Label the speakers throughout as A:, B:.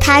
A: 他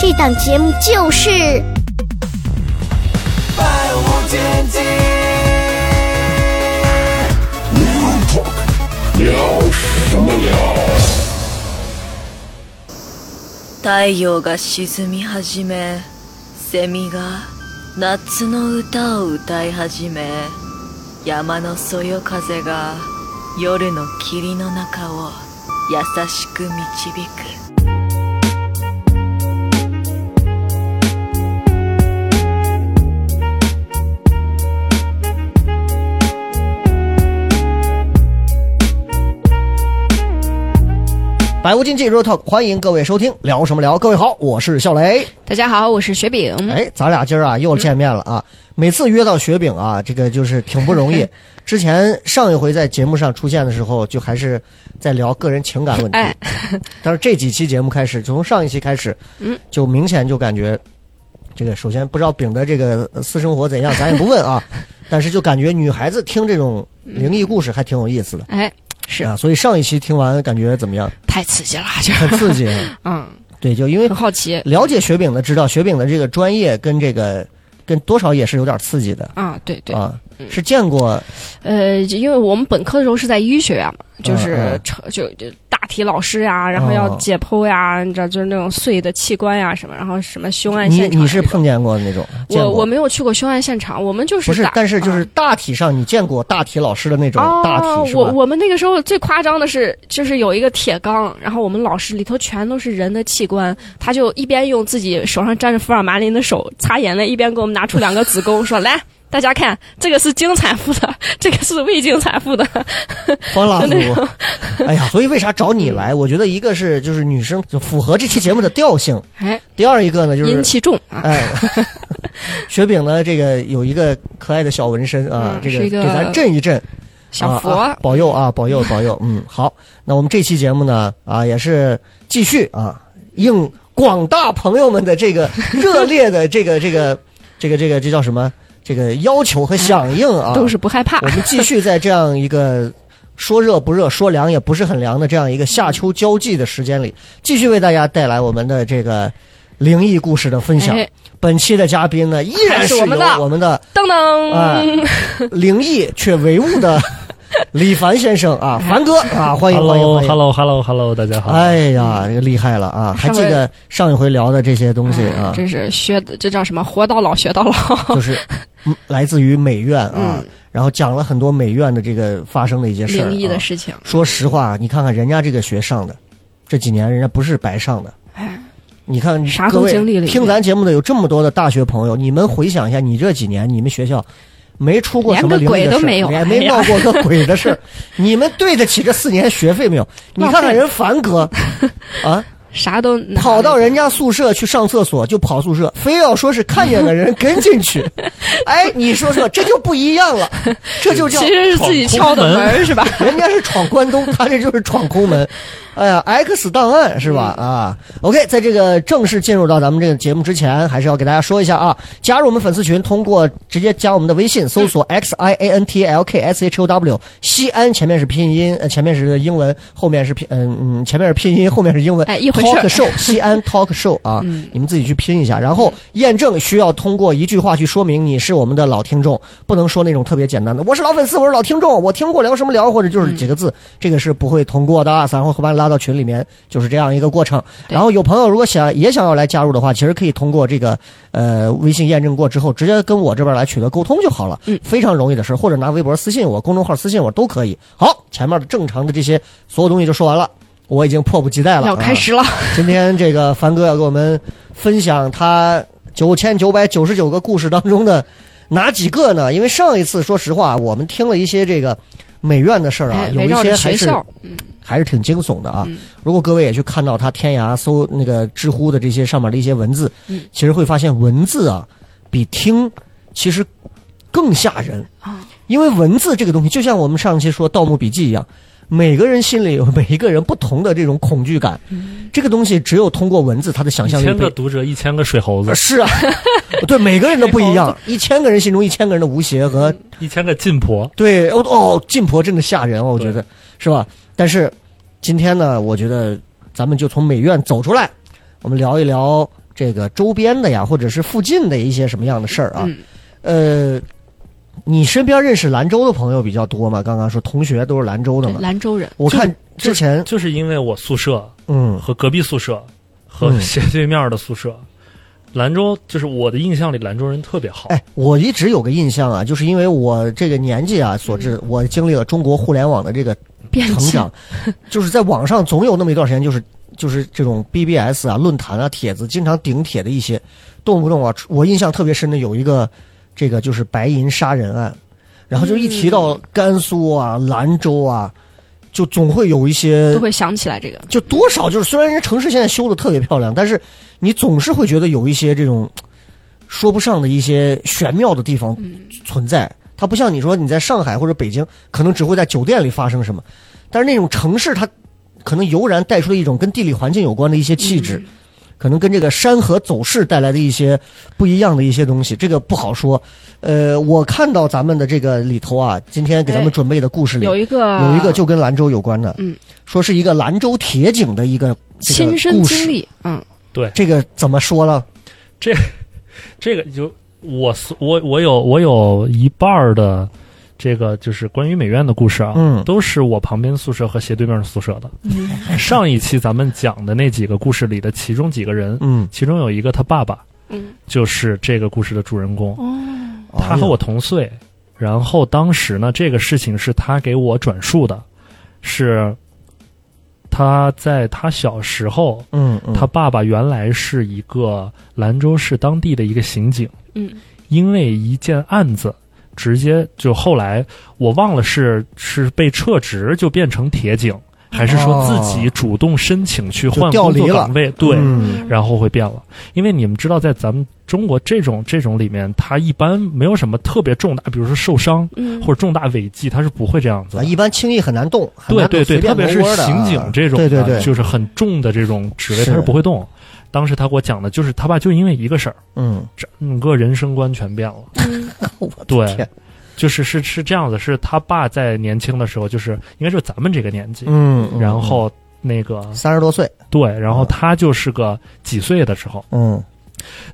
A: 这档节目就是《
B: 百无禁忌。
C: 太陽が沈み始めセミが夏の歌を歌い始め山のそよ風が夜の霧の中を優しく導く
D: 百无禁忌 Real Talk，欢迎各位收听，聊什么聊？各位好，我是笑雷。
E: 大家好，我是雪饼。
D: 哎，咱俩今儿啊又见面了啊！每次约到雪饼啊，这个就是挺不 容易。之前上一回在节目上出现的时候，就还是在聊个人情感问题，
E: 哎
D: 但是这几期节目开始，从上一期开始，嗯，就明显就感觉，这个首先不知道饼的这个呃私生活怎样，咱也不问 啊，但是就感觉女孩子听这种灵异故事还挺有意思的。
E: 哎，嗯是
D: 啊，所以上一期听完感觉怎么样？
E: 太刺激了， 就
D: 很刺激。啊
E: 嗯，
D: 对，就因为
E: 很好奇
D: 了解雪饼的知道，雪饼的这个专业跟这个跟多少也是有点刺激的
E: 啊，对对，
D: 啊，是见过
E: 呃，就因为我们本科的时候是在医学院嘛，就
D: 嗯
E: 是
D: 嗯
E: 成就就大体老师呀，然后
D: 哦
E: 要解剖呀，你知道就是那种碎的器官呀什么，然后什么凶案
D: 你
E: 现场。
D: 你是碰见过那种？见
E: 我
D: 过
E: 我没有去过凶案现场，我们就是
D: 不是
E: 大，
D: 但是就是
E: 啊
D: 大体上你见过大体老师的那种
E: 哦，
D: 大体是吧
E: 我？我们那个时候最夸张的是，就是有一个铁缸，然后我们老师里头全都是人的器官，他就一边用自己手上沾着福尔马林的手擦眼泪，一边给我们拿出两个子宫，说：“来，大家看，这个是经产妇的， 这个是未经 产妇的。
D: 方拉夫， 哎呀，所以为啥找你
E: 嗯
D: 来？我觉得一个是就是女生就符合这期节目的调性，”
E: 哎，
D: 第二一个呢就
E: 阴
D: 是
E: 气重啊，
D: 哎， 雪饼呢这个有一个可爱的小纹身啊，
E: 嗯
D: 这
E: 是一
D: 给
E: 个
D: 咱震一震，
E: 小佛。
D: 啊啊保佑啊，保 佑保佑，嗯，好，那我们这期节目呢，啊，也是继续啊，应广大朋友们的这 个热烈的这个这个这个这个这叫什么？这个要求和响应啊，
E: 都是不害怕
D: 我，们继续在这样一个说热不热、说凉也不是很凉的这样一个夏秋交际的时间里，继续为大家带来我们的这个灵异故事的分享
E: 哎。
D: 本期的嘉宾呢，依然
E: 还是
D: 是由
E: 我们的
D: 我们的
E: 噔噔，
D: 哎灵异却唯物 的李凡先生啊，凡哥啊，欢迎欢迎欢迎。
F: Hello，Hello，Hello，Hello，大家好。
D: 哎呀，这个厉害了啊！还记得上一回聊的这些东西啊，
E: 真是学的，这叫什么？活到老学到 老，
D: 就是嗯来自于美院啊
E: 哦嗯，
D: 然后讲了很多美院的这个发生的一些事儿
E: 灵异
D: 啊
E: 的事情。
D: 说实话，你看看人家这个学上的，这几年人家不是白上的。
E: 哎，
D: 你看，
E: 啥
D: 各
E: 都
D: 位
E: 经历了
D: 听咱节目的有这么多的大学朋友，你们回想一下，你这几年你们学校没出过什么灵异的事
E: 连个鬼
D: 儿
E: 都没有
D: 连没闹过个鬼的 事儿，你们对得起这四年学费没有？你看看人凡 哥啊，
E: 啥都拿
D: 跑到人家宿舍去上厕所就跑宿舍，非要说是看见个人跟进 去，哎，你说说这就不一样了，这就叫
E: 其实是自己敲的门儿是吧？
D: 人家是闯关东，他这就是闯空 门。哎呀，X 档案是吧？
E: 嗯
D: 啊，OK，在这个正式进入到咱们这个节目之前，还是要给大家说一下啊，加入我们粉丝群，通过直接加我们的微信，搜索
E: 嗯
D: X I A N T L K S H O W，西安前面是拼音，呃，前面是英文，后面是拼，嗯嗯，前面是拼音，后面是英文。
E: 哎一回事
D: Talk
E: 儿嗯
D: show，西安 Talk show 啊，你们自己去拼一下，然后验证需要通过一句话去说明你是我们的老听众，不能说那种特别简单的，我是老粉丝，我是老听众，我听过聊什么聊，或者就是几个
E: 嗯
D: 字，这个是不会通过的啊。然后会把你拉到群里面，就是这样一个过程。
E: 对
D: 然后有朋友如果想也想要来加入的话，其实可以通过这个呃微信验证过之后，直接跟我这边来取得沟通就好了，
E: 嗯
D: 非常容易的事儿，或者拿微博私信我，公众号私信我都可以。好，前面的正常的这些所有东西就说完了。我已经迫不及待了，
E: 要开
D: 啊
E: 始了，
D: 今天这个凡哥要给我们分享他九千九百九十九个故事当中的哪几个呢？因为上一次说实话，我们听了一些这个美院的事儿啊，
E: 哎，
D: 有
E: 围
D: 一
E: 绕
D: 些
E: 着
D: 还
E: 学
D: 是
E: 校，嗯，
D: 还是挺惊悚的啊。
E: 嗯
D: 如果各位也去看到他天涯搜那个知乎的这些上面的一些文字，
E: 嗯
D: 其实会发现文字啊比听其实更吓人
E: 啊
D: 因为文字这个东西就像我们上期说《盗墓笔记》一样，每个人心里有每一个人不同的这种恐惧感，这个东西只有通过文字，他的想
F: 一
D: 象力
F: 千
D: 被
F: 个读者，一千个水猴子
D: 呃，是啊，对，每个人都不一样， 一千个人心中一千个人的吴邪和
F: 一千个禁婆。
D: 对哦哦，晋婆真的吓人哦，我觉得是吧？但是今天呢，我觉得咱们就从美院走出来，我们聊一聊这个周边的呀，或者是附近的一些什么样的事儿啊。
E: 嗯
D: 呃，你身边认识兰州的朋友比较多吗？刚刚说同学都是兰州的
E: 对
D: 嘛？
E: 兰州人，
D: 我看之前，
F: 就是因为我宿舍
D: 嗯
F: 和隔壁宿舍和
D: 嗯
F: 斜对面的宿舍，兰州就是我的印象里兰州人特别好。
D: 哎，我一直有个印象啊，就是因为我这个年纪啊所致，我经历了中国互联网的这个
E: 变
D: 成
E: 迁
D: 长，就是在网上总有那么一段时间，就是就是这种 BBS 啊、论坛啊、帖子，经常顶帖的一些，动不动啊，我印象特别深的有一个，这个就是白银杀人案，然后就一提到甘肃啊、兰州啊，就总会有一些
E: 都，会想起来这个。
D: 就多少就是虽然人家城市现在修的特别漂亮，但是你总是会觉得有一些这种说不上的一些玄妙的地方
E: 嗯
D: 存在。它不像你说你在上海或者北京，可能只会在酒店里发生什么，但是那种城市它可能油然带出了一种跟地理环境有关的一些气质，可能跟这个山河走势带来的一些不一样的一些东西，这个不好说。呃，我看到咱们的这个里头啊，今天给咱们
E: 哎
D: 准备的故事里
E: 有一个
D: 有一个就跟兰州有关的，
E: 嗯，
D: 说是一个兰州铁警的一个这个
E: 亲身
D: 故
E: 经
D: 事，
E: 历，嗯，
D: 这个怎么说了？
F: 这个就我所我我有我有一半儿的这个就是关于美院的故事啊，
D: 嗯
F: 都是我旁边宿舍和斜对面宿舍的。 上一期咱们讲的那几个故事里的其中几个人，
D: 嗯，
F: 其中有一个他爸爸，
E: 嗯，
F: 就是这个故事的主人公，
D: 哎
F: 他和
D: 呦
F: 我同岁。然后当时呢，这个事情是他给我转述的，是他在他小时候，
D: 嗯嗯
F: 他爸爸原来是一个兰州市当地的一个刑警，
E: 嗯，
F: 因为一件案子，直接就后来我忘了是是被撤职就变成铁警，还是说自己主动申请去换
D: 哦就调
F: 工
D: 离
F: 作
D: 了
F: 岗位，对，
D: 嗯
F: 然后会变了。因为你们知道，在咱们中国这种这种里面，他一般没有什么特别重大，比如说受伤
E: 嗯
F: 或者重大违纪，他是不会这样子
D: 啊，
F: 的。
D: 一般轻易很难动，很
F: 对
D: 难
F: 对对，
D: 随便
F: 特别是
D: 挪窝的
F: 刑警
D: 啊
F: 这种
D: 对
F: 的，
D: 对对，
F: 就是很重的这种职位，
D: 是
F: 他是不会动。当时他给我讲的就是他爸就因为一个事儿，
D: 嗯，
F: 整个人生观全变了。
A: 嗯
D: 我的
F: 对
D: 天，
F: 就是是是这样子，是他爸在年轻的时候，就是应该就是咱们这个年纪，
D: 嗯，嗯
F: 然后那个
D: 三十多岁，
F: 对，然后
D: 嗯
F: 他就是个几岁的时候，
D: 嗯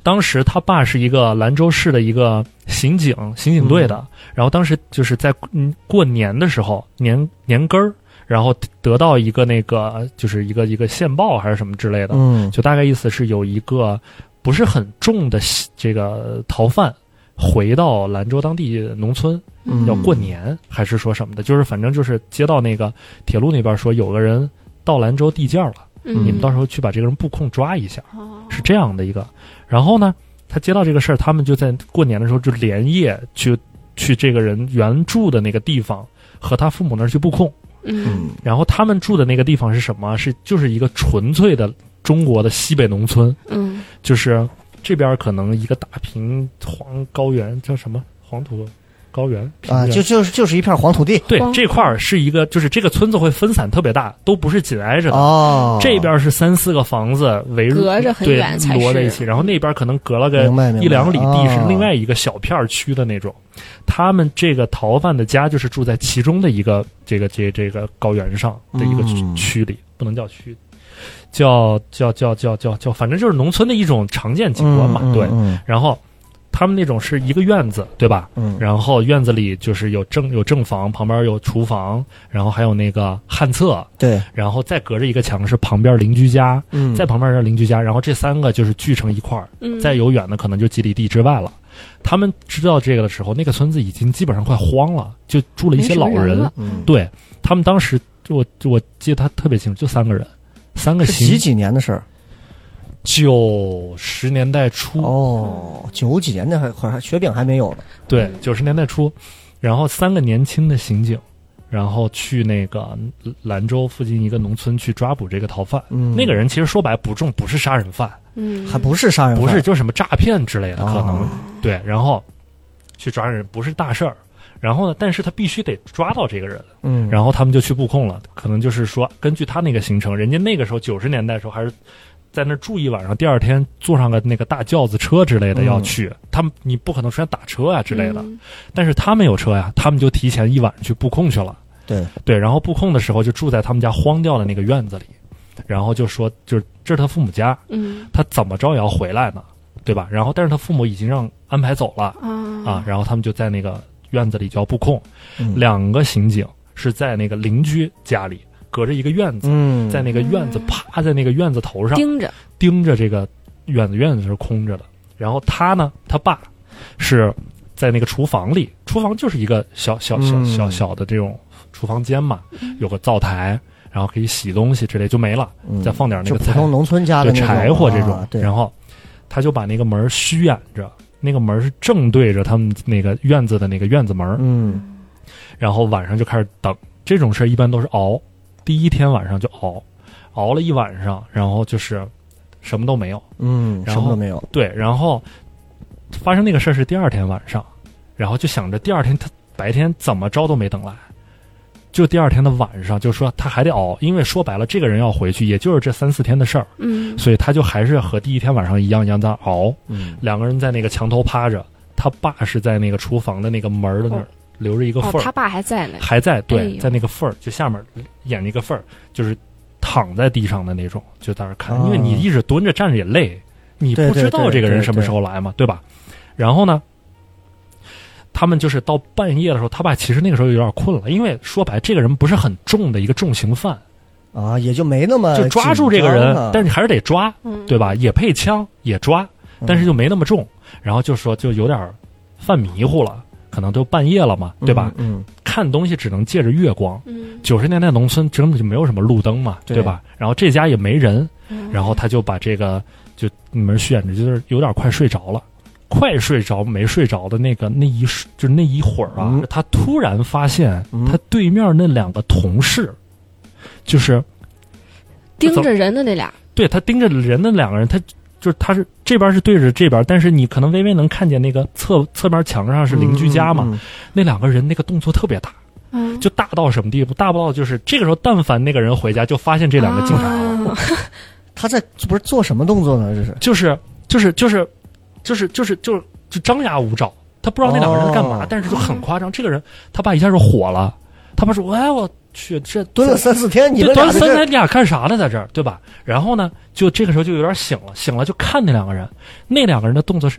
F: 当时他爸是一个兰州市的一个刑警，刑警队
D: 嗯
F: 的。然后当时就是在嗯过年的时候，年年根儿，然后得到一个那个就是一个一个线报还是什么之类的，
D: 嗯
F: 就大概意思是有一个不是很重的这个逃犯回到兰州当地农村，
D: 嗯
F: 要过年还是说什么的，就是反正就是接到那个铁路那边说有个人到兰州地界儿了，
E: 嗯
F: 你们到时候去把这个人布控抓一下，
E: 哦
F: 是这样的一个。然后呢，他接到这个事儿，他们就在过年的时候就连夜去去这个人原住的那个地方和他父母那儿去布控。
E: 嗯
F: 然后他们住的那个地方是什么？是就是一个纯粹的中国的西北农村，
E: 嗯，
F: 就是这边可能一个大平黄高原叫什么黄土高原平
D: 啊，
F: 原
D: 就就是就是一片黄土地
F: 对
E: 黄
F: 这块儿是一个，就是这个村子会分散特别大，都不是紧挨着的。
D: 哦，
F: 这边是三四个房子围住
E: 隔着很
F: 对
E: 远才
F: 摞在
E: 是
F: 一起，然后那边可能隔了个
D: 明白明白
F: 一两里地是
D: 哦
F: 另外一个小片儿区的那种。他们这个逃犯的家就是住在其中的一个这个这这个高原上的一个区
D: 嗯
F: 区里，不能叫区，叫叫叫叫叫叫，反正就是农村的一种常见景观嘛。
D: 嗯
F: 对，
D: 嗯
F: 然后他们那种是一个院子，对吧？
D: 嗯
F: 然后院子里就是有正有正房，旁边有厨房，然后还有那个旱厕，
D: 嗯对，
F: 然后再隔着一个墙是旁边邻居家，
D: 嗯
F: 在旁边是邻居家，然后这三个就是聚成一块儿，
E: 嗯
F: 再有远的可能就几里地之外了。他们知道这个的时候，那个村子已经基本上快荒了，就住了一些老
E: 没什么人了
D: 嗯，
F: 对他们当时，我我记得他特别清楚，就三个人，三个
D: 是几
F: 刑
D: 几年的事儿
F: 九十年代初
D: 哦，九几年的还还雪饼还没有呢，
F: 对，九十年代初，然后三个年轻的刑警，然后去那个兰州附近一个农村去抓捕这个逃犯。
D: 嗯
F: 那个人其实说白不重不是杀人犯，
E: 嗯，
D: 还不是杀人犯，
F: 不是就是什么诈骗之类的，可能、
D: 哦
F: 对，然后去抓人不是大事儿。然后呢，但是他必须得抓到这个人，
D: 嗯，
F: 然后他们就去布控了。可能就是说，根据他那个行程，人家那个时候九十年代的时候还是在那儿住一晚上，第二天坐上个那个大轿子车之类的
D: 嗯
F: 要去。他们你不可能出现打车啊之类的，
E: 嗯
F: 但是他们有车呀，他们就提前一晚上去布控去了。
D: 对，
F: 对，然后布控的时候就住在他们家荒掉的那个院子里，然后就说就是这是他父母家，
E: 嗯
F: 他怎么着也要回来呢，对吧？然后但是他父母已经让安排走了
E: 啊
F: 啊，然后他们就在那个院子里就要布控，
D: 嗯
F: 两个刑警是在那个邻居家里隔着一个院子，
D: 嗯，
F: 在那个院子
E: 嗯
F: 趴在那个院子头上
E: 盯着，
F: 盯着这个院子，院子是空着的。然后他呢，他爸是在那个厨房里，厨房就是一个小小小
D: 嗯
F: 小小的这种厨房间嘛，
E: 嗯
F: 有个灶台，然后可以洗东西之类就没了，
D: 嗯
F: 再放点那
D: 就
F: 个
D: 普
F: 菜，
D: 通农村家的
F: 对
D: 那种
F: 柴火这种。
D: 啊对，
F: 然后他就把那个门儿虚掩着，那个门儿是正对着他们那个院子的那个院子门儿，
D: 嗯
F: 然后晚上就开始等。这种事儿一般都是熬，第一天晚上就熬，熬了一晚上，然后就是什么都没有。
D: 嗯，
F: 然
D: 什么
F: 后
D: 都没有，
F: 对，然后发生那个事儿是第二天晚上，然后就想着第二天他白天怎么着都没等来，就第二天的晚上就说他还得熬，因为说白了这个人要回去，也就是这三四天的事儿，
E: 嗯
F: 所以他就还是和第一天晚上一样一样在熬。
D: 嗯
F: 两个人在那个墙头趴着，他爸是在那个厨房的那个门儿的那儿
E: 哦
F: 留着一个
E: 哦
F: 缝，
E: 他
F: 儿，
E: 爸还在呢，
F: 还在
E: 哎
F: 对，
E: 呦
F: 在那个缝儿就下面演那个缝儿，就是躺在地上的那种，就在那儿看，
D: 哦
F: 因为你一直蹲着站着也累，你
D: 对
F: 不
D: 对
F: 知道
D: 对
F: 这个人
D: 对
F: 什么时候来嘛，对吧？然后呢？他们就是到半夜的时候，他爸其实那个时候有点困了，因为说白，这个人不是很重的一个重刑犯，
D: 啊，也就没那么
F: 就抓住这个
D: 紧
F: 人
D: 张啊了，
F: 但是你还是得抓，
E: 嗯
F: 对吧？也配枪，也抓，但是就没那么重。然后就说就有点儿犯迷糊了，可能都半夜了嘛，对吧？？
D: 嗯，
F: 看东西只能借着月光。
E: 嗯，
F: 九十年代农村根本就没有什么路灯嘛，
D: 对
F: 对吧？然后这家也没人，
E: 嗯
F: 然后他就把这个就门虚掩着，就是有点快睡着了。快睡着没睡着的那个那一瞬就是那一会儿啊，
D: 嗯
F: 他突然发现
D: 嗯
F: 他对面那两个同事，就是
E: 盯着人的那俩，
F: 对他盯着人的两个人，他就是他是这边是对着这边，但是你可能微微能看见那个侧侧面墙上是邻居家嘛，
D: 嗯，嗯
F: 那两个人那个动作特别大，
E: 嗯，
F: 就大到什么地步？大不到就是这个时候，但凡那个人回家，就发现这两个警察了，
E: 啊
D: 嗯他在这不是做什么动作呢？这是
F: 就是就是就是就是就是就是就张牙舞爪，他不知道那两个人是干嘛，
D: 哦
F: 但是就很夸张。这个人他爸一下就火了，他爸说：“哎，我去，这
D: 蹲了三四天，你
F: 这
D: 们俩
F: 端
D: 在
F: 三
D: 这
F: 奶，你俩干啥呢？在这儿，对吧？然后呢，就这个时候就有点醒了，醒了就看那两个人，那两个人的动作是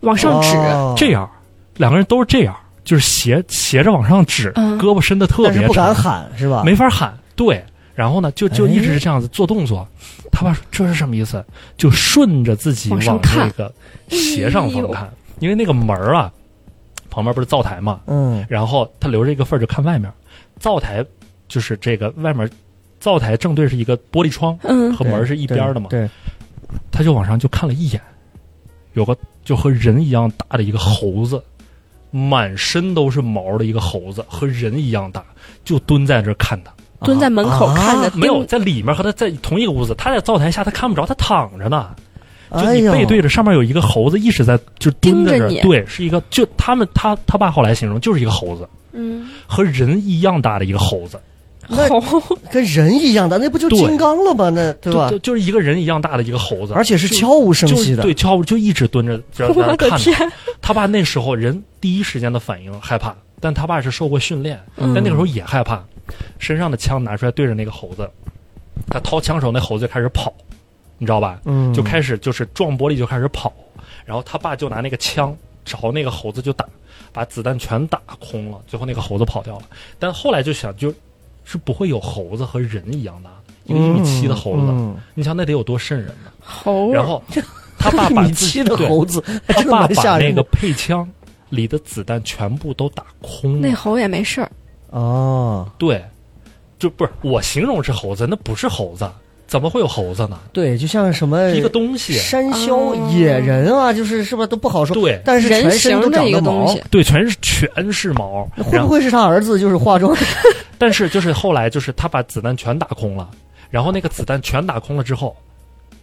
E: 往上指，
D: 哦
F: 这样，两个人都是这样，就是斜斜着往上指，
E: 嗯
F: 胳膊伸的特
D: 但是
F: 别
D: 不敢
F: 长，
D: 喊是
E: 啊
D: 吧？
F: 没法喊。对，然后呢，就就
D: 哎
F: 一直是这样子做动作。他爸说这是什么意思？就顺着自己
E: 哎往
F: 往
E: 上
F: 那
E: 看
F: 个斜上
E: 哎
F: 方
E: 呦
F: 看，因为那个门儿啊，旁边不是灶台嘛，
D: 嗯
F: 然后他留着一个缝儿就看外面，灶台就是这个外面，灶台正对是一个玻璃窗
E: 嗯
F: 和门儿是一边儿的嘛，
D: 对，
F: 他就往上就看了一眼，有个就和人一样大的一个猴子，满身都是毛的一个猴子，和人一样大，就蹲在这儿看他，
E: 啊蹲在门口看着，
F: 啊没有在里面和他在同一个屋子，他在灶台下他看不着，他躺着呢。
D: 对，
F: 就
D: 哎
F: 你
D: 呦
F: 背对着上面有一个猴子一直在就蹲在
E: 盯
F: 这
E: 着
F: 儿
E: 你
F: 对，是一个就他们他他爸后来形容就是一个猴子，
E: 嗯，
F: 和人一样大的一个猴子，
D: 那
F: 嗯
E: 好，
D: 跟人一样的，那不就
F: 对
D: 金刚了吗？那对吧
F: 就就？就是一个人一样大的一个猴子，
D: 而且是悄无声
F: 就
D: 息的，
F: 对，就就一直蹲着在那
E: 我的
F: 儿看他。
E: 天，
F: 他爸那时候人第一时间的反应害怕，但他爸是受过训练，
E: 嗯
F: 但那个时候也害怕，身上的枪拿出来对着那个猴子，他掏枪手，那猴子就开始跑，你知道吧？
D: 嗯，
F: 就开始就是撞玻璃就开始跑，然后他爸就拿那个枪朝那个猴子就打，把子弹全打空了，最后那个猴子跑掉了。但后来就想就是不会有猴子和人一样大的，一个一米七的猴子，
D: 嗯
F: 你想那得有多瘆人呢？
E: 猴
F: 然后他爸把
D: 一米
F: 自己
D: 七的
F: 对
D: 猴子，还
F: 他
D: 真的
F: 爸
D: 蛮吓
F: 把那
D: 人
F: 个
D: 的
F: 配枪里的子弹全部都打空
E: 那
F: 了。
E: 猴也没事儿，
D: 哦，
F: 对，就不是我形容是猴子，那不是猴子，怎么会有猴子呢？
D: 对，就像什么
F: 一个东西，
D: 山魈、野人啊，就是是吧都不好说。
F: 对
D: 但是全
E: 人
D: 身都
E: 形的
D: 长
E: 一
D: 着
E: 个东
D: 毛
E: 西，，
F: 对，全是全是毛，
D: 会
F: 然
D: 不
F: 后
D: 会是他儿子？就是化妆，
E: 嗯
F: 但是就是后来就是他把子弹全打空了，然后那个子弹全打空了之后，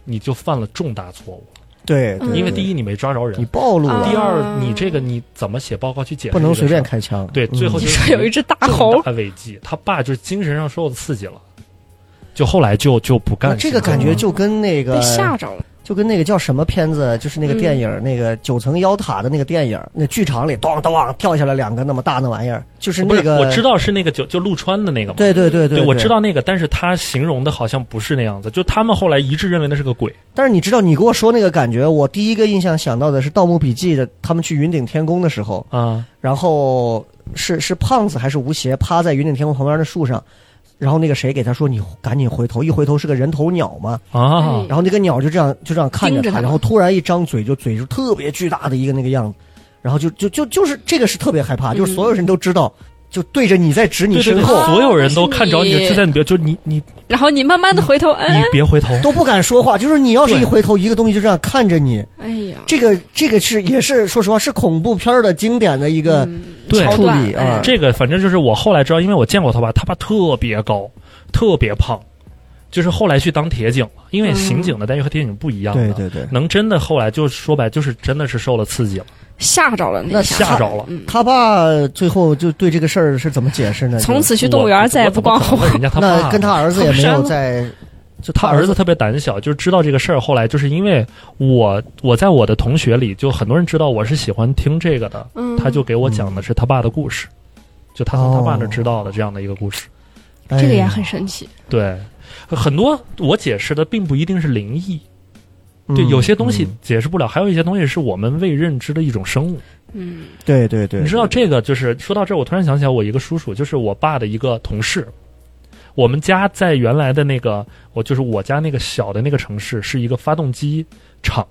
F: 你就犯了重大错误，
D: 对，
E: 嗯
D: 对
F: 因为第一你没抓着人
D: 你，暴露
E: 啊
D: 了
F: 第，二
E: 啊
F: 你这个你怎么写报告去解释？
D: 不能随便。开枪。
F: 对，最后
D: 嗯
E: 你
F: 就是
E: 说有一只大
F: 重
E: 猴，
F: 大违纪，他爸就是精神上受到刺激了，就后来就就不
D: 那
F: 干嗯
D: 这个感觉就跟那个
E: 被吓着了。
D: 就跟那个叫什么片子，就是
F: 嗯
D: 那个电影，那个九层妖塔的那个电影，那剧场里咚咚啊跳下来两个那么大那玩意儿，就是
F: 不
D: 那
F: 是
D: 个
F: 我知，道是那个就就陆川的那个嘛。
D: 对对对对
F: 我知。道那个，但是他形容的好像不是那样子，就他们后来一致认为那是个鬼。
D: 但是你知道，你跟我说那个感觉，我第一个印象想到的是《盗墓笔记》的，他们去云顶天宫的时候，
F: 啊，
D: 然后是是胖子还是吴邪趴在云顶天宫旁边的树上，然后那个谁给他说你赶紧回头，一回头是个人头鸟嘛，
F: 啊
E: 嗯，
D: 然后那个鸟就这样就这样看着
E: 盯着
D: 他，
E: 他
D: 然后突然一张嘴就嘴就特别巨大的一个那个样子，然后就就就就是这个是特别害怕，就是所有人都知道，就对着你在指你
F: 嗯对对
D: 身
F: 对，
D: 后。
F: 所有人都看着
E: 是你
F: 你，就在你别，就你你
E: 然后你慢慢的回头，哎
F: 你，别回头，
D: 都不敢说话，就是你要是
F: 对
D: 一回头，一个东西就这样看着你。
E: 哎呀，
D: 这个这个是也是说实话是恐怖片儿的经典的一个
E: 嗯
F: 对
E: 桥
D: 处
E: 段
D: 理啊
E: 哎。
F: 这个反正就是我后来知道，因为我见过他爸，他爸特别高，特别胖，就是后来去当铁警了，因为
E: 嗯
F: 刑警的待遇和铁警不一样的。
D: 对对对，
F: 能真的后来就说白就是真的是受了刺激了，
E: 吓着了
D: 那
E: 那一
F: 吓
E: 下，
F: 着了。
D: 他爸最后就对这个事儿是怎么解释呢？
E: 从此去
F: 我
E: 动物园再也
F: 我
E: 不光
F: 怎么
E: 猴
F: 问。人家他爸
D: 那跟他儿子也没有在，就
F: 他儿子特别胆小，就是知道这个事儿。后来就是因为我，我在我的同学里，就很多人知道我是喜欢听这个的，
E: 嗯
F: 他就给我讲的是他爸的故事，就他从他爸那
D: 哦
F: 知道的这样的一个故事。
D: 哎
E: 这个也很神奇，
F: 对，很多我解释的并不一定是灵异，
D: 嗯
F: 对，有些东西
D: 嗯
F: 解释不了，还有一些东西是我们未认知的一种生物。
E: 嗯
D: 对对对，
F: 你知道这个，就是说到这儿，我突然想起来，我一个叔叔，就是我爸的一个同事。我们家在原来的那个，我就是我家那个小的那个城市，是一个发动机厂，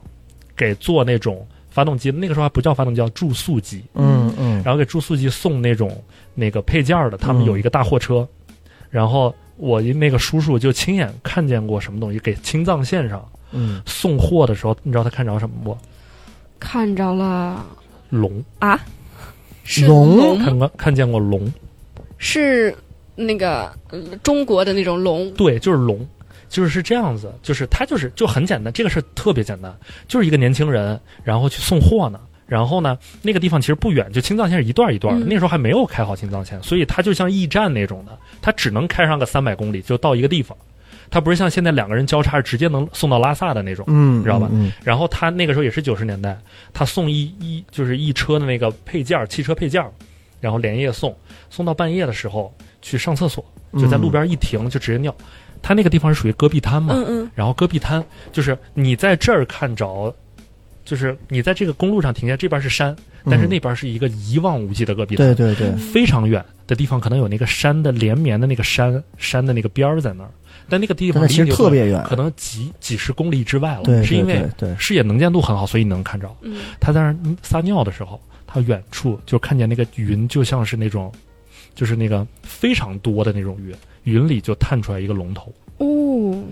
F: 给做那种发动机，那个时候还不叫发动机，叫注塑机，
D: 嗯嗯，
F: 然后给注塑机送那种那个配件儿的，他们
D: 嗯
F: 有一个大货车，然后我一那个叔叔就亲眼看见过什么东西，给青藏线上
D: 嗯
F: 送货的时候，你知道他看着什么不？
E: 看着了
F: 龙，
E: 啊，是
D: 龙
F: 看过看见过龙，
E: 是那个呃中国的那种龙，
F: 对，就是龙，就是是这样子，就是他就是就很简单，这个事儿特别简单，就是一个年轻人，然后去送货呢。然后呢，那个地方其实不远，就青藏线是一段一段的。
E: 嗯
F: 那时候还没有开好青藏线，所以它就像驿站那种的，它只能开上个三百公里就到一个地方，它不是像现在两个人交叉直接能送到拉萨的那种。
D: 嗯，
F: 知道吧
D: 嗯
F: 然后他那个时候也是九十年代，他送一一就是一车的那个配件儿，汽车配件儿，然后连夜送，送到半夜的时候去上厕所，
D: 嗯
F: 就在路边一停就直接尿。他那个地方是属于戈壁滩嘛，
E: 嗯嗯，
F: 然后戈壁滩就是你在这儿看着，就是你在这个公路上停下，这边是山，但是那边是一个一望无际的戈壁滩，
D: 嗯对对
E: 嗯
D: 对，
F: 非常远的地方可能有那个山的连绵的那个山山的那个边儿在那儿，但那个地
D: 真
F: 方
D: 的其实
F: 离你
D: 特别远，
F: 可能几几十公里之外了，
D: 对对
F: 是因为
D: 对对
F: 视野能见度很好，所以你能看着。
E: 嗯
F: 他在那儿撒尿的时候，他远处就看见那个云，就像是那种，就是那个非常多的那种云，云里就探出来一个龙头。
E: 哦，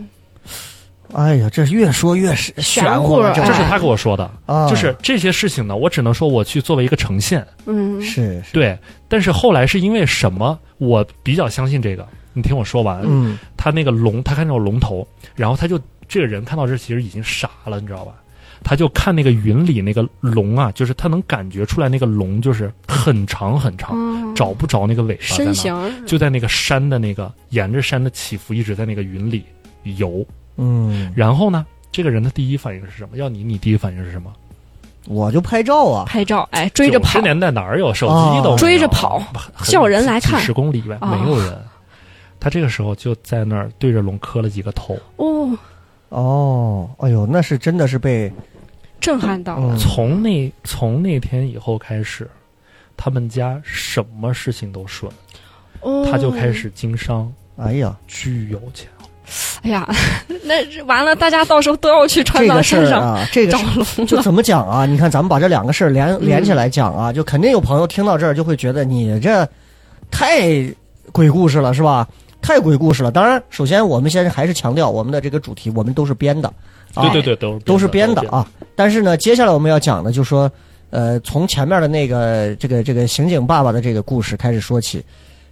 D: 哎呀，这越说越是玄乎了，
E: 玄乎
F: 这
E: 了
F: 是他跟我说的，
D: 啊，
F: 就是这些事情呢，我只能说我去作为一个呈现，
E: 嗯，
D: 是是
F: 对。但是后来是因为什么，我比较相信这个。你听我说完，
D: 嗯
F: 他那个龙，他看到龙头，然后他就这个人看到这其实已经傻了，你知道吧？他就看那个云里那个龙啊，就是他能感觉出来那个龙就是很长很长，
D: 嗯
E: 哦
F: 找不着那个尾巴在
E: 身
F: 哪
E: 形
F: 儿，
E: 儿，
F: 就在那个山的那个沿着山的起伏，一直在那个云里游。
D: 嗯，
F: 然后呢，这个人的第一反应是什么？要你，你第一反应是什么？
D: 我就拍照啊，
E: 拍照，哎，追着
F: 九十
E: 跑，
F: 年代哪儿有手机都没有啊
D: 哦
E: 追着跑
F: 很很
E: 叫人来看
F: 几十公里以外
E: 哦
F: 没有人。他这个时候就在那儿对着龙磕了几个头，
E: 哦，
D: 哦，哎呦，那是真的是被
E: 震撼到了，
D: 嗯
F: 从那从那天以后开始，他们家什么事情都顺，
E: 哦，
F: 他就开，始经商，
D: 哎呀，
F: 巨有钱。
E: 哎呀， 那是完了，大家到时候都要去川
D: 这
E: 藏
D: 个事
E: 山
D: 儿
E: 上
D: 啊，这个
E: 找
D: 事
E: 龙
D: 就
E: 了，
D: 怎么讲啊？你看，咱们把这两个事儿连
F: 嗯
D: 连起来讲啊，就肯定有朋友听到这儿就会觉得你这太鬼故事了，是吧？太鬼故事了。当然，首先我们先还是强调我们的这个主题，我们都是编的，啊、
F: 对对对，都是
D: 都是编
F: 编
D: 的。啊。但是呢，接下来我们要讲的就是说，呃，从前面的那个这个这个刑警爸爸的这个故事开始说起，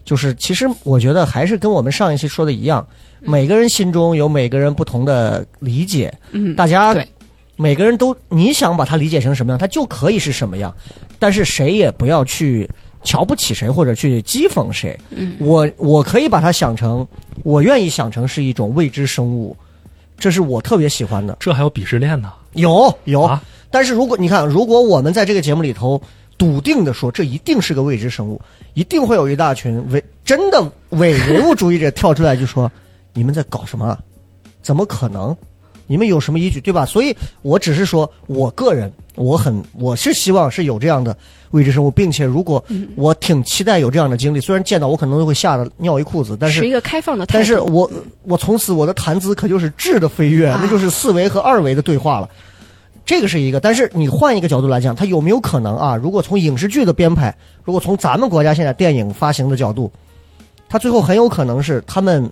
D: 就是其实我觉得还是跟我们上一期说的一样，
F: 嗯
D: 每个人心中有每个人不同的理解，
E: 嗯，
D: 大家
E: 对
D: 每个人都你想把它理解成什么样，它就可以是什么样，但是谁也不要去。瞧不起谁或者去讥讽谁，
E: 嗯
D: 我我可以把它想成，我愿意想成是一种未知生物，这是我特别喜欢的。
F: 这还有鄙视链呢
D: 有有，
F: 啊！
D: 但是如果你看，如果我们在这个节目里头笃定的说，这一定是个未知生物，一定会有一大群伪真的伪唯物主义者跳出来就说：“你们在搞什么啊？怎么可能？你们有什么依据？对吧？”所以，我只是说，我个人我很我是希望是有这样的未知生物，并且如果我挺期待有这样的经历，虽然见到我可能会吓得尿一裤子，但是
E: 持一个开放的态度，
D: 但是我我从此我的谈资可就是质的飞跃，
E: 啊
D: 那就是四维和二维的对话了。这个是一个，但是你换一个角度来讲，它有没有可能啊？如果从影视剧的编排，如果从咱们国家现在电影发行的角度，它最后很有可能是他们，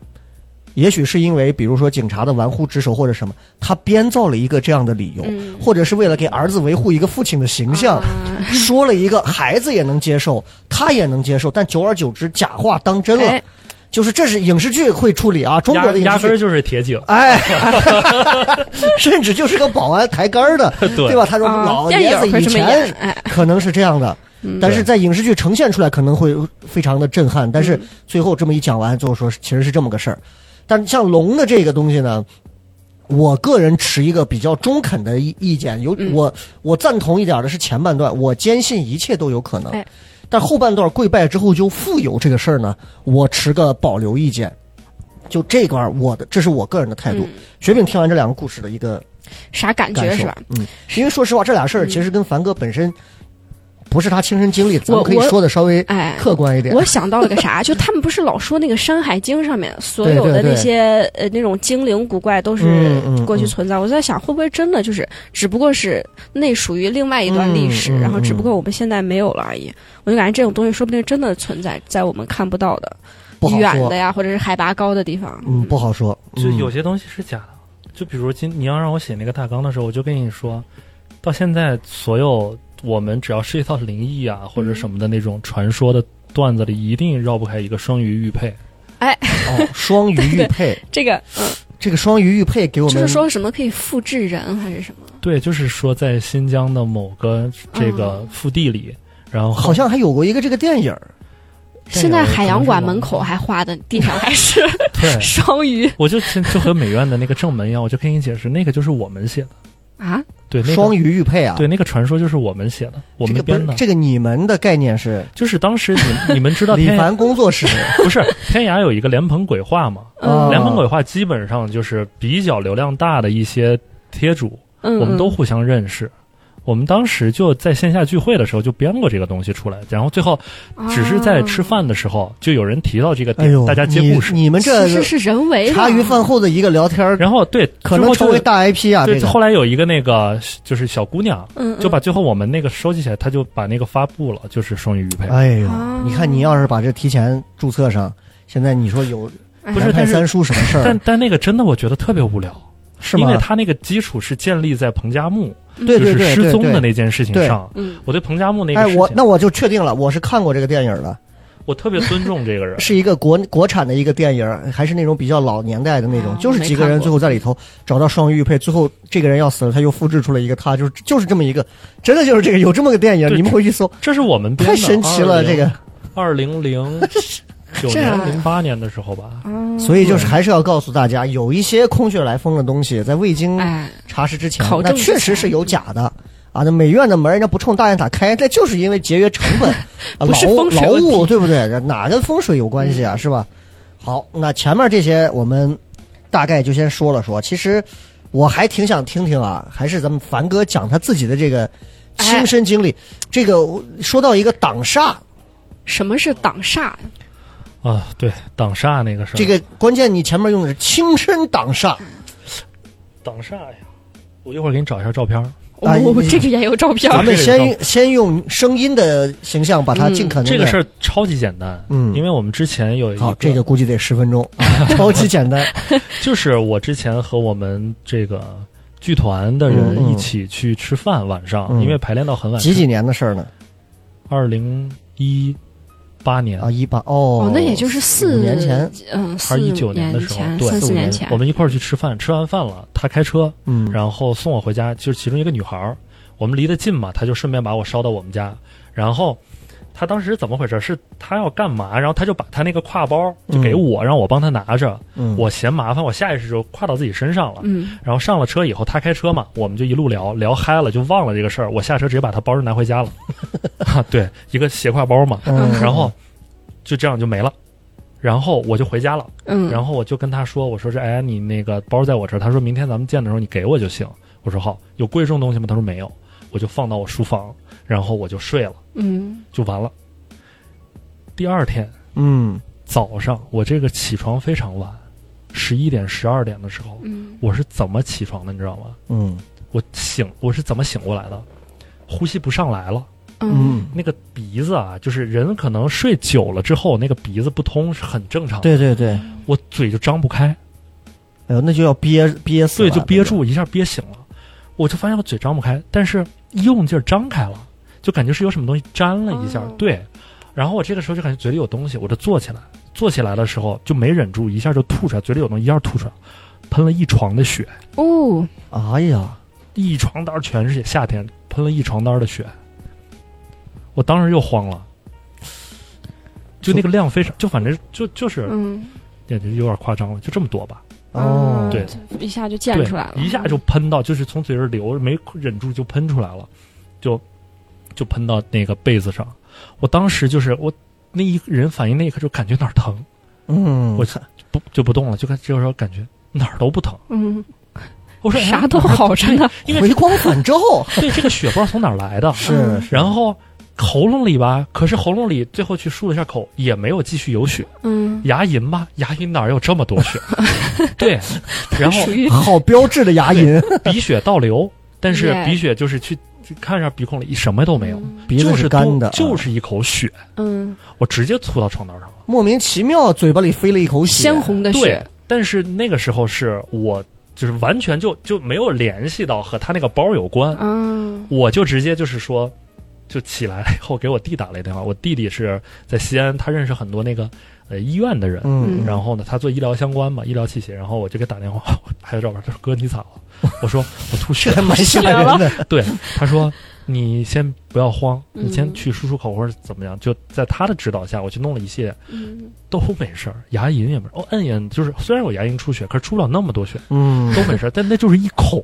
D: 也许是因为比如说警察的玩忽职守或者什么，他编造了一个这样的理由，
E: 嗯
D: 或者是为了给儿子维护一个父亲的形象，
E: 啊
D: 说了一个孩子也能接受，他也能接受，但久而久之，假话当真了。
E: 哎，
D: 就是这是影视剧会处理啊，中国
F: 压
D: 的影
F: 压根儿
D: 视剧。
F: 就是铁警，
D: 哎， 甚至就是个保安抬杆儿的，
F: 对
D: 对吧？他说
E: 啊
D: 老
E: 电
D: 爷
E: 影
D: 子
E: 会
D: 以
E: 这么演
D: 前，
E: 哎，
D: 可能是这样的，
E: 嗯
D: 但是在影视剧呈现出来可能会非常的震撼。但是最后这么一讲完，最后说其实是这么个事儿。但像龙的这个东西呢，我个人持一个比较中肯的意意见，有
E: 嗯
D: 我我赞同一点的是前半段，我坚信一切都有可能
E: 哎，
D: 但后半段跪拜之后就富有这个事儿呢，我持个保留意见。就这块儿，我的这是我个人的态度。雪饼听完这两个故事的一个
E: 啥感
D: 感
E: 嗯觉
D: 受
E: 是吧？？嗯
D: 嗯，因为说实话，这俩事儿其实跟凡哥本身不是他亲身经历的，咱
E: 我
D: 们可以
E: 我
D: 说的稍微
E: 哎，
D: 客观一点。
E: 我想到了个啥，就他们不是老说那个《山海经》上面所有
D: 对
E: 的
D: 对对
E: 那些呃那种精灵古怪都是
D: 嗯嗯
E: 过去
D: 嗯
E: 存在，我在想会不会真的就是只不过是那属于另外一段历史，
D: 嗯嗯
E: 然后只不过
D: 嗯
E: 我们现在没有了而已。我就感觉这种东西说不定真的存在在我们看不到的
D: 不好
E: 远的
D: 说，
E: 呀，或者是海拔高的地方。
D: 嗯，不好说。
F: 就
D: 嗯
F: 有些东西是假的。就比如今你要让我写那个大纲的时候，我就跟你说，到现在所有我们只要涉及到灵异啊或者什么的那种传说的段子里，一定绕不开一个双鱼玉佩。
D: 哦，双鱼玉佩，
E: 这个嗯
D: 这个双鱼玉佩给我
E: 就
D: 们
E: 是说什么可以复制人还是什么？
F: 对，就是说在新疆的某个这个腹地里，然后
D: 好像还有过一个这个电影儿，
F: 这个
E: 现在海洋馆
F: 可能是
E: 门口还画的 地上还是
F: 对，
E: 双鱼
F: 我就就和美院的那个正门一样，我就跟你解释，那个就是我们写的，
E: 啊？
F: 对，那个
D: 双鱼玉佩啊。
F: 对，那个传说就是我们写的，我
D: 这
F: 们
D: 个不
F: 编
D: 是
F: 的，
D: 这个你们的概念是
F: 就是当时你你们知道
D: 李
F: 天涯
D: 凡工作 室
F: 不是天涯有一个莲蓬鬼话嘛？
E: 嗯
D: 啊，
F: 莲蓬鬼话基本上就是比较流量大的一些贴主，
E: 嗯，
F: 我们都
E: 嗯
F: 互相认识。我们当时就在线下聚会的时候就编过这个东西出来，然后最后只是在吃饭的时候就有人提到这个
D: 哎
F: 点，
D: 呦，
F: 大家接故事。
D: 你你们这
E: 其实是人为的
D: 茶余饭后的一个聊天儿，
F: 然后对，
D: 可
F: 最
D: 能
F: 后
D: 成
F: 就
D: 为大 IP 啊。这
F: 对，
D: 个
F: 后来有一个那个就是小姑娘，
E: 嗯嗯
F: 就把最后我们那个收集起来，她就把那个发布了，就是双鱼玉佩。
D: 哎呦，
E: 啊
D: 你看你要是把这提前注册上，现在你说有
E: 哎
F: 不
D: 南
F: 是，
D: 派
F: 但是
D: 三叔什么事
F: 但
D: 儿
F: 但那个真的我觉得特别无聊，
D: 是
F: 因
D: 吗
F: 为？它那个基础是建立在彭加木
D: 对对
F: 就
D: 对
F: 是
D: 对
F: 失踪的
D: 对。
F: 那件事情
D: 对
F: 上。
E: 嗯，
F: 我对彭加木那个
D: 哎，
F: 事情，
D: 我那我就确定了，我是看过这个电影的，
F: 我特别尊重这
D: 。
F: 个人
D: 是一个国国产的一个电影，还是那种比较老年代的那种，
F: 啊
E: 哦
D: 就是几个人最后在里头找到双鱼玉佩，最后这个人要死了，他又复制出了一个他，就是就是这么一个，真的就是这个有这么个电影，
F: 对
D: 你们回去搜，
F: 这是我们编
D: 太
F: 的
D: 神奇了这个。。
F: 二零零九
E: 这样
F: 年、零八年的时候吧，
D: 所以
F: 嗯
D: 就是还是要告诉大家，有一些空穴来风的东西，在未经
E: 哎，
D: 查实之前，
E: 考
D: 那
E: 证之前
D: 确实是有假的啊！那美院的门人家不冲大雁塔开，那就是因为节约成本，啊
E: 不是
D: 劳
E: 风水
D: 劳
E: 问题嗯
D: 务对不对？哪跟风水有关系啊？是吧？好，那前面这些我们大概就先说了说。其实我还挺想听听啊，还是咱们凡哥讲他自己的这个
E: 哎
D: 亲身经历。这个说到一个挡煞，
E: 什么是挡煞？
F: 啊，对，挡煞那个事儿，
D: 这个关键你前面用的是亲身挡煞，
F: 挡煞呀，我一会儿给你找一下照片儿。
E: 哦
D: 啊，你
E: 这个也有照片儿
D: 咱。们
F: 这个
D: 先先用声音的形象把它尽可能
F: 这个事
D: 儿，
F: 儿超级简单，
D: 嗯
F: 因为我们之前有一
D: 好
F: 个，，
D: 这个估计得十 分钟，啊超级简单。
F: 就是我之前和我们这个剧团的人
D: 嗯
F: 一起去吃饭，晚上、
D: 嗯
F: 因为排练到很晚，
D: 几几年的事儿呢？
F: 二零一八年
D: 啊，一八哦
E: 哦，，那也就是四
D: 五年前，
E: 嗯，
F: 还
E: 四
F: 是19年的时候
E: 前
F: 对
E: 三四年前
F: 我。们一块儿去吃饭，吃完饭了，他开车，
D: 嗯，
F: 然后送我回家，就是其中一个女孩儿，我们离得近嘛，她就顺便把我捎到我们家。然后她当时怎么回事？是她要干嘛？然后她就把她那个挎包就给我，让我帮她拿着。
D: 嗯
F: 我嫌麻烦，我下意识就挎到自己身上了。
E: 嗯，
F: 然后上了车以后，她开车嘛，我们就一路聊聊嗨了，就忘了这个事儿。我下车直接把她包就拿回家了。哈对，一个斜挎包嘛，
D: 嗯
F: 然后就这样就没了。然后我就回家了。
E: 嗯，
F: 然后我就跟他说：“我说是，哎，你那个包在我这儿。”他说明天咱们见的时候你给我就行。我说好。有贵重东西吗？他说没有。我就放到我书房，然后我就睡了，
E: 嗯，
F: 就完了。第二天
D: 嗯
F: 早上，我这个起床非常晚，十一点、十二点的时候，
E: 嗯，
F: 我是怎么起床的？你知道吗？
D: 嗯
F: 我醒，我是怎么醒过来的？呼吸不上来了，
E: 嗯，
D: 嗯，
F: 那个鼻子啊，就是人可能睡久了之后，那个鼻子不通是很正常的。
D: 对对对，
F: 我嘴就张不开，
D: 哎呦，那就要憋憋死
F: 对，
D: 了，
F: 就憋住，一下憋醒了，我就发现我嘴张不开，但是一用劲儿张开了，就感觉是有什么东西粘了一下，
E: 哦
F: 对。然后我这个时候就感觉嘴里有东西，我就坐起来，坐起来的时候就没忍住，一下就吐出来，嘴里有东西一下吐出来，喷了一床的血，
D: 嗯
E: 哦，
D: 那个。哎呀，
F: 一床单儿全是血，夏天喷了一床单儿的血，我当时又慌了，就那个量非常，就反正就就是，
E: 嗯，
F: 也就有点夸张了，就这么多吧。
D: 哦，
F: 对，
E: 一下就溅
F: 对，
E: 出来了，
F: 一下就喷到，就是从嘴里流，没忍住就喷出来了，就就喷到那个被子上。我当时就是我那一人反应那一刻就感觉哪儿疼，
D: 嗯，
F: 我不就不动了，就看这个时候感觉哪儿都不疼。
E: 嗯，
F: 我说哎
E: 啥都，好着 呢，
F: 因为
D: 回光返 照
F: 对这个血不知道从哪儿来的，
E: 嗯
D: 是，是
F: 然后。喉咙里吧，可是喉咙里最后去漱了一下口，也没有继续有血。
E: 嗯，
F: 牙龈吧，牙龈哪儿有这么多血？ 对，然后
E: 属于
D: 好标志的牙龈，
F: 鼻血倒流，但是
E: Yeah
F: 鼻血就是去去看一下鼻孔里什么都没有，
D: 鼻子
F: 就是是
D: 干的，啊
F: 多就是是一口血，
E: 嗯
F: 我直接吐到床单上了。
D: 莫名其妙嘴巴里飞了一口血，
E: 鲜红的
F: 对
E: 血，，
F: 但是那个时候是我就是完全就就没有联系到和他那个包有关，
E: 嗯
F: 我就直接就是说。就起来了以后，给我弟打了一电话。我弟弟是在西安，他认识很多那个呃医院的人，
D: 嗯，
F: 然后呢，他做医疗相关嘛，医疗器械。然后我就给打电话， 还有照片，他说：“哥，你咋了？”我说：“我吐血
D: 这
F: 了。
D: 还蛮吓人的，
F: 对，他说你先不要慌，你先
E: 嗯
F: 去漱漱口或者怎么样。就在他的指导下，我去弄了一系列，
E: 嗯
F: 都没事儿，牙龈也没事儿。哦，摁一摁，就是虽然我牙龈出血，可是出不了那么多血，
D: 嗯，
F: 都没事儿。但那就是一口，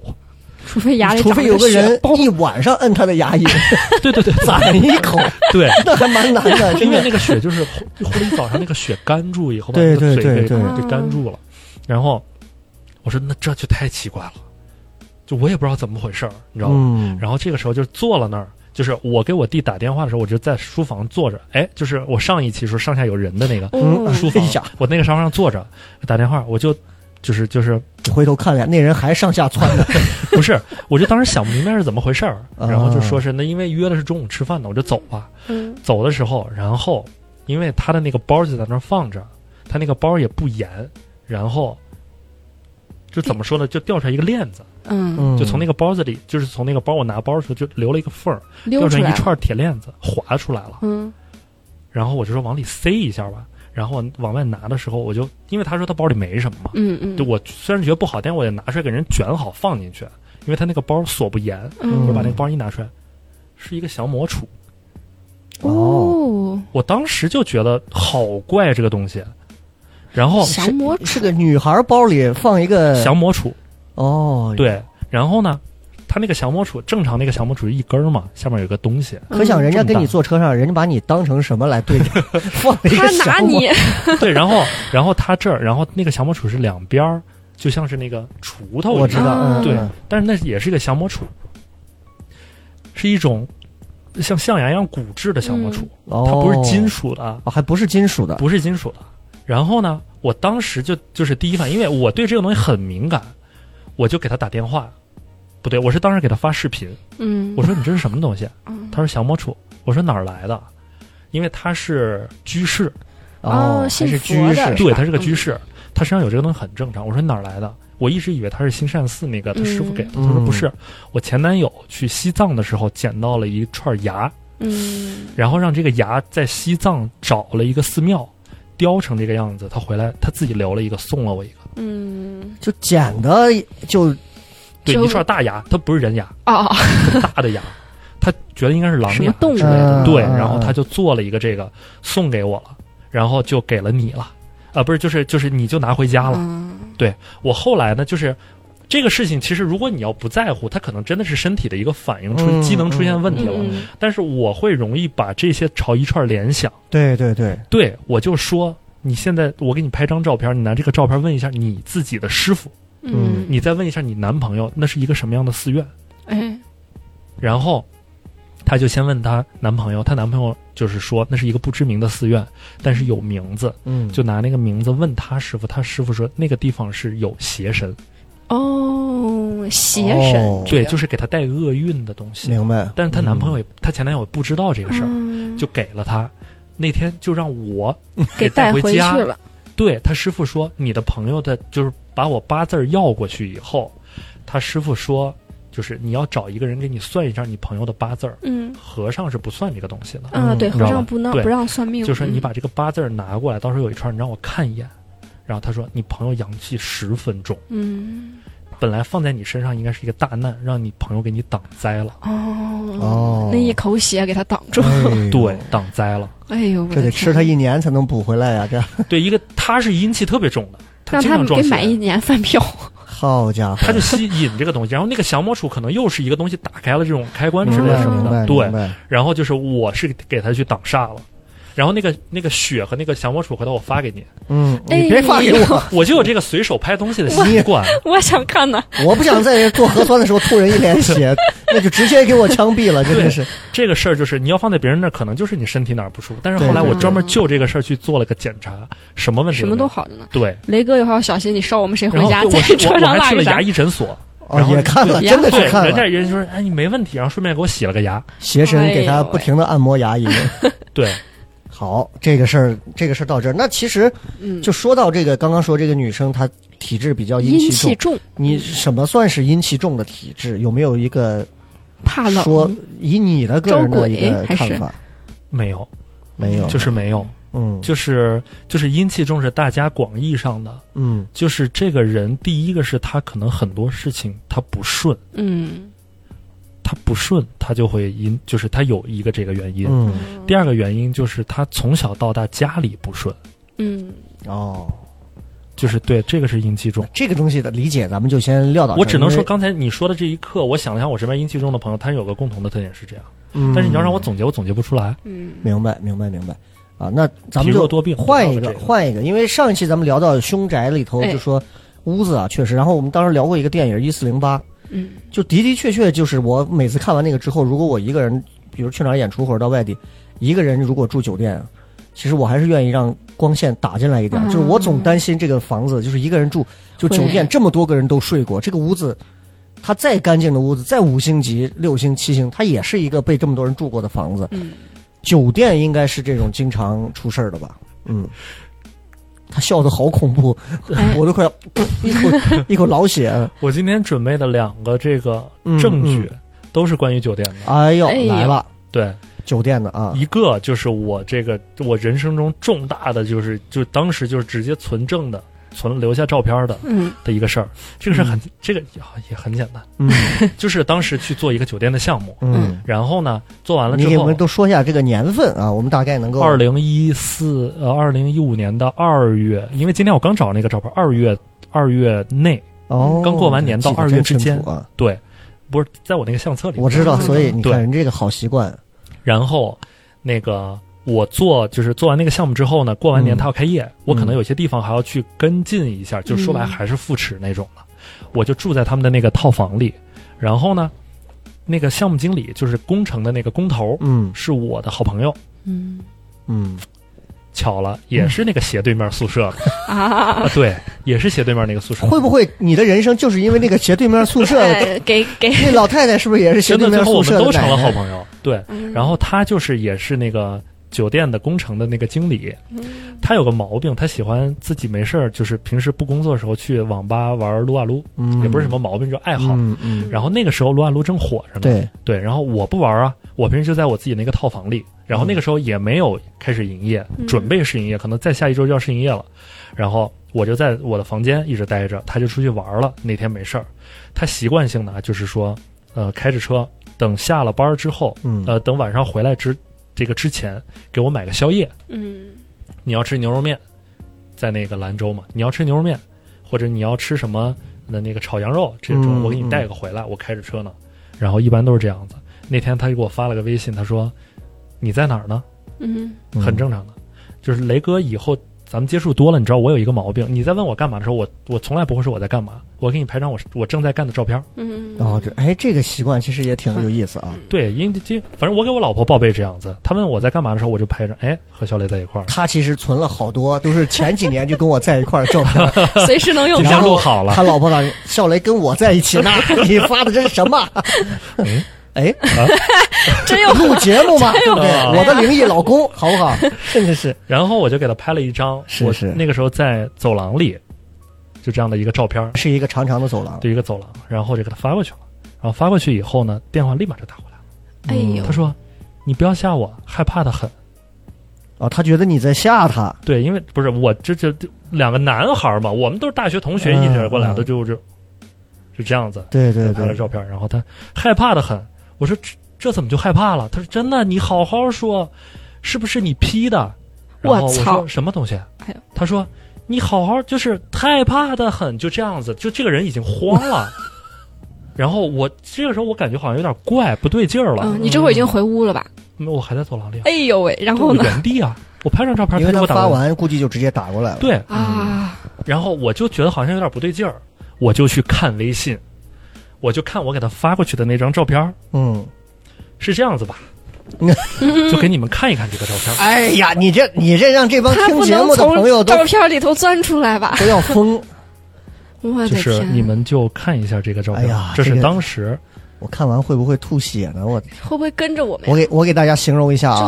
E: 除非牙里
D: 除
E: 长
D: 非有
E: 着
D: 个
E: 血
D: 人一晚上摁他的牙龈，
F: 对对对，
D: 攒一口，
F: 对，
D: 那还蛮难 的，
F: 因
D: 真
F: 为
D: 的。
F: 那个血就是呼呼了一早上那个血干住以后，把
D: 对
F: 那个
D: 对
F: 嘴
D: 对
F: 给
D: 对
F: 给干住了。然后我说那这就太奇怪了，就我也不知道怎么回事儿，你知道吗？
D: 嗯，
F: 然后这个时候就坐了那儿，就是我给我弟打电话的时候，我就在书房坐着。哎，就是我上一期说上下有人的那个
E: 哦
D: 嗯
F: 书房
D: 哎呀，
F: 我那个沙发上坐着打电话，我就就是就是
D: 回头看了，那人还上下窜呢。
F: 不是，我就当时想不明白是怎么回事儿，
D: 啊
F: 然后就说是那因为约的是中午吃饭的，我就走吧。
E: 嗯
F: 走的时候，然后因为他的那个包就在那儿放着，他那个包也不严，然后。就怎么说呢？就掉出来一个链子，
E: 嗯，
D: 嗯，
F: 就从那个包子里，就是从那个包我拿包的时候就留了一个缝儿，
E: 溜
F: 掉
E: 出
F: 成
E: 来
F: 一
E: 了，
F: 串铁链子划出来了。
E: 嗯
F: 然后我就说往里塞一下吧。然后我往外拿的时候，我就因为他说他包里没什么嘛，
E: 嗯嗯，
F: 就我虽然觉得不好，但是我也拿出来给人卷好放进去，因为他那个包锁不严，
E: 嗯
F: 我把那个包一拿出来，是一个降魔杵。
E: 哦，
F: 我当时就觉得好怪这个东西，然后
E: 降魔
D: 是个女孩包里放一个
F: 降魔杵
D: 哦，，
F: 对，然后呢，他那个降魔杵正常那个降魔杵是一根儿嘛，下面有个东西，
D: 可想人家跟你坐车上，人家把你当成什么来对待？ 放了一
E: 他
D: 个小
E: 拿
D: 猫
E: 你，
F: 对，然后然后他这儿，然后那个降魔杵是两边儿，就像是那个锄头一样，
D: 我知道，
E: 啊
D: 嗯
F: 对
D: 嗯，
F: 但是那也是一个降魔杵，是一种像象牙一样骨质的降魔
E: 嗯
F: 杵，
D: 哦，
F: 它不是金属的啊，
D: 哦，还不是金属的，
F: 不是金属的。然后呢，我当时就就是第一反应，因为我对这个东西很敏感，我就给他打电话，不对，我是当时给他发视频，
E: 嗯，
F: 我说你这是什么东西？
E: 嗯
F: 他说降魔杵。我说哪儿来的？因为他是居士，
E: 哦
D: 哦，还
E: 信
D: 是
E: 佛
D: 居
E: 的
D: 士，
E: 是
F: 对，
E: 吧
F: 他是个
E: 嗯
F: 居士，他身上有这个东西很正常。我说你哪儿来的？我一直以为他是兴善寺那个他师傅给的，他
D: 嗯
F: 说不是，我前男友去西藏的时候捡到了一串牙，
E: 嗯
F: 然后让这个牙在西藏找了一个寺庙，雕成这个样子。他回来他自己留了一个，送了我一个，
E: 嗯，
D: 就捡的就
F: 对，
E: 就
F: 一串大牙，它不是人牙，
E: 哦，
F: 很大的牙，他觉得应该是狼
E: 什
F: 牙
E: 么动物
F: 之类
D: 嗯
F: 的，对，
D: 嗯
F: 然后
D: 嗯
F: 他就做了一个这个送给我了，然后就给了你了，啊、不是，就是就是你就拿回家了。
E: 嗯
F: 我后来呢，就是这个事情，其实如果你要不在乎，它可能真的是身体的一个反应出、
D: 嗯
F: 机能出现问题了。
E: 嗯
F: 但是我会容易把这些朝一串联想，
D: 对对对，
F: 对我就说。你现在我给你拍张照片，你拿这个照片问一下你自己的师傅，
E: 嗯，
F: 你再问一下你男朋友，那是一个什么样的寺院？
E: 哎，
F: 然后她就先问她男朋友，她男朋友就是说那是一个不知名的寺院，但是有名字，
D: 嗯，
F: 就拿那个名字问她师傅，她师傅说那个地方是有邪神，
E: 哦，邪神
D: 哦，
F: 对，就是给她带厄运的东西。
D: 明白。
F: 但是她男朋友也，她前男友也不知道这个事儿，
E: 嗯
F: 就给了她。那天就让我
E: 给
F: 带
E: 带
F: 回
E: 回去
F: 家
E: 了，
F: 对她师傅说，你的朋友的，就是把我八字儿要过去以后，她师傅说，就是你要找一个人给你算一下你朋友的八字儿，
E: 嗯
F: 和尚是不算这个东西的。
E: 啊，对，
D: 嗯
E: 和
F: 知道
E: 尚
F: 吧
E: 不让
F: 对
E: 不让算命，
F: 就说你
E: 嗯
F: 把这个八字儿拿过来，到时候有一串，你让我看一眼。然后他说，你朋友阳气十分重，
E: 嗯
F: 本来放在你身上应该是一个大难，让你朋友给你挡灾了。
E: 哦
D: 哦，
E: 那一口血给他挡住，
F: 嗯
D: 哎呦
F: 对，，挡灾了。
E: 哎呦，我
D: 这
E: 的
D: 得吃
E: 天
D: 他一年才能补回来呀、这
F: 对，一个他是阴气特别重的，他
E: 让
F: 经
E: 他
F: 常
E: 们
F: 撞
E: 给买一
F: 邪，
E: 年饭票，
D: 好家伙，
F: 他就吸引这个东西。然后那个降魔杵可能又是一个东西打开了这种开关之
D: 明
F: 啊类的
D: 白
F: 什么
D: 明白
F: 的。
D: 明
F: 对，
D: 白，
F: 然后就是我是给他去挡煞了。然后那个那个血和那个降魔杵，回头我发给你，
D: 嗯，
E: 哎
D: 你别发给我，
F: 我就有这个随手拍东西的习惯。
E: 我想看呢，
D: 我不想在这做核酸的时候吐人一脸血，那就直接给我枪毙了，真的是。
F: 这个事儿就是你要放在别人那儿，可能就是你身体哪儿不舒服。但是
D: 对
F: 后来我
E: 对
F: 专门就这个事儿去做了个检查，什么问题
E: 什么
F: 没
E: 都
F: 有
E: 好着呢。
F: 对。
E: 雷哥，一会儿要小心，你捎我们谁回
F: 然后
E: 家，
F: 我
E: 在
F: 是我
E: 车
F: 我
E: 上落
F: 还去
E: 个
F: 了
E: 啥
F: 牙？医诊所，
D: 哦
F: 然，后
D: 也看了，
E: 对
D: 真的
F: 对
D: 去，看
F: 人家
D: 了，
F: 人家说哎你没问题，然后顺便给我洗了个牙。
D: 邪神给
E: 哎
D: 他
E: 呦
D: 不停的按摩牙龈。
F: 对，
D: 好，这个事儿，这个事儿到这儿。那其实
E: 嗯，
D: 就说到这个，刚刚说这个女生她体质比较
F: 嗯
D: 阴
E: 阴
D: 气
E: 气
D: 重，
E: 重，
D: 你什么算是阴气重的体质？有没有一个
E: 怕冷，
D: 说以你的个人的一个
E: 招鬼还
D: 看
E: 是
D: 法？
F: 没有，
D: 没有，
F: 就是没有，
D: 嗯
F: 就是就是阴气重是大家广义上的，
D: 嗯
F: 就是这个人第一个是他可能很多事情他不顺，
E: 嗯
F: 他不顺他就会因就是他有一个这个原因。
D: 嗯
F: 第二个原因就是他从小到大家里不顺，
E: 嗯，
D: 哦，
F: 就是对这个是阴气重。
D: 这个东西的理解咱们就先撂到这儿。
F: 我只
D: 嗯
F: 能
D: 因
F: 说，
D: 为，
F: 刚才你说的这一刻，我想了想，我身边阴气重的朋友，他有个共同的特点是这样。
D: 嗯
F: 但是你要让我总结，我总结不出来。
E: 嗯
D: 明白明白明白啊，那咱们
F: 体
D: 就
F: 弱多病
D: 换一
F: 不知道
D: 个
F: 这个
D: 换一个，因为上一期咱们聊到凶宅里头
E: 哎
D: 就说屋子啊，确实，然后我们当时聊过一个电影《一四零八》，
E: 嗯，
D: 就的的确确就是我每次看完那个之后，如果我一个人，比如去哪儿演出或者到外地，一个人如果住酒店。其实我还是愿意让光线打进来一点，
E: 嗯
D: 就是我总担心这个房子，就是一个人住，就酒店
E: 会
D: 这么多个人都睡过，这个屋子，它再干净的屋子，再五星级、六星、七星，它也是一个被这么多人住过的房子。
E: 嗯，
D: 酒店应该是这种经常出事儿的吧？嗯，他笑的好恐怖，
E: 哎
D: 我都快要一 口一口老血。
F: 我今天准备的两个这个
D: 嗯
F: 证据都是关于酒店的。
D: 哎呦，
E: 哎呦
D: 来了，
F: 对，
D: 酒店的啊，
F: 一个就是我这个我人生中重大的，就是就当时就是直接存证的，存留下照片的
E: 嗯
F: 的一个事儿。这个事儿很，这个啊也很简单，
D: 嗯
F: 就是当时去做一个酒店的项目，
D: 嗯，
F: 然后呢做完了
D: 你
F: 之
D: 给我
F: 后
D: 们，都说一下这个年份啊，我们大概能够
F: 二零一四呃二零一五年的二月，因为今天我刚找那个照片，二月二月内
D: 哦，
F: 刚过完年到
D: 记得
F: 二月
D: 真
F: 之间
D: 清楚啊，
F: 对，不是在我那个相册里。
D: 我知道，所以你看
F: 对
D: 人这个好习惯，
F: 然后那个我做就是做完那个项目之后呢，过完年
D: 嗯
F: 他要开业，我可能有些地方还要去跟进一下，就说白
E: 嗯
F: 还是复池那种的。我就住在他们的那个套房里，然后呢，那个项目经理就是工程的那个工头，
D: 嗯
F: 是我的好朋友。
E: 嗯
D: 嗯，
F: 巧了，也是那个斜对面宿舍的、
E: 啊
F: 啊，，对，也是斜对面那个宿舍。
D: 会不会你的人生就是因为那个斜对面宿舍的
E: 哎给给
D: 那老太太是不是也是斜
F: 真
D: 对
F: 的，最
D: 面
F: 后我
D: 宿
F: 们
D: 舍
F: 都
D: 的嗯奶
F: 成了好
D: 奶？
F: 朋友。对，
E: 嗯
F: 然后他就是也是那个酒店的工程的那个经理，
D: 嗯
F: 他有个毛病，他喜欢自己没事儿，就是平时不工作的时候去网吧玩撸啊撸，
D: 嗯
F: 也不是什么毛病，就爱好。
D: 嗯嗯，
F: 然后那个时候撸啊撸正火着呢，
D: 对，
F: 对，然后我不玩啊，我平时就在我自己那个套房里，然后那个时候也没有开始营业，准备试营业，可能在下一周就要试营业了，然后我就在我的房间一直待着，他就出去玩了，那天没事儿，他习惯性的啊，就是说，呃，开着车，等下了班儿之后，
D: 嗯
F: 呃，等晚上回来之这个之前，给我买个宵夜，
E: 嗯
F: 你要吃牛肉面，在那个兰州嘛，你要吃牛肉面，或者你要吃什么的那个炒羊肉这种，
D: 嗯
F: 我给你带个回来，我开着车呢。然后一般都是这样子。那天他就给我发了个微信，他说：“你在哪儿呢？”
E: 嗯
D: 嗯
F: 很正常的，就是雷哥以后咱们接触多了，你知道我有一个毛病，你在问我干嘛的时候，我我从来不会说我在干嘛，我给你拍张我我正在干的照片。
E: 嗯，
F: 啊
D: 哦，这哎，这个习惯其实也挺有意思啊。
F: 对，因为这反正我给我老婆报备这样子，她问我在干嘛的时候，我就拍着，哎，和小雷在一块儿。
D: 他其实存了好多，都是前几年就跟我在一块儿的照片，
E: 随时能用
F: 就
E: 到
F: 像
D: 然后
F: 录好了
D: 他老婆老笑雷跟我在一起呢，你发的这是什么？
F: 嗯
D: 哎，
E: 真有
D: 录节目吗？对
E: 有
D: 不对？
F: 啊
D: 我的灵异老公，好不好？真的是，
F: 然后我就给他拍了一张，
D: 是
F: 我
D: 是
F: 那个时候在走廊里，就这样的一个照片儿，
D: 是一个长长的走廊。
F: 对一个走廊，然后我就给他发过去了。然后发过去以后呢，电话立马就打回来了。
E: 哎呦
F: 他，说：“你不要吓我，害怕的很。
D: 哦，他觉得你在吓他”，
F: 对，因为不是我这这这两个男孩儿嘛，我们都是大学同学
D: 嗯
F: 一起过来的，
D: 嗯
F: 就就就这样子
D: 对对
F: 拍了
D: 对，
F: 照片儿。然后他害怕的很，我说这这怎么就害怕了？他说真的，你好好说，是不是你 P 的？然
E: 我
F: 后我
E: 操
F: 说什么东西？
E: 哎呦，
F: 他说：“你好好，就是害怕的很，就这样子，就这个人已经慌了。” 然后我这个时候我感觉好像有点怪，不对劲儿了。
E: 嗯，你这会儿已经回屋了吧？
F: 嗯我还在走廊里啊，
E: 哎呦喂，然后
F: 我
E: 呢？
F: 原地啊，我拍张照片，
D: 因为
F: 他就给
D: 他
F: 我打
D: 发
F: 过来
D: 完估计就直接打过来了。
F: 对，
E: 啊，
F: 然后我就觉得好像有点不对劲儿，我就去看微信，我就看我给他发过去的那张照片儿，
D: 嗯，
F: 是这 样子吧？就给你们看一看这个照片儿。
D: 哎呀，你这你这让这
F: 嗯
D: 帮
E: 他
D: 听
E: 不
D: 节
E: 能
D: 目的朋友
E: 从
D: 都
E: 照片里头钻出来吧？
D: 都要疯。
E: 我
F: 就
E: 的
F: 是
E: 天，
F: 你们就看一下这个照片
D: 哎
F: 儿，
D: 呀
F: 这
D: 这
F: 是
D: 个
F: 当时
D: 我看完会不会吐血呢？我
E: 会不会跟着我们呀？
D: 我给我给大家形容一下啊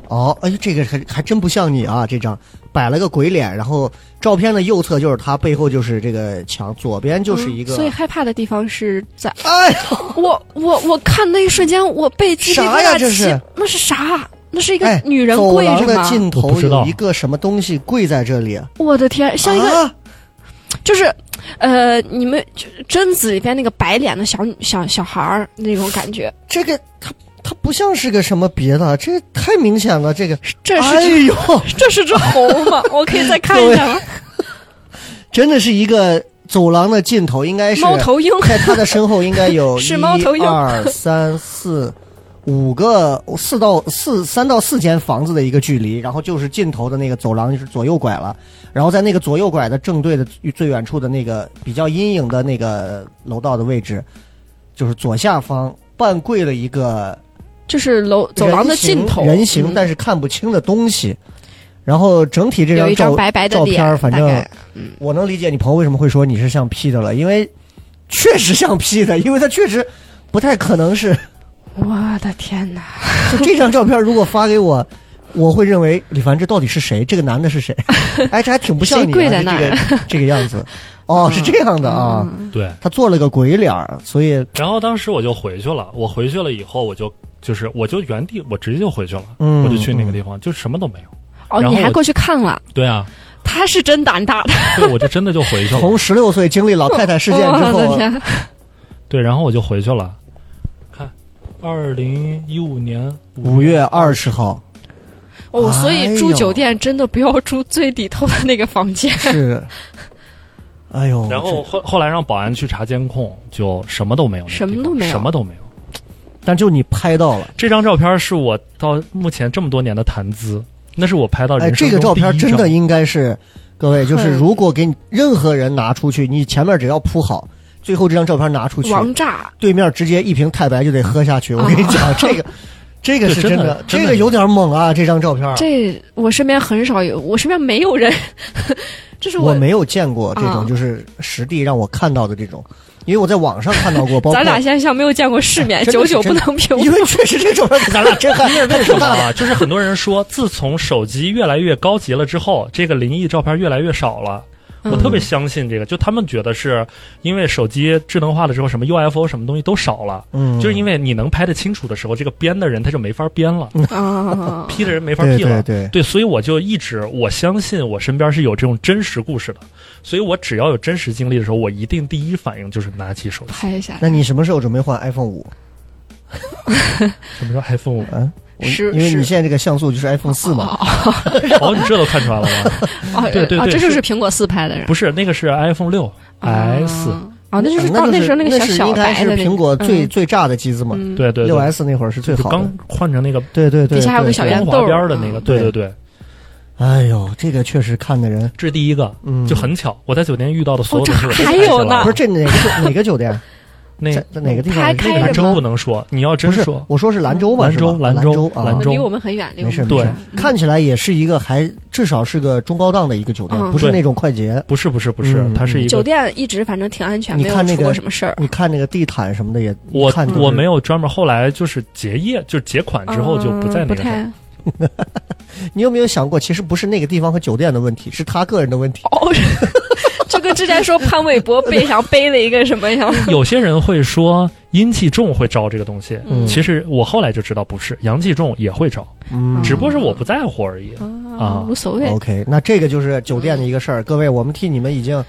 E: 正。
D: 哦，哎呦，这个还还真不像你啊！这张摆了个鬼脸，然后照片的右侧就是他，背后就是这个墙，左边就是一个。
E: 嗯所以害怕的地方是在
D: 哎呀，
E: 我我我看那一瞬间，我被鸡皮疙
D: 啥呀
E: 瘩
D: 这
E: 起
D: 是，
E: 那是啥？那是一个
D: 哎，
E: 女人
D: 走
E: 跪
D: 廊
E: 着
D: 的
E: 吗？
D: 尽
F: 我
D: 头
F: 不知道
D: 有一个什么东西跪在这里，
E: 我的天，像一个、
D: 啊、
E: 就是，呃，你们就贞子里边那个白脸的小女小小孩儿那种感觉，
D: 这个它它不像是个什么别的，啊这太明显了。这个，
E: 这是
D: 哎
E: 只、
D: 呦，
E: 这是只猴吗？我可以再看一下吗？
D: 真的是一个走廊的尽头，应该是
E: 猫头鹰，
D: 在他的身后应该有
E: 是猫头鹰
D: 一二三四五个四到四三到四间房子的一个距离，然后
E: 嗯
D: 就是尽头的那个走廊就是左右拐了，然后在那个左右拐的正对的最远处的那个比较阴影的那个楼道的位置，就是左下方半跪了一个
E: 就是楼走廊的尽头，
D: 人形人形
E: 嗯
D: 但是看不清的东西。然后整体这
E: 有
D: 张
E: 一
D: 照
E: 张白白的
D: 照
E: 脸
D: 片儿，，反
E: 大
D: 正
E: 概
D: 我能理解你朋友为什么会说你是像 P 的了，因为确实像 P 的，因为他确实不太可能是。
E: 我的天哪！
D: 就这张照片如果发给我，我会认为李凡这到底是谁？这个男的是 谁？哎，这还挺不像你、啊，
E: 谁跪在那儿嗯
D: 就这个这个样子。哦，是这样的啊，
F: 对，
D: 他做了个鬼脸儿，所以
F: 然后当时我就回去了，我回去了以后，我就就是我就原地，我直接就回去了，
D: 嗯
F: 我就去那个地方，就什么都没有。
E: 哦，
F: 然后
E: 你还
F: 我
E: 过去看了，
F: 对 啊，
E: 他是真胆大的，
F: 对，我就真的就回去了。
D: 从十六岁经历老太太事件之
E: 我的
D: 后，啊
E: 天，
F: 对，然后我就回去了。看，二零一五年
D: 五月二十号
E: 哦，所以
D: 哎
E: 住
D: 呦
E: 酒店真的不要住最里头的那个房间，
D: 是， 哎呦，
F: 然后
D: 这
F: 后后来让保安去查监控，就什么都没有，
E: 什么都没有
F: 什么都没有。
D: 但就你拍到了。
F: 这张照片是我到目前这么多年的谈资，那是我拍到
D: 哎，
F: 哦人
D: 这
F: 生
D: 个照
F: 中第一
D: 片真的应该是，各位就是
E: 很
D: 如果给你任何人拿出去，你前面只要铺好，最后这张照片拿出去，
E: 王炸。啊
D: 对面直接一瓶太白就得喝下去。我跟你讲，这个这个是真的，这个有点猛啊！这张照片，
E: 这我身边很少有，我身边没有人，这是
D: 我没有见过这种
E: 啊
D: 就是实地让我看到的这种，因为我在网上看 到过，包括哎
E: 咱俩现在像没有见过世面，
D: 真
E: 久
D: 的是
E: 久不
D: 真的
E: 能平
D: 因为确实这种照片咱 俩真看太
F: 什
D: 可
F: 么
D: 怕了。
F: 啊？ 就是很多人说，自从手机越来越高级了之后，这个灵异照片越来越少了。我特别相信这个，就他们觉得是因为手机智能化了之后，什么 UFO 什么东西都少了，
D: 嗯，
F: 就是因
D: 为
F: 为你能拍得清楚的时候，这个编的人他就没法编了，
E: 啊，
F: P 的人没法
D: 嗯对
F: P 了
D: 对。对，
F: 对，所以我就一直我相信我身边是有这种真实故事的，所以我只要有真实经历的时候，我一定第一反应就是拿起手机。
E: 拍一下
D: 那你什么时候准备换 iPhone 五？
F: 什么叫 iPhone 五？
D: 啊，我
E: 是
D: 因为
E: 是
D: 你现在这个像素就是 iPhone 四嘛，
F: 哦，你这都看出来了吗？
E: 哦，
F: 对对
E: 啊，
F: 对
E: 这就是是苹果四拍的人
F: 不是，那个是 iPhone 六
D: 嗯
F: S。
E: 啊，那就是
D: 啊
E: 到
D: 那
E: 时候
D: 那
E: 个小
D: 是
E: 小
D: 应该
E: 白
D: 是
E: 的那个
D: 苹果最
E: 嗯
D: 最炸的机子嘛，
E: 嗯
F: 对对
D: 六
F: 对，
D: S 那会儿是最
F: 就
D: 好
F: 刚
D: 的。
F: 换成那个
D: 对对对，
E: 底下还有
D: 对
E: 个小
D: 对
E: 圆啊
F: 光滑边儿的那个，
D: 豆
F: 对
D: 儿
F: 对对，
D: 哎呦，这个确实看的人，
F: 这是第一个，
D: 嗯，
F: 就很巧，我在酒店遇到的所有东西我都
E: 哦这还
F: 拍下
E: 有
F: 来了
E: 呢
D: 不是这哪个 酒哪个酒店，
F: 那
D: 在在哪个地方？
E: 拍
D: 这
E: 开
D: 个
F: 兰
E: 着
F: 州
E: 吗
F: 不能说，你要真
D: 不是
F: 说，
D: 我说是兰州吧？
F: 兰州
D: 是吧兰
F: 兰州
D: 啊
F: 兰州
E: 离我们很远，离
D: 没
E: 我们
D: 事
E: 很
D: 没
F: 对
D: 事
E: 远，
D: 看起来也是一个还至少是个中高档的一个酒店，
E: 嗯
D: 不是
F: 对
D: 那种快捷。
F: 不是不是不是
D: 嗯，
F: 它是一
E: 酒
F: 个，
E: 店一直反正挺安全，
D: 你
E: 没有
D: 看那
E: 出过
D: 个
E: 什么事儿。
D: 你看那个地毯什么的也，
F: 我
D: 看就是
F: 我没有专门后来就是结业，就是结款之后就不在
E: 嗯
F: 那个地
E: 太
F: 儿，
D: 你有没有想过，其实不是那个地方和酒店的问题，是他个人的问题。
E: 哦， 就跟之前说潘玮柏背上背了一个什么一样，
F: 有些人会说阴气重会招这个东西，
D: 嗯
F: 其实我后来就知道不是，阳气重也会招，
D: 嗯
F: 只不过是我不在乎而已。
E: 嗯
F: 啊
E: 无所谓。
D: OK，那这个就是酒店的一个事儿。各位，我们替你们已经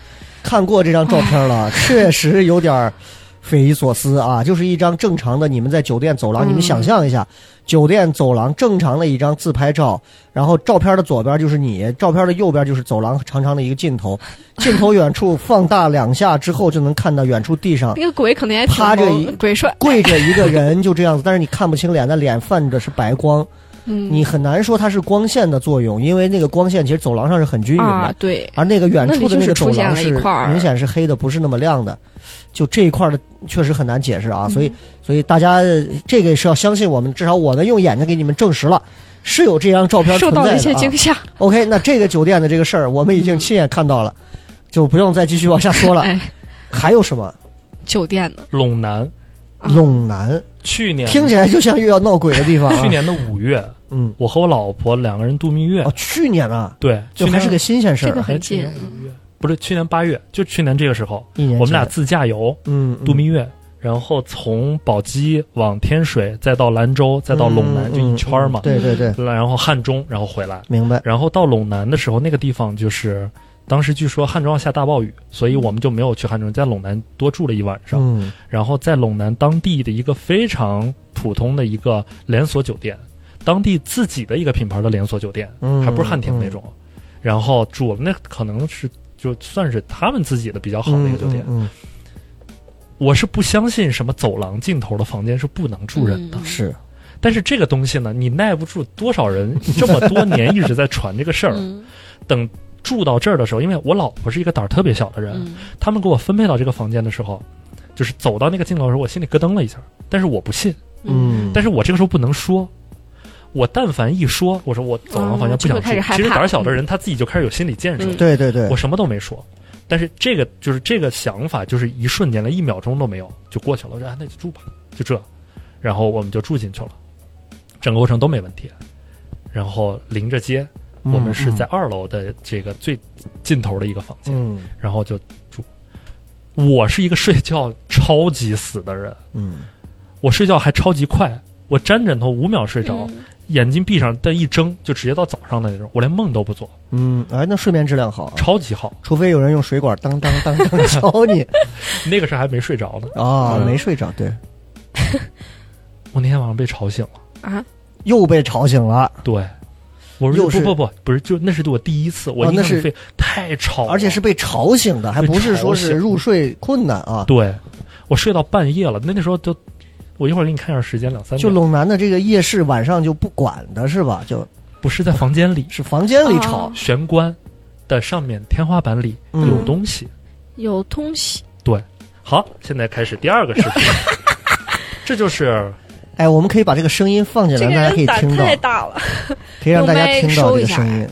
D: 看过这张照片 了，确实有点儿匪夷所思啊！就是一张正常的，你们在酒店走廊，
E: 嗯
D: 你们想象一下，酒店走廊正常的一张自拍照，然后照片的左边就是你，照片的右边就是走廊长长的一个尽 头，尽头远处放大两下之后，就能看到远处地上
E: 那个鬼可能也挺
D: 趴着一
E: 萌鬼帅，
D: 跪着一个人，就这样子，但是你看不清脸，那脸泛着是白光，
E: 嗯，
D: 你很难说它是光线的作用，因为那个光线其实走廊上是很均匀的。
E: 啊，对，
D: 而那个远处的那个走廊
E: 那里就是出现了一块儿
D: 明显是黑的，不是那么亮的，就这一块儿的确实很难解释啊。所以，
E: 嗯
D: 所以大家呃这个是要相信我们，至少我呢用眼睛给你们证实了，是有这张照片
E: 受
D: 存
E: 到了
D: 在
E: 一些
D: 的、啊
E: 惊。吓。
D: OK，那这个酒店的这个事儿，我们已经亲眼看到了，就不用再继续往下说了。
E: 哎，啊
D: 还有什么？
E: 酒店呢？
F: 陇南
E: 啊
D: 陇南，
F: 去年
D: 听起来就像又要闹鬼的地方、啊。
F: 去，年的五月，
D: 嗯，
F: 我和我老婆两个人度蜜月
D: 哦，，去年啊，
F: 对，
D: 就
F: 去年
D: 还是个新鲜事
E: 这个
D: 儿，啊
E: 很
F: 去
E: 近
F: 年，五月，不是去年八月，就去年这个时候，
D: 一年前
F: 我们俩自驾游
D: 嗯嗯
F: 度蜜月，然后从宝鸡往天水，再到兰州，再到陇南，
D: 嗯
F: 就一圈儿嘛
D: 嗯，对对对，
F: 然后汉中，然后回来，
D: 明白。
F: 然后到陇南的时候，那个地方就是当时据说汉中要下大暴雨，所以我们就没有去汉中，在陇南多住了一晚上，
D: 嗯，
F: 然后在陇南当地的一个非常普通的一个连锁酒店，当地自己的一个品牌的连锁酒店，
D: 嗯
F: 还不是汉庭那种，然后住我们那可能是就算是他们自己的比较好的一个酒店。
D: 嗯嗯
F: 我是不相信什么走廊尽头的房间是不能住人的，
D: 嗯是。
F: 但是这个东西呢，你耐不住多少人这么多年一直在传这 个事儿。
E: 嗯
F: 等住到这儿的时候，因为我老婆是一个胆儿特别小的人，
E: 嗯，
F: 他们给我分配到这个房间的时候，就是走到那个尽头的时候，我心里咯噔了一下，但是我不信，
D: 嗯，
F: 但是我这个时候不能说。我但凡一说，我说我走廊房间
E: 哦
F: 不
E: 就
F: 想
E: 会
F: 住
E: 开始，害
F: 其实
E: 怕
F: 胆儿小的人他自己就开始有心理建设，
E: 嗯
D: 对对对
F: 我，什么都没说。但是这个就是这个想法，就是一瞬间了，一秒钟都没有就过去了。我说啊，那就住吧，就这。然后我们就住进去了，整个过程都没问题。然后临着街，我们是在二楼的这个最尽头的一个房间，
D: 嗯
F: 然后就住。我是一个睡觉超级死的人，
D: 嗯
F: 我睡觉还超级快，我沾枕头五秒睡着，
E: 嗯
D: 嗯
F: 眼睛闭上，但一睁就直接到早上的那种，我连梦都不做，
D: 嗯，哎，那睡眠质量好啊，
F: 超级好。
D: 除非有人用水管当当当当敲 你
F: 那个时候还没睡着呢，
D: 啊，
F: 嗯
D: 没睡着，对，
F: 我那天晚上被吵醒了。
E: 啊，
D: 又被吵醒了，
F: 对，我
D: 又
F: 说
D: 是
F: 不不不，不是，就那是我第一次，我
D: 哦
F: 印
D: 那
F: 象
D: 是
F: 非太吵了，
D: 而且是被吵醒的，还不是说
F: 哦被吵
D: 是
F: 醒
D: 入睡困难啊。
F: 对，我睡到半夜了，那那时候就，我一会儿给你看一下时间，两三点，
D: 就陇南的这个夜市晚上就不管的是吧？就
F: 不是在房间里，
D: 是房间里吵
E: 哦，
F: 玄关的上面天花板里
D: 嗯
F: 有东西。
E: 有东西，
F: 好，现在开始第二个视频，这就是
D: 哎，我们可以把这个声音放进来，
E: 这个
D: 让大家可
E: 人
D: 以
E: 胆
D: 听到，
E: 太大了，
D: 可以让大家听到这
E: 用麦收
D: 个
E: 一下
D: 声音。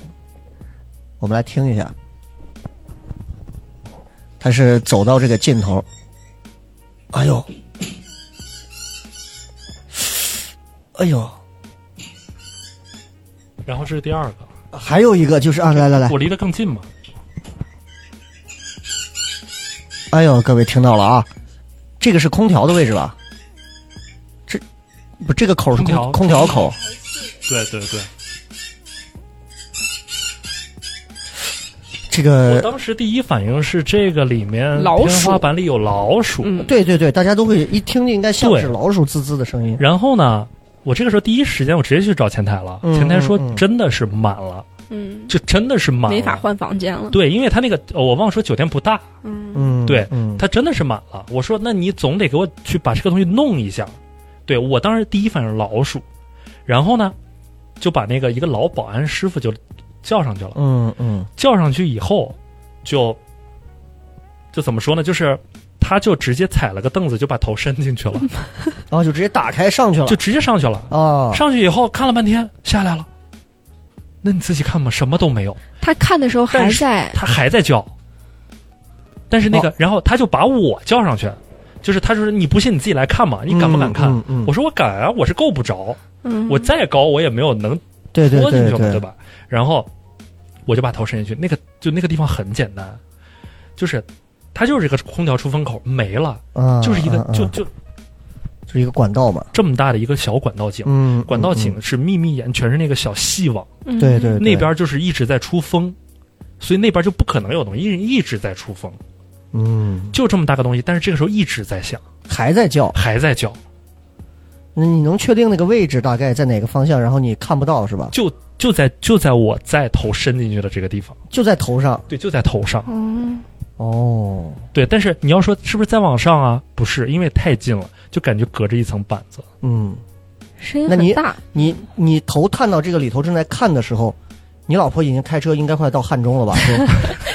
D: 我们来听一下，他是走到这个尽头，哎呦， 哎呦，
F: 然后这是第二个，
D: 还有一个就是啊，来来来
F: 我，离得更近嘛，
D: 哎呦，各位听到了啊，这个是空调的位置吧？这不，这个口是空
F: 空调
D: 空调口。
F: 对对对，
D: 这
F: 我
D: 个
F: 当时第一反应是这个里面
E: 老鼠
F: 天花板里有老鼠，
E: 嗯，
D: 对对对，大家都会一听就应该像
F: 对
D: 是老鼠滋滋的声音。
F: 然后呢，我这个时候第一时间我直接去找前台了，
D: 嗯
F: 前台说
D: 嗯嗯
F: 真的是满了，
E: 嗯，
F: 就真的是满了，
E: 没法换房间了，
F: 对，因为他那个、呃我忘了说酒店不大，
E: 嗯，
D: 嗯，
F: 对
D: 嗯，
F: 他真的是满了。我说那你总得给我去把这个东西弄一下。对我当时第一反应是老鼠，然后呢就把那个一个老保安师傅就叫上去了，
D: 嗯嗯
F: 叫上去以后就就怎么说呢，就是。他就直接踩了个凳子，就把头伸进 去了，
D: 然后就直接打开上去了
F: 就直接上去了。
D: 啊。
F: 上去以后看了半天，下来了。那你自己看吧，什么都没有。
E: 他看的时候还
F: 但是
E: 在，
F: 他还在叫， 但是那个，
D: 哦
F: 然后他就把我叫上去，就是他说你不信你自己来看嘛，你敢不敢看？
D: 嗯嗯嗯
F: 我说我敢啊，我是够不着，
E: 嗯，
F: 我再高我也没有能
D: 对对
F: 拖进
D: 对
F: 去嘛，
D: 对，
F: 吧？然后我就把头伸进去，那个就那个地方很简单，就是它就是一个空调出风口没了，
D: 啊，
F: 就是一个
D: 啊啊
F: 就就
D: 就是一个管道嘛。
F: 这么大的一个小管道井。
D: 嗯，
F: 管道
D: 嗯，
F: 井是密密眼，全是那个小细网，
E: 嗯
D: 对对，对
F: 那边就是一直在出风，所以那边就不可能有东西，一一直在出风。
D: 嗯
F: 就这么大个东西，但是这个时候一直在响，
D: 还在叫。
F: 还在叫，
D: 那你能确定那个位置大概在哪个方向，然后你看不到是吧？
F: 就就在就在我在头伸进去的这个地方，
D: 就在头上
F: 对，就在头上，
E: 嗯，
D: 哦。
F: 对。但是你要说是不是再往上啊？不是，因为太近了，就感觉隔着一层板子。
D: 嗯，
E: 声音
D: 那你
E: 很 大，
D: 你你头探到这个里头正在看的时候，你老婆已经开车应该快到汉中 了吧？是吧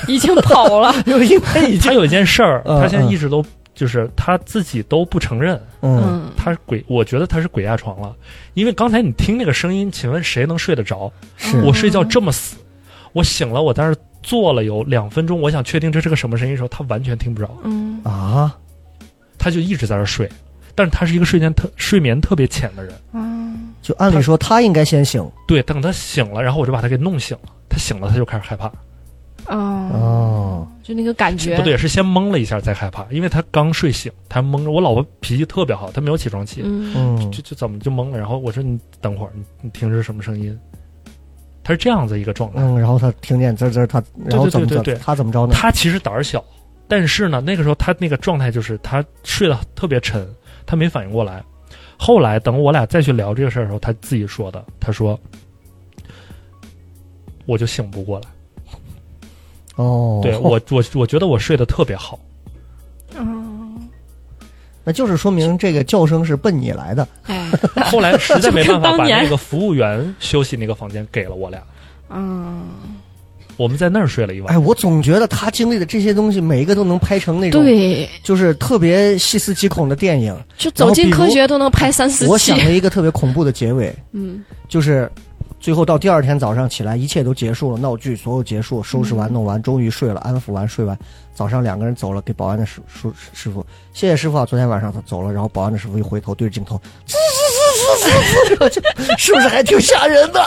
E: 已经跑了，
D: 因为应该已经
F: 他有一件事儿，
D: 嗯
F: 他现在一直都就是他自己都不承认，
D: 嗯
E: 嗯，
F: 他是鬼，我觉得他是鬼压床了。因为刚才你听那个声音，请问谁能睡得着？
D: 是
F: 我睡觉这么死，我醒了，我在那儿坐了有两分钟，我想确定这是个什么声音的时候，他完全听不着。
E: 嗯，
D: 啊，
F: 他就一直在那儿睡，但是他是一个睡眠特睡眠特别浅的人。
E: 嗯，
D: 就按理说他应该先醒
F: 对，等他醒了，然后我就把他给弄醒了。他醒了，他就开始害怕。嗯
E: 哦，
D: 哦，
E: 就那个感觉，
F: 不对，是先懵了一下再害怕，因为他刚睡醒，他懵了。我老婆脾气特别好，她没有起床气，
E: 嗯，
D: 嗯
F: 就就怎么就懵了。然后我说你等会儿，你你听是什么声音？他是这样子一个状态。
D: 嗯，然后他听见滋滋，他然后怎么
F: 对对对对
D: 着
F: 对
D: 他怎么着呢？
F: 他其实胆儿小，但是呢，那个时候他那个状态就是他睡得特别沉，他没反应过来。后来等我俩再去聊这个事儿的时候，他自己说的，他说我就醒不过来，
D: 哦，
F: 对我我我觉得我睡得特别好，
E: 嗯，
D: 那就是说明这个叫声是奔你来的。
E: 哎，
F: 后来实在没 办
E: 就跟
F: 法
E: 当
F: 把
E: 年
F: 那个服务员休息那个房间给了我俩，
E: 嗯，
F: 我们在那儿睡了一晚。
D: 哎，我总觉得他经历的这些东西，每一个都能拍成那种
E: 对，
D: 就是特别细思极恐的电影。
E: 就走进科学都能拍三四
D: 我
E: 期
D: 想，了一个特别恐怖的结尾，
E: 嗯，
D: 就是最后到第二天早上起来，一切都结束了，闹剧所有结束，收拾完弄完，终于睡了，安抚完睡完，早上两个人走了，给保安的师师师傅，谢谢师傅啊，昨天晚上他走了，然后保安的师傅一回头对着镜头，是不是还挺吓人的？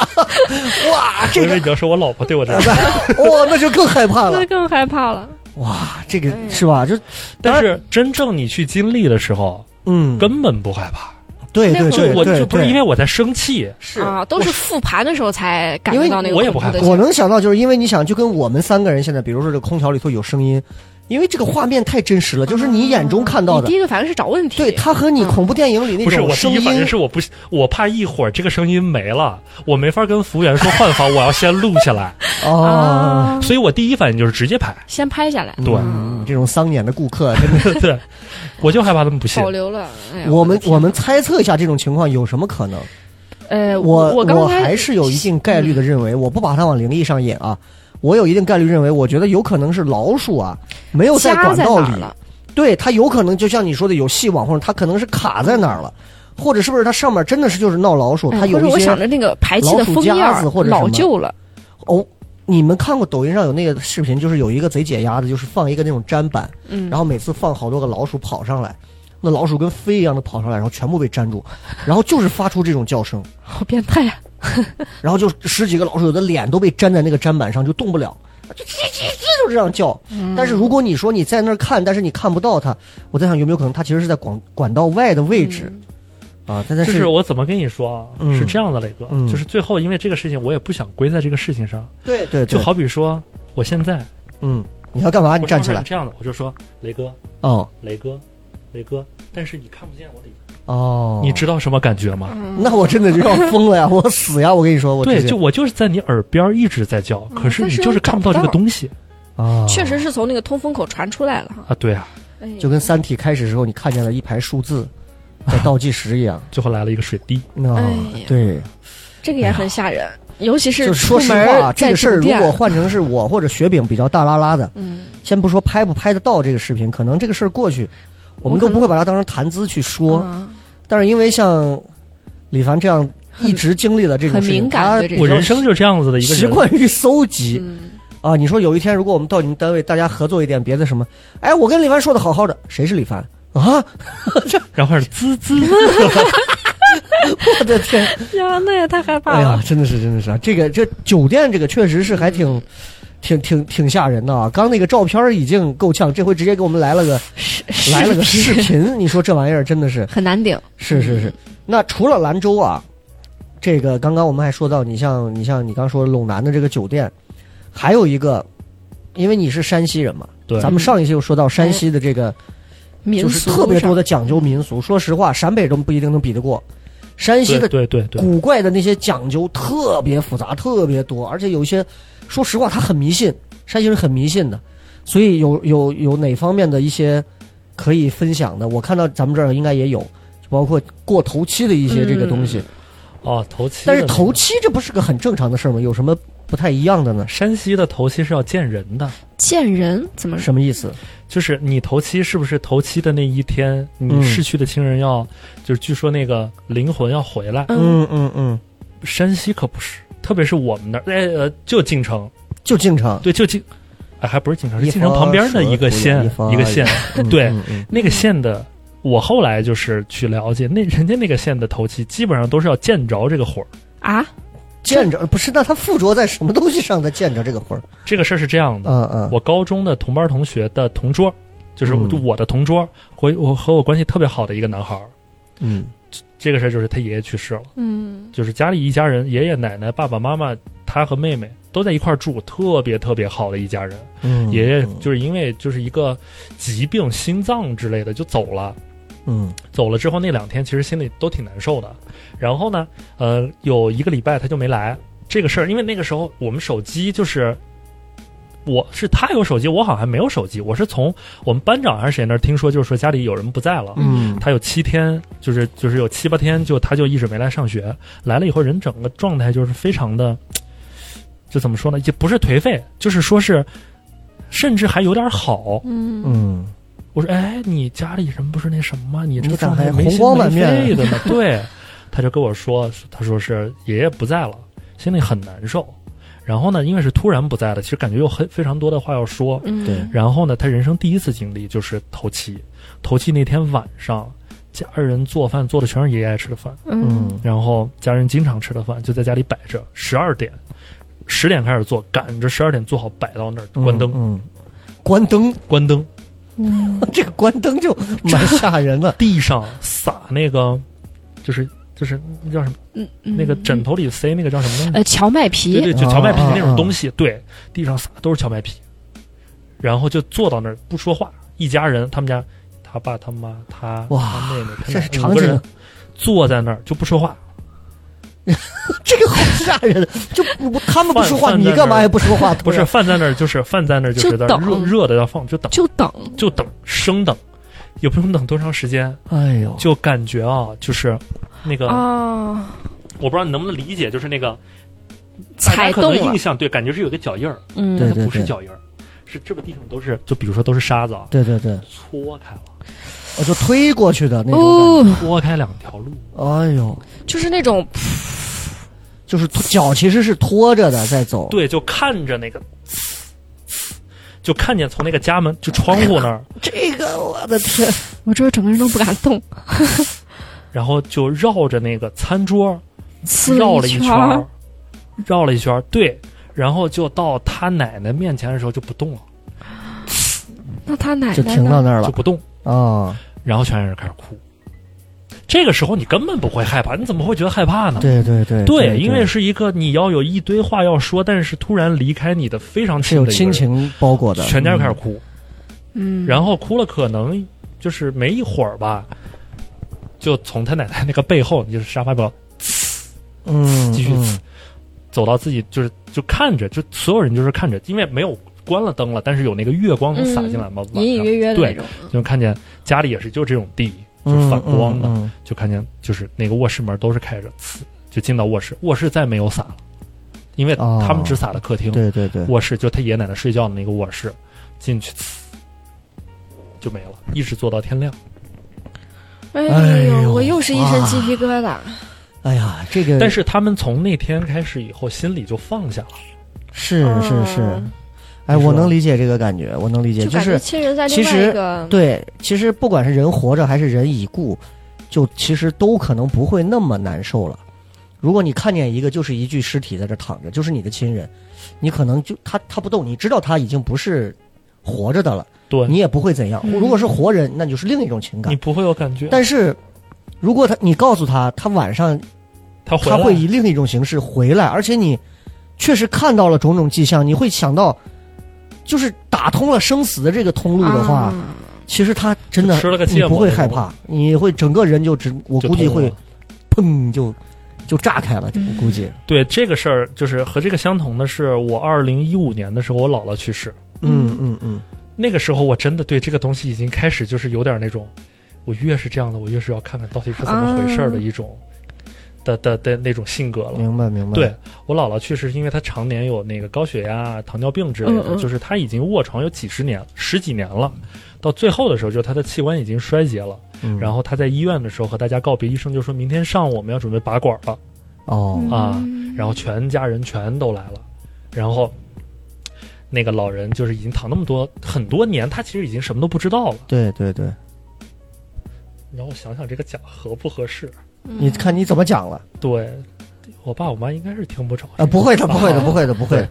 D: 哇，这
F: 因
D: 个
F: 为你要说我老婆对 我这样，
D: 哇，那就更害怕了
E: 那。更害怕了，
D: 哇，这个是吧？就
F: 但是真正你去经历的时候，
D: 嗯，
F: 根本不害怕。
D: 对对
E: 那会
F: 就
D: 对，
E: 儿
F: 我
D: 对
F: 就不是
D: 对
F: 因为我在生气，
D: 是
E: 啊，都是复盘的时候才感觉到那个
F: 因为我也不
E: 恐怖的
F: 害
E: 劲
F: 怕
E: 儿
D: 我能想到，就是因为你想，就跟我们三个人现在，比如说这个空调里头有声音，因为这个画面太真实了，就是你眼中看到
E: 啊你
D: 的
E: 第，一个反应是找问题，
D: 对它和你恐怖电影里那
F: 不是
D: 种
F: 我第
D: 声
F: 一反应
D: 音，
F: 是我不，我怕一会儿这个声音没了，我没法跟服务员说换房，我要先录 下来，
D: 哦，
E: 啊，
F: 所以我第一反应就是直接拍。
E: 先拍下来，
F: 对
D: 嗯这种丧眼的顾客，真的，
F: 对，我就害怕他们不信
E: 保。留了。哎呀
D: 我们
E: 的天
D: 我们猜测一下这种情况有什么可能？
E: 呃，
D: 我
E: 我刚才
D: 还是有一定概率的认为，我不把它往灵异上引啊，我有一定概率认为，我觉得有可能是老鼠啊，没有在
E: 家
D: 管
E: 在
D: 道
E: 哪儿
D: 里，
E: 了？
D: 对它有可能就像你说的有细网，或者它可能是卡在哪儿了，或者是不是它上面真的是就是闹老鼠？它
E: 哎或
D: 有
E: 者
D: 一
E: 我
D: 些
E: 想着那个排气的
D: 老鼠
E: 封
D: 夹
E: 叶儿
D: 子或者什么
E: 老旧了，
D: 哦，你们看过抖音上有那个视频，就是有一个贼解压的，就是放一个那种砧板，
E: 嗯
D: 然后每次放好多个老鼠跑上来，那老鼠跟飞一样的跑上来，然后全部被粘住，然后就是发出这种叫声，
E: 好变态啊！
D: 然后就十几个老鼠有的脸都被粘在那个砧板上，就动不了。就叽叽叽就这样
E: 嗯
D: 叫，但是如果你说你在那儿看，但是你看不到它，我在想有没有可能它其实是在管管道外的位置，
E: 嗯
D: 啊，但它
F: 就是我怎么跟你说啊？
D: 嗯
F: 是这样的，磊哥，
D: 嗯
F: 就是最后因为这个事情，我也不想归在这个事情上。
D: 对对对，
F: 就好比说，我现在
D: 嗯，你要干嘛？你
F: 我
D: 站起来
F: 是这样的，我就说，雷哥，
D: 哦
F: 雷哥，雷哥，但是你看不见我脸，
D: 哦，
F: 你知道什么感觉吗？
E: 嗯
D: 那我真的就要疯了 呀！我死呀！我跟你说，我
F: 对，
D: 直接
F: 就我就是在你耳边一直在
D: 嗯
F: 叫，可是
E: 但
F: 你
E: 是
F: 就
E: 又
F: 是
E: 找
F: 看不
E: 不
F: 到这个
E: 到
F: 东西
D: 啊，
E: 确实是从那个通风口传出来了哈。
F: 啊。对啊，
E: 哎呀
D: 就跟《三体》开始的时候你看见了一排数字在倒计时一 样。
F: 最后来了一个水滴，
D: 那、
E: 哎呀
D: 对，
E: 这个也很吓人，尤其
D: 哎就是说
E: 出
D: 实
E: 门
D: 话，
E: 儿
D: 这
E: 在
D: 个事儿
E: 酒
D: 如
E: 店
D: 果换成是我或者雪饼比较大拉拉的，
E: 嗯，
D: 先不说拍不拍得到这个视频，可能这个事儿过去，我们
E: 我可
D: 都
E: 能
D: 不会把它当成谈资去说。
E: 啊
D: 但是因为像李凡这样一直经历了这种
E: 很
D: 事情，
E: 敏
D: 他
E: 感对这个
F: 我人生就这样子的一个
D: 习
F: 人。
D: 惯于搜集、
E: 嗯，
D: 啊。你说有一天如果我们到你们单位，大家合作一点别的什么，哎，我跟李凡说的好好的，谁是李凡啊？
F: 然后是滋滋，
D: 我的 天！
E: 呀，那也太害怕
D: 哎呀
E: 了，，
D: 真的是，真的是啊！这个这酒店这个确实是还挺，挺挺挺吓人的啊！刚那个照片已经够呛，这回直接给我们来了个
E: 是
D: 来了个视
E: 是
D: 频，你说这玩意儿真的是
E: 很难顶，
D: 是是是。那除了兰州啊，这个刚刚我们还说到，你像你像你刚说陇南的这个酒店，还有一个，因为你是山西人嘛，
F: 对，
D: 咱们上一期又说到山西的这个
E: 民
D: 就是
E: 俗
D: 特别多
E: 的
D: 的讲究民俗，说实话，陕北都不一定能比得过。山西
F: 对
D: 的
F: 对对对，
D: 古怪的那些讲究特别复杂，特别多，而且有一些，说实话，他很迷信，山西人很迷信的，所以有有有哪方面的一些可以分享的，我看到咱们这儿应该也有，就包括过头七的一些这个东西。
F: 哦，头七的
D: 但
F: 那
D: 是
F: 个，
D: 头七这不是个很正常的事儿吗？有什么不太一样的呢？
F: 山西的头七是要见人的，
E: 见人怎么
D: 什么意思？
F: 就是你头七是不是头七的那一天，
D: 嗯
F: 你逝去的亲人要，就是据说那个灵魂要回来。
E: 嗯
D: 嗯嗯，
F: 山西可不是，特别是我们那儿，哎呃，就晋城，
D: 就经常
F: 对，就晋，哎，还不是晋城，
D: 一
F: 是晋城
D: 方
F: 旁边的
D: 水
F: 一个
D: 土
F: 县
D: 一，方
F: 一个县， 对，
D: 嗯嗯
F: 那个县的。我后来就是去了解，那人家那个县的头七基本上都是要见着这个火儿。
E: 啊？
D: 见着不是？那他附着在什么东西上？他见着这个魂儿？
F: 这个事儿是这样的，
D: 嗯嗯，
F: 我高中的同班同学的同桌，就是
D: 嗯
F: 就我的同桌，和我和我关系特别好的一个男孩儿，
D: 嗯
F: 这个事儿就是他爷爷去世了。
E: 嗯，
F: 就是家里一家人，爷爷奶奶、爸爸妈妈，他和妹妹都在一块儿住，特别特别好的一家人。
D: 嗯，
F: 爷爷就是因为就是一个疾病，心脏之类的就走了。
D: 嗯
F: 走了之后那两天，其实心里都挺难受的。然后呢，呃，有一个礼拜他就没来。这个事儿，因为那个时候我们手机就是，我是他有手机，我好像还没有手机。我是从我们班长还是谁那儿听说，就是说家里有人不在了，
D: 嗯
F: 他有七天，就是就是有七八天，就他就一直没来上学。来了以后，人整个状态就是非常的，就怎么说呢？也不是颓废，就是说是，甚至还有点好。
D: 嗯。
F: 我说，哎，你家里人不是那什么吗？你这
D: 你
F: 个
D: 咋
F: 状态
D: 还
F: 没
D: 红
F: 心
D: 光
F: 没
D: 满面
F: 肺的呢？对，他就跟我说，他说是爷爷不在了，心里很难受。然后呢，因为是突然不在的，其实感觉有很非常多的话要说。
E: 嗯，
D: 对
F: 然后呢，他人生第一次经历就是头七，头七那天晚上，家人做饭做的全是爷爷爱吃的饭，
E: 嗯，
F: 然后家人经常吃的饭就在家里摆着，十二点，十点开始做，赶着十二点做好摆到那儿，关灯，
D: 嗯，关灯，
F: 关灯，。
D: 这个关灯就蛮吓人的
F: 地上撒那个，就是就是那叫什么，
E: 嗯，
F: 那个枕头里塞那个叫什么东西？
E: 呃荞麦
F: 对
E: 皮
F: 对，就荞麦皮
D: 啊啊
F: 那种东西，对，地上撒都是荞麦皮，然后就坐到那儿不说话，一家人，他们家他爸他妈他
D: 哇
F: 他妹妹，他
D: 这
F: 奶
D: 是
F: 五
D: 场
F: 个
D: 景
F: 人，坐在那儿就不说话，
D: 这个好吓人，就我他们不说话，
F: 饭饭
D: 你
F: 在
D: 干嘛
F: 那儿
D: 还不说话？
F: 不是饭在那儿就是饭在那儿就是
E: 就
F: 在那儿热
E: 等
F: 热的要放就等
E: 就等
F: 就等生等，也不用等多长时间，
D: 哎呦，
F: 就感觉啊就是那个、
E: 啊，
F: 我不知道你能不能理解，就是那个
E: 踩
F: 大家可
E: 动
F: 能
E: 了
F: 印，象对，感觉是有个脚印儿，
E: 嗯，
D: 对
F: 但它不是脚印儿，是这个地上都是，就比如说都是沙子啊，
D: 对对对，
F: 搓开了，
D: 我就推过去的那种
E: 哦，
F: 拨开两条路，
D: 感觉。哎呦，
E: 就是那种
D: 就是拖脚其实是拖着的在走。
F: 对，就看着那个，就看见从那个家门就窗户那儿，
D: 这个我的天，
E: 我这整个人都不敢动，
F: 然后就绕着那个餐桌
E: 呲
F: 绕了
E: 一
F: 一
E: 圈
F: 圈
E: 儿
F: 儿，绕了一圈儿，对，然后就到他奶奶面前的时候就不动了，
E: 那他奶奶
D: 就停到
E: 呢
D: 那儿了
F: 就不动，
D: 啊、
F: 然后全家人开始哭。这个时候你根本不会害怕，你怎么会觉得害怕呢？
D: 对对对
F: 对，因为是一个你要有一堆话要说，但是突然离开你的非常
D: 是
F: 亲
D: 有
F: 的一个
D: 亲
F: 人，
D: 情包裹的，
F: 全家就开始
D: 嗯
F: 哭。
E: 嗯，
F: 然后哭了，可能就是没一会儿吧，就从他奶奶那个背后，就是沙发表
D: 嗯，
F: 继续
D: 嗯
F: 走到自己，就是就看着，就所有人就是看着，因为没有关了灯了，但是有那个月光能洒进来嘛，晚
E: 嗯
F: 上
E: 隐隐约约的那
F: 对，
E: 种，
F: 就看见家里也是就这种地，就是
D: 嗯
F: 反光的，
D: 嗯嗯
F: 就看见就是那个卧室门都是开着，呲就进到卧室，卧室再没有洒了，因为
D: 哦
F: 他们只洒了客厅，
D: 嗯对对对，
F: 卧室就他爷爷奶奶睡觉的那个卧室，进去呲就没了，一直坐到天亮。
E: 哎
D: 哎呦
E: 呦，我又是一身
D: 哇
E: 鸡皮疙瘩。
D: 哎呀，这个
F: 但是他们从那天开始以后，心里就放下了。
D: 是是是
E: 嗯，
D: 哎，
F: 你说
D: 我能理解这个感觉，我能理解，
E: 就
D: 就
E: 感觉
D: 是
E: 亲人在
D: 其
E: 另外
D: 实
E: 一个，
D: 对，其实不管是人活着还是人已故，就其实都可能不会那么难受了。如果你看见一个就是一具尸体在这躺着，就是你的亲人，你可能就他他不动，你知道他已经不是活着的了，
F: 对
D: 你
F: 你
D: 也不会怎样。
E: 嗯
D: 如果是活人，那就是另一种情感。
F: 不会有感觉，
D: 嗯但是，如果他你告诉他，他晚上
F: 他回
D: 他
F: 来
D: 会以另一种形式回来，而且你确实看到了种种迹象，你会想到，就是打通了生死的这个通路的话，
E: 啊
D: 其实他真的
F: 就吃了个芥
D: 你
F: 末
D: 不会害怕，你会整个人就只我
F: 就
D: 估计
F: 通
D: 会
F: 了
D: 砰就就炸开了，我估计
F: 对这个事儿，就是和这个相同的是，我二零一五年的时候，我姥姥去世，
D: 嗯嗯嗯，
F: 那个时候我真的对这个东西已经开始就是有点那种，我越是这样的，我越是要看看到底是怎么回事儿的一种、的的的那种性格了。
D: 啊嗯明白明白，
F: 对我姥姥去世，是因为她常年有那个高血压、糖尿病之类的，
E: 嗯嗯
F: 就是她已经卧床有几十年、十几年了，到最后的时候，就是她的器官已经衰竭了。
D: 嗯，
F: 然后他在医院的时候和大家告别，医生就说明天上午我们要准备拔管了
D: 哦，
F: 啊，然后全家人全都来了，然后那个老人就是已经躺那么多很多年，他其实已经什么都不知道了。
D: 对对对，
F: 然后想想这个讲合不合适，
E: 嗯
D: 你看你怎么讲了
F: 对我爸我妈应该是听不着
D: 啊？不会的，
F: 啊
D: 不会的，不会的，不会的，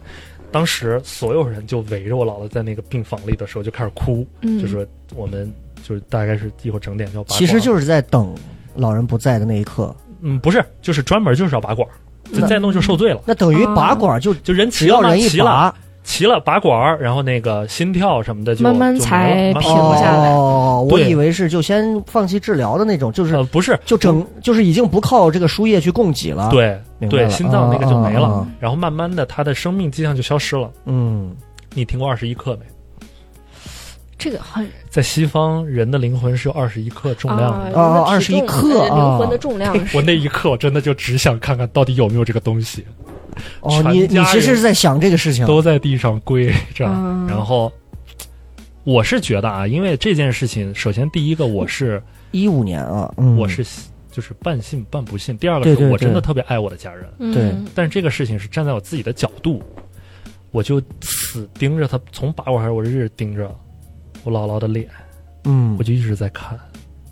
F: 当时所有人就围着我姥姥在那个病房里的时候就开始哭，
E: 嗯
F: 就说我们就是大概是一会儿整点就要拔管了，
D: 其实就是在等老人不在的那一刻，
F: 嗯不是，就是专门就是要拔管儿，就
D: 那
F: 再弄就受罪了。
D: 那等于拔管就
F: 就人
D: 只
F: 齐了
D: 要
F: 嘛，
D: 人一
F: 齐了，
D: 拔，
F: 齐了拔管儿，然后那个心跳什么的就
E: 慢慢
F: 就没了
E: 才
F: 慢慢
E: 停不下来
D: 哦，我
F: 对
D: 以为是就先放弃治疗的那种，就是
F: 呃，不是，
D: 就整就是已经不靠这个输液去供给了，，
F: 对
D: 明白
F: 对，
D: 了
F: 心脏那个就没
D: 啊啊
F: 了
D: 啊，
F: 然后慢慢的他的生命迹象就消失了。
D: 嗯，
F: 你听过二十一克没？
E: 这个很
F: 在西方，人的灵魂是有二十一克重量的。
D: 哦
E: 啊，人的体
D: 21
E: 重
D: 克
E: 呃
D: 啊
E: 灵魂的重量是
F: 我那一刻，我真的就只想看看到底有没有这个东西，
D: 哦，你
F: 全家
D: 你
F: 人
D: 其实是在想这个事情，
F: 都在地上 跪着。
E: 嗯
F: 然后，我是觉得啊，因为这件事情，首先第一个，我是
D: 一五年啊，嗯
F: 我是就是半信半不信；第二
D: 对
F: 个是
D: 对
F: 我真的
D: 对
F: 特别爱我的家人，
D: 对
E: 嗯
F: 但是这个事情是站在我自己的角度，我就死盯着他，从拔管开始，我就一直盯着我姥姥的脸，
D: 嗯
F: 我，就一直在看，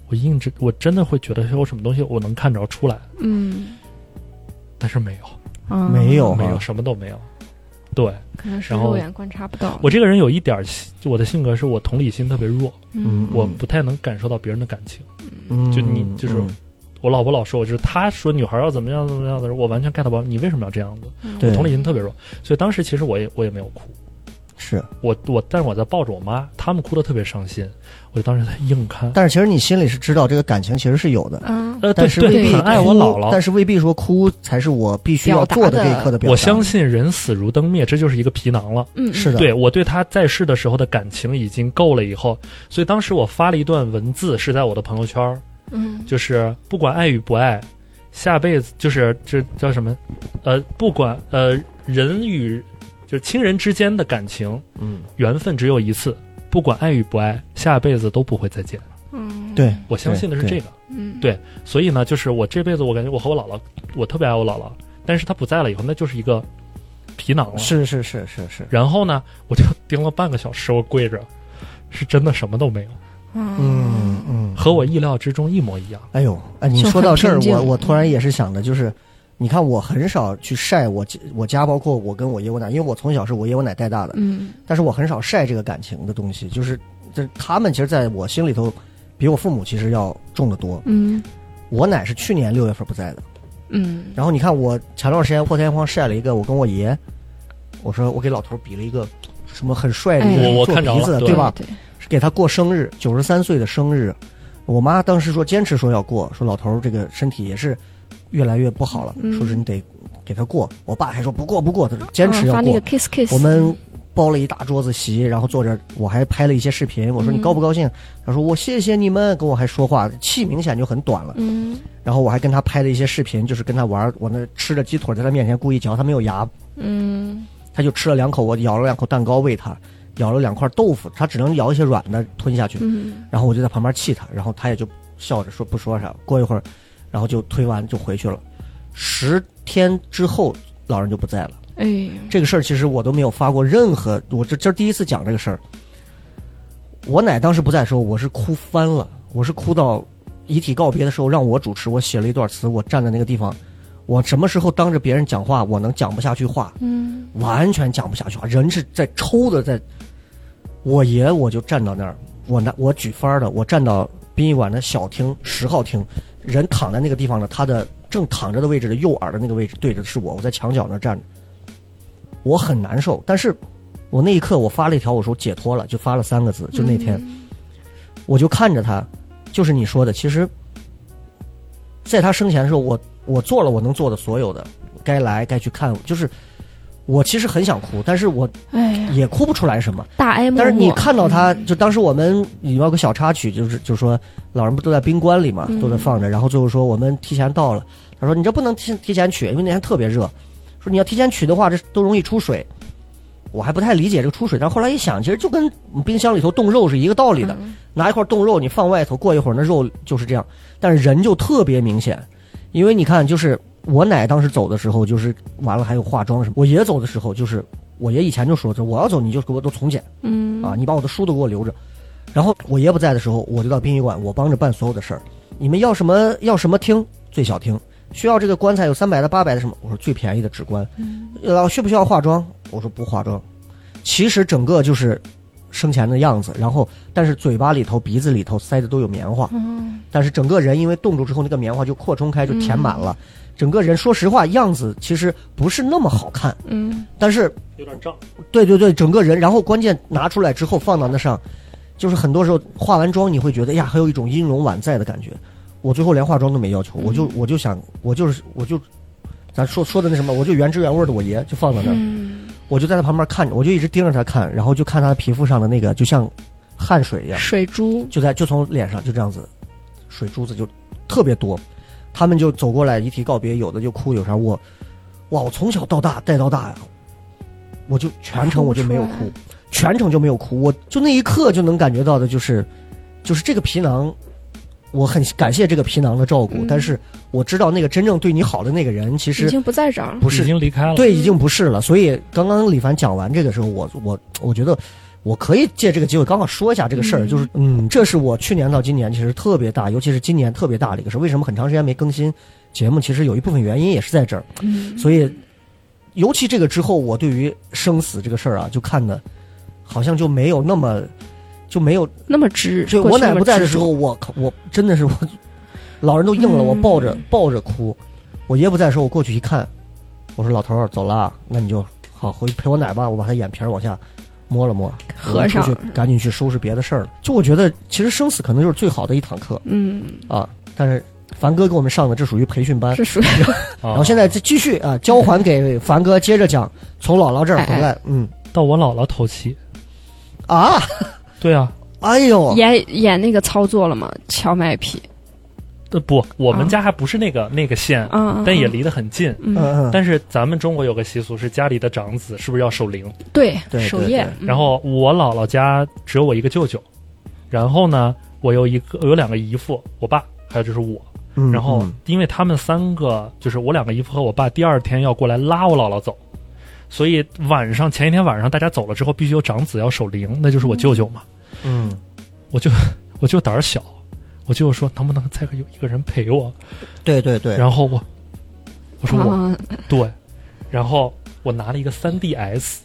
F: 我硬着，我真的会觉得有什么东西我能看着出来，
E: 嗯
F: 但是没有，
E: 啊
D: 没有
F: 没有，
D: 哈，
F: 什么都没有。对
E: 可能是
F: 然后
E: 肉眼观察不到。
F: 我这个人有一点儿，就我的性格是我同理心特别弱，
D: 嗯，
F: 我不太能感受到别人的感情。
D: 嗯
F: 就你就是
D: 嗯
F: 我老婆老说我，就是她说女孩要怎么样怎么样的时候，我完全 get 不到你为什么要这样子，
E: 嗯
D: 嗯对
F: 同理心特别弱。所以当时其实我也我也没有哭，
D: 是，
F: 我我，但是我在抱着我妈，他们哭得特别伤心，我就当时在硬看。
D: 但是其实你心里是知道这个感情其实是有的，
E: 嗯，
F: 呃，对
D: 但是未
F: 对，
D: 必
F: 很爱我
D: 哭
F: 姥姥
D: 但。是未必说哭才是我必须要
E: 表达
D: 做的这
E: 的
D: 一刻的表达，
F: 我相信人死如灯灭，这就是一个皮囊了。
E: 嗯，
D: 是的，
F: 对我对他在世的时候的感情已经够了，以后，所以当时我发了一段文字，是在我的朋友圈儿，
E: 嗯，
F: 就是不管爱与不爱，下辈子就是这叫什么？呃，不管呃人与就是亲人之间的感情
D: 嗯，
F: 缘分只有一次，不管爱与不爱，下辈子都不会再见。
E: 嗯
D: 对，
F: 我相信的是这
D: 对
F: 个。
E: 嗯，
F: 对所以呢，就是我这辈子我感觉我和我姥姥，我特别爱我姥姥，但是她不在了以后，那就是一个皮囊了。
D: 嗯是是是是是，
F: 然后呢，我就盯了半个小时，我跪着，是真的什么都没有，
D: 嗯嗯，
F: 和我意料之中一模一样。
D: 哎呦，哎，你
E: 就
D: 说到
E: 很
D: 这儿，
E: 平静
D: 我我突然也是想的，就是，你看我很少去晒我家我家，包括我跟我爷我奶，因为我从小是我爷我奶带大的，
E: 嗯
D: 但是我很少晒这个感情的东西，就是这他们其实在我心里头，比我父母其实要重得多。
E: 嗯
D: 我奶是去年六月份不在的，
E: 嗯
D: 然后你看我前段时间破天荒晒了一个我跟我爷，我说我给老头比了一个什么很帅的一
E: 哎
D: 个
F: 我
D: 做
F: 看着
D: 鼻子，
F: 了
D: 对
F: 对
D: 吧？
E: 对，
D: 是给他过生日，九十三岁的生日。我妈当时说坚持说要过，说老头儿这个身体也是越来越不好了，
E: 嗯
D: 说是你得给他过。我爸还说不过不过，他坚持
E: 啊
D: 要
E: 发那
D: 过。
E: 个 kiss kiss，
D: 我们包了一大桌子席，然后坐这儿，我还拍了一些视频。我说你
E: 嗯
D: 高不高兴？他说我谢谢你们，跟我还说话，气明显就很短了。
E: 嗯
D: 然后我还跟他拍了一些视频，就是跟他玩儿，我那吃着鸡腿在他面前故意嚼，他没有牙，
E: 嗯
D: 他就吃了两口，我咬了两口蛋糕喂他，咬了两块豆腐，他只能咬一些软的吞下去。
E: 嗯
D: 然后我就在旁边气他，然后他也就笑着说不说啥。过一会儿，然后就推完就回去了。十天之后，老人就不在了。
E: 哎，
D: 这个事儿其实我都没有发过任何，我这今儿第一次讲这个事儿。我奶当时不在的时候，我是哭翻了，我是哭到遗体告别的时候让我主持，我写了一段词，我站在那个地方，我什么时候当着别人讲话，我能讲不下去话？
E: 嗯
D: 完全讲不下去啊，人是在抽的，在。我爷我就站到那儿，我拿我举幡儿的，我站到殡仪馆的小厅十号厅，人躺在那个地方呢，他的正躺着的位置的右耳的那个位置对着是我，我在墙角那儿站着，我很难受，但是我那一刻我发了一条，我说解脱了，就发了三个字，就那天，
E: 嗯
D: 我就看着他，就是你说的，其实，在他生前的时候，我我做了我能做的所有的，该来该去看，就是我其实很想哭，但是我
E: 哎呀，
D: 也哭不出来什么。
E: 大哀默默，
D: 但是你看到他，就当时我们里面有个小插曲，就是就是说老人不都在宾馆里嘛，都在放着，然后最后说我们提前到了，他说你这不能提提前取，因为那天特别热，说你要提前取的话，这都容易出水。我还不太理解这个出水，但后来一想，其实就跟冰箱里头冻肉是一个道理的，拿一块冻肉你放外头，过一会儿那肉就是这样，但是人就特别明显，因为你看，就是我奶当时走的时候，就是完了还有化妆什么，我爷走的时候就是。我爷以前就说，就我要走你就给我都从简，
E: 嗯
D: 啊，你把我的书都给我留着。然后我爷不在的时候，我就到殡仪馆，我帮着办所有的事儿。你们要什么要什么厅，最小厅。需要这个棺材有三百的、八百的什么？我说最便宜的纸棺。
E: 嗯
D: 呃，需不需要化妆？我说不化妆。其实整个就是生前的样子，然后但是嘴巴里头、鼻子里头塞的都有棉花，
E: 嗯
D: 但是整个人因为冻住之后，那个棉花就扩充开，就填满了。
E: 嗯
D: 整个人说实话，样子其实不是那么好看，
E: 嗯
D: 但是
F: 有点胀，
D: 对对对，整个人，然后关键拿出来之后放到那上，就是很多时候化完妆你会觉得哎呀，还有一种音容宛在的感觉。我最后连化妆都没要
F: 嗯
D: 求，我就我就想，我就是我就，咱说说的那什么，我就原汁原味的我爷就放到那儿，
E: 嗯，
D: 我就在他旁边看着，我就一直盯着他看，然后就看他皮肤上的那个就像汗水一样，
E: 水珠，
D: 就在就从脸上就这样子，水珠子就特别多。他们就走过来遗体告别，有的就哭，有啥我，哇！我从小到大带到大呀，我就全程我就没有
E: 哭
D: 哭，全程就没有哭，我就那一刻就能感觉到的就是，就是这个皮囊，我很感谢这个皮囊的照顾，
E: 嗯
D: 但是我知道那个真正对你好的那个人其
E: 已
D: 实
E: 经不在这儿了，
D: 不
F: 已
D: 是
F: 经离开了。
D: 对，已经不是了。所以刚刚李凡讲完这个时候，我我我觉得我可以借这个机会刚好说一下这个事儿，
E: 嗯
D: 就是嗯，这是我去年到今年其实特别大，尤其是今年特别大的一个事儿。为什么很长时间没更新节目？其实有一部分原因也是在这儿。
E: 嗯
D: 所以，尤其这个之后，我对于生死这个事儿啊，就看的好像就没有那么就没有。
E: 那么直，
D: 所以
E: 过
D: 我
E: 去那
D: 奶
E: 么
D: 不在的
E: 执
D: 时
E: 着
D: 候，，我靠，我真的是我老人都硬了，我抱着
E: 嗯
D: 抱着哭。我爷不在的时候，我过去一看，我说老头儿走了啊，那你就好回去陪我奶吧。我把他眼皮儿往下摸了摸，
E: 合
D: 我就出
E: 上
D: 去赶紧去收拾别的事儿了。就我觉得，其实生死可能就是最好的一堂课
E: 嗯，
D: 啊。但是凡哥给我们上的这属于培训班，
E: 这属于
F: 然
D: 然后现在再继续啊，交还给凡哥，接着讲，从姥姥这儿回
E: 哎
D: 来，嗯
F: 到我姥姥头七，
D: 啊，
F: 对啊，
D: 哎呦，
E: 演演那个操作了嘛，荞麦皮，
F: 呃不，我
E: 啊
F: 们家还不是那个那个县，
E: 嗯，
F: 但也
E: 嗯
F: 离得很近。
E: 嗯嗯
D: 啊嗯嗯，
F: 但是咱们中国有个习俗是家里的长子是不是要守灵？
E: 对
D: 对
E: 守
D: 对
E: 夜
D: 对，
E: 嗯
F: 然后我姥姥家只有我一个舅舅，然后呢，我有一个我有两个姨父，我爸，还有就是我。
D: 嗯
F: 然后
D: 嗯
F: 因为他们三个，就是我两个姨父和我爸，第二天要过来拉我姥姥走，所以晚上前一天晚上大家走了之后，必须有长子要守灵，那就是我舅舅嘛。
D: 嗯，
F: 我就我就胆儿小，我舅舅说能不能再有一个人陪我？
D: 对对对，
F: 然后我我说我、
E: 啊，
F: 对，然后我拿了一个三 DS。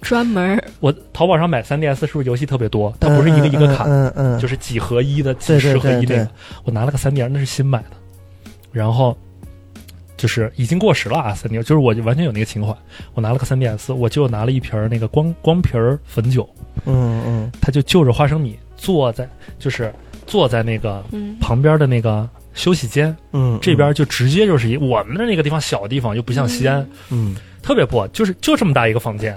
E: 专门儿
F: 我淘宝上买三 DS 是不是游戏特别多？它不是一个一个卡，
D: 嗯嗯，
F: 就是是几合一的、
D: 对
F: 几十合一那个。
D: 对对
F: 我拿了个三 D，那是新买的，然后就是已经过时了啊，三 D 就是我就完全有那个情怀。我拿了个三 DS，我就拿了一瓶儿那个光光瓶儿汾酒，
D: 嗯嗯
F: 他就就着花生米坐在就是坐在那个
E: 嗯，
F: 旁边的那个休息间，
D: 嗯，
F: 这边就直接就是一我们的那个地方小地方，又不像西安、
D: 嗯
F: 特别破，就是就这么大一个房间。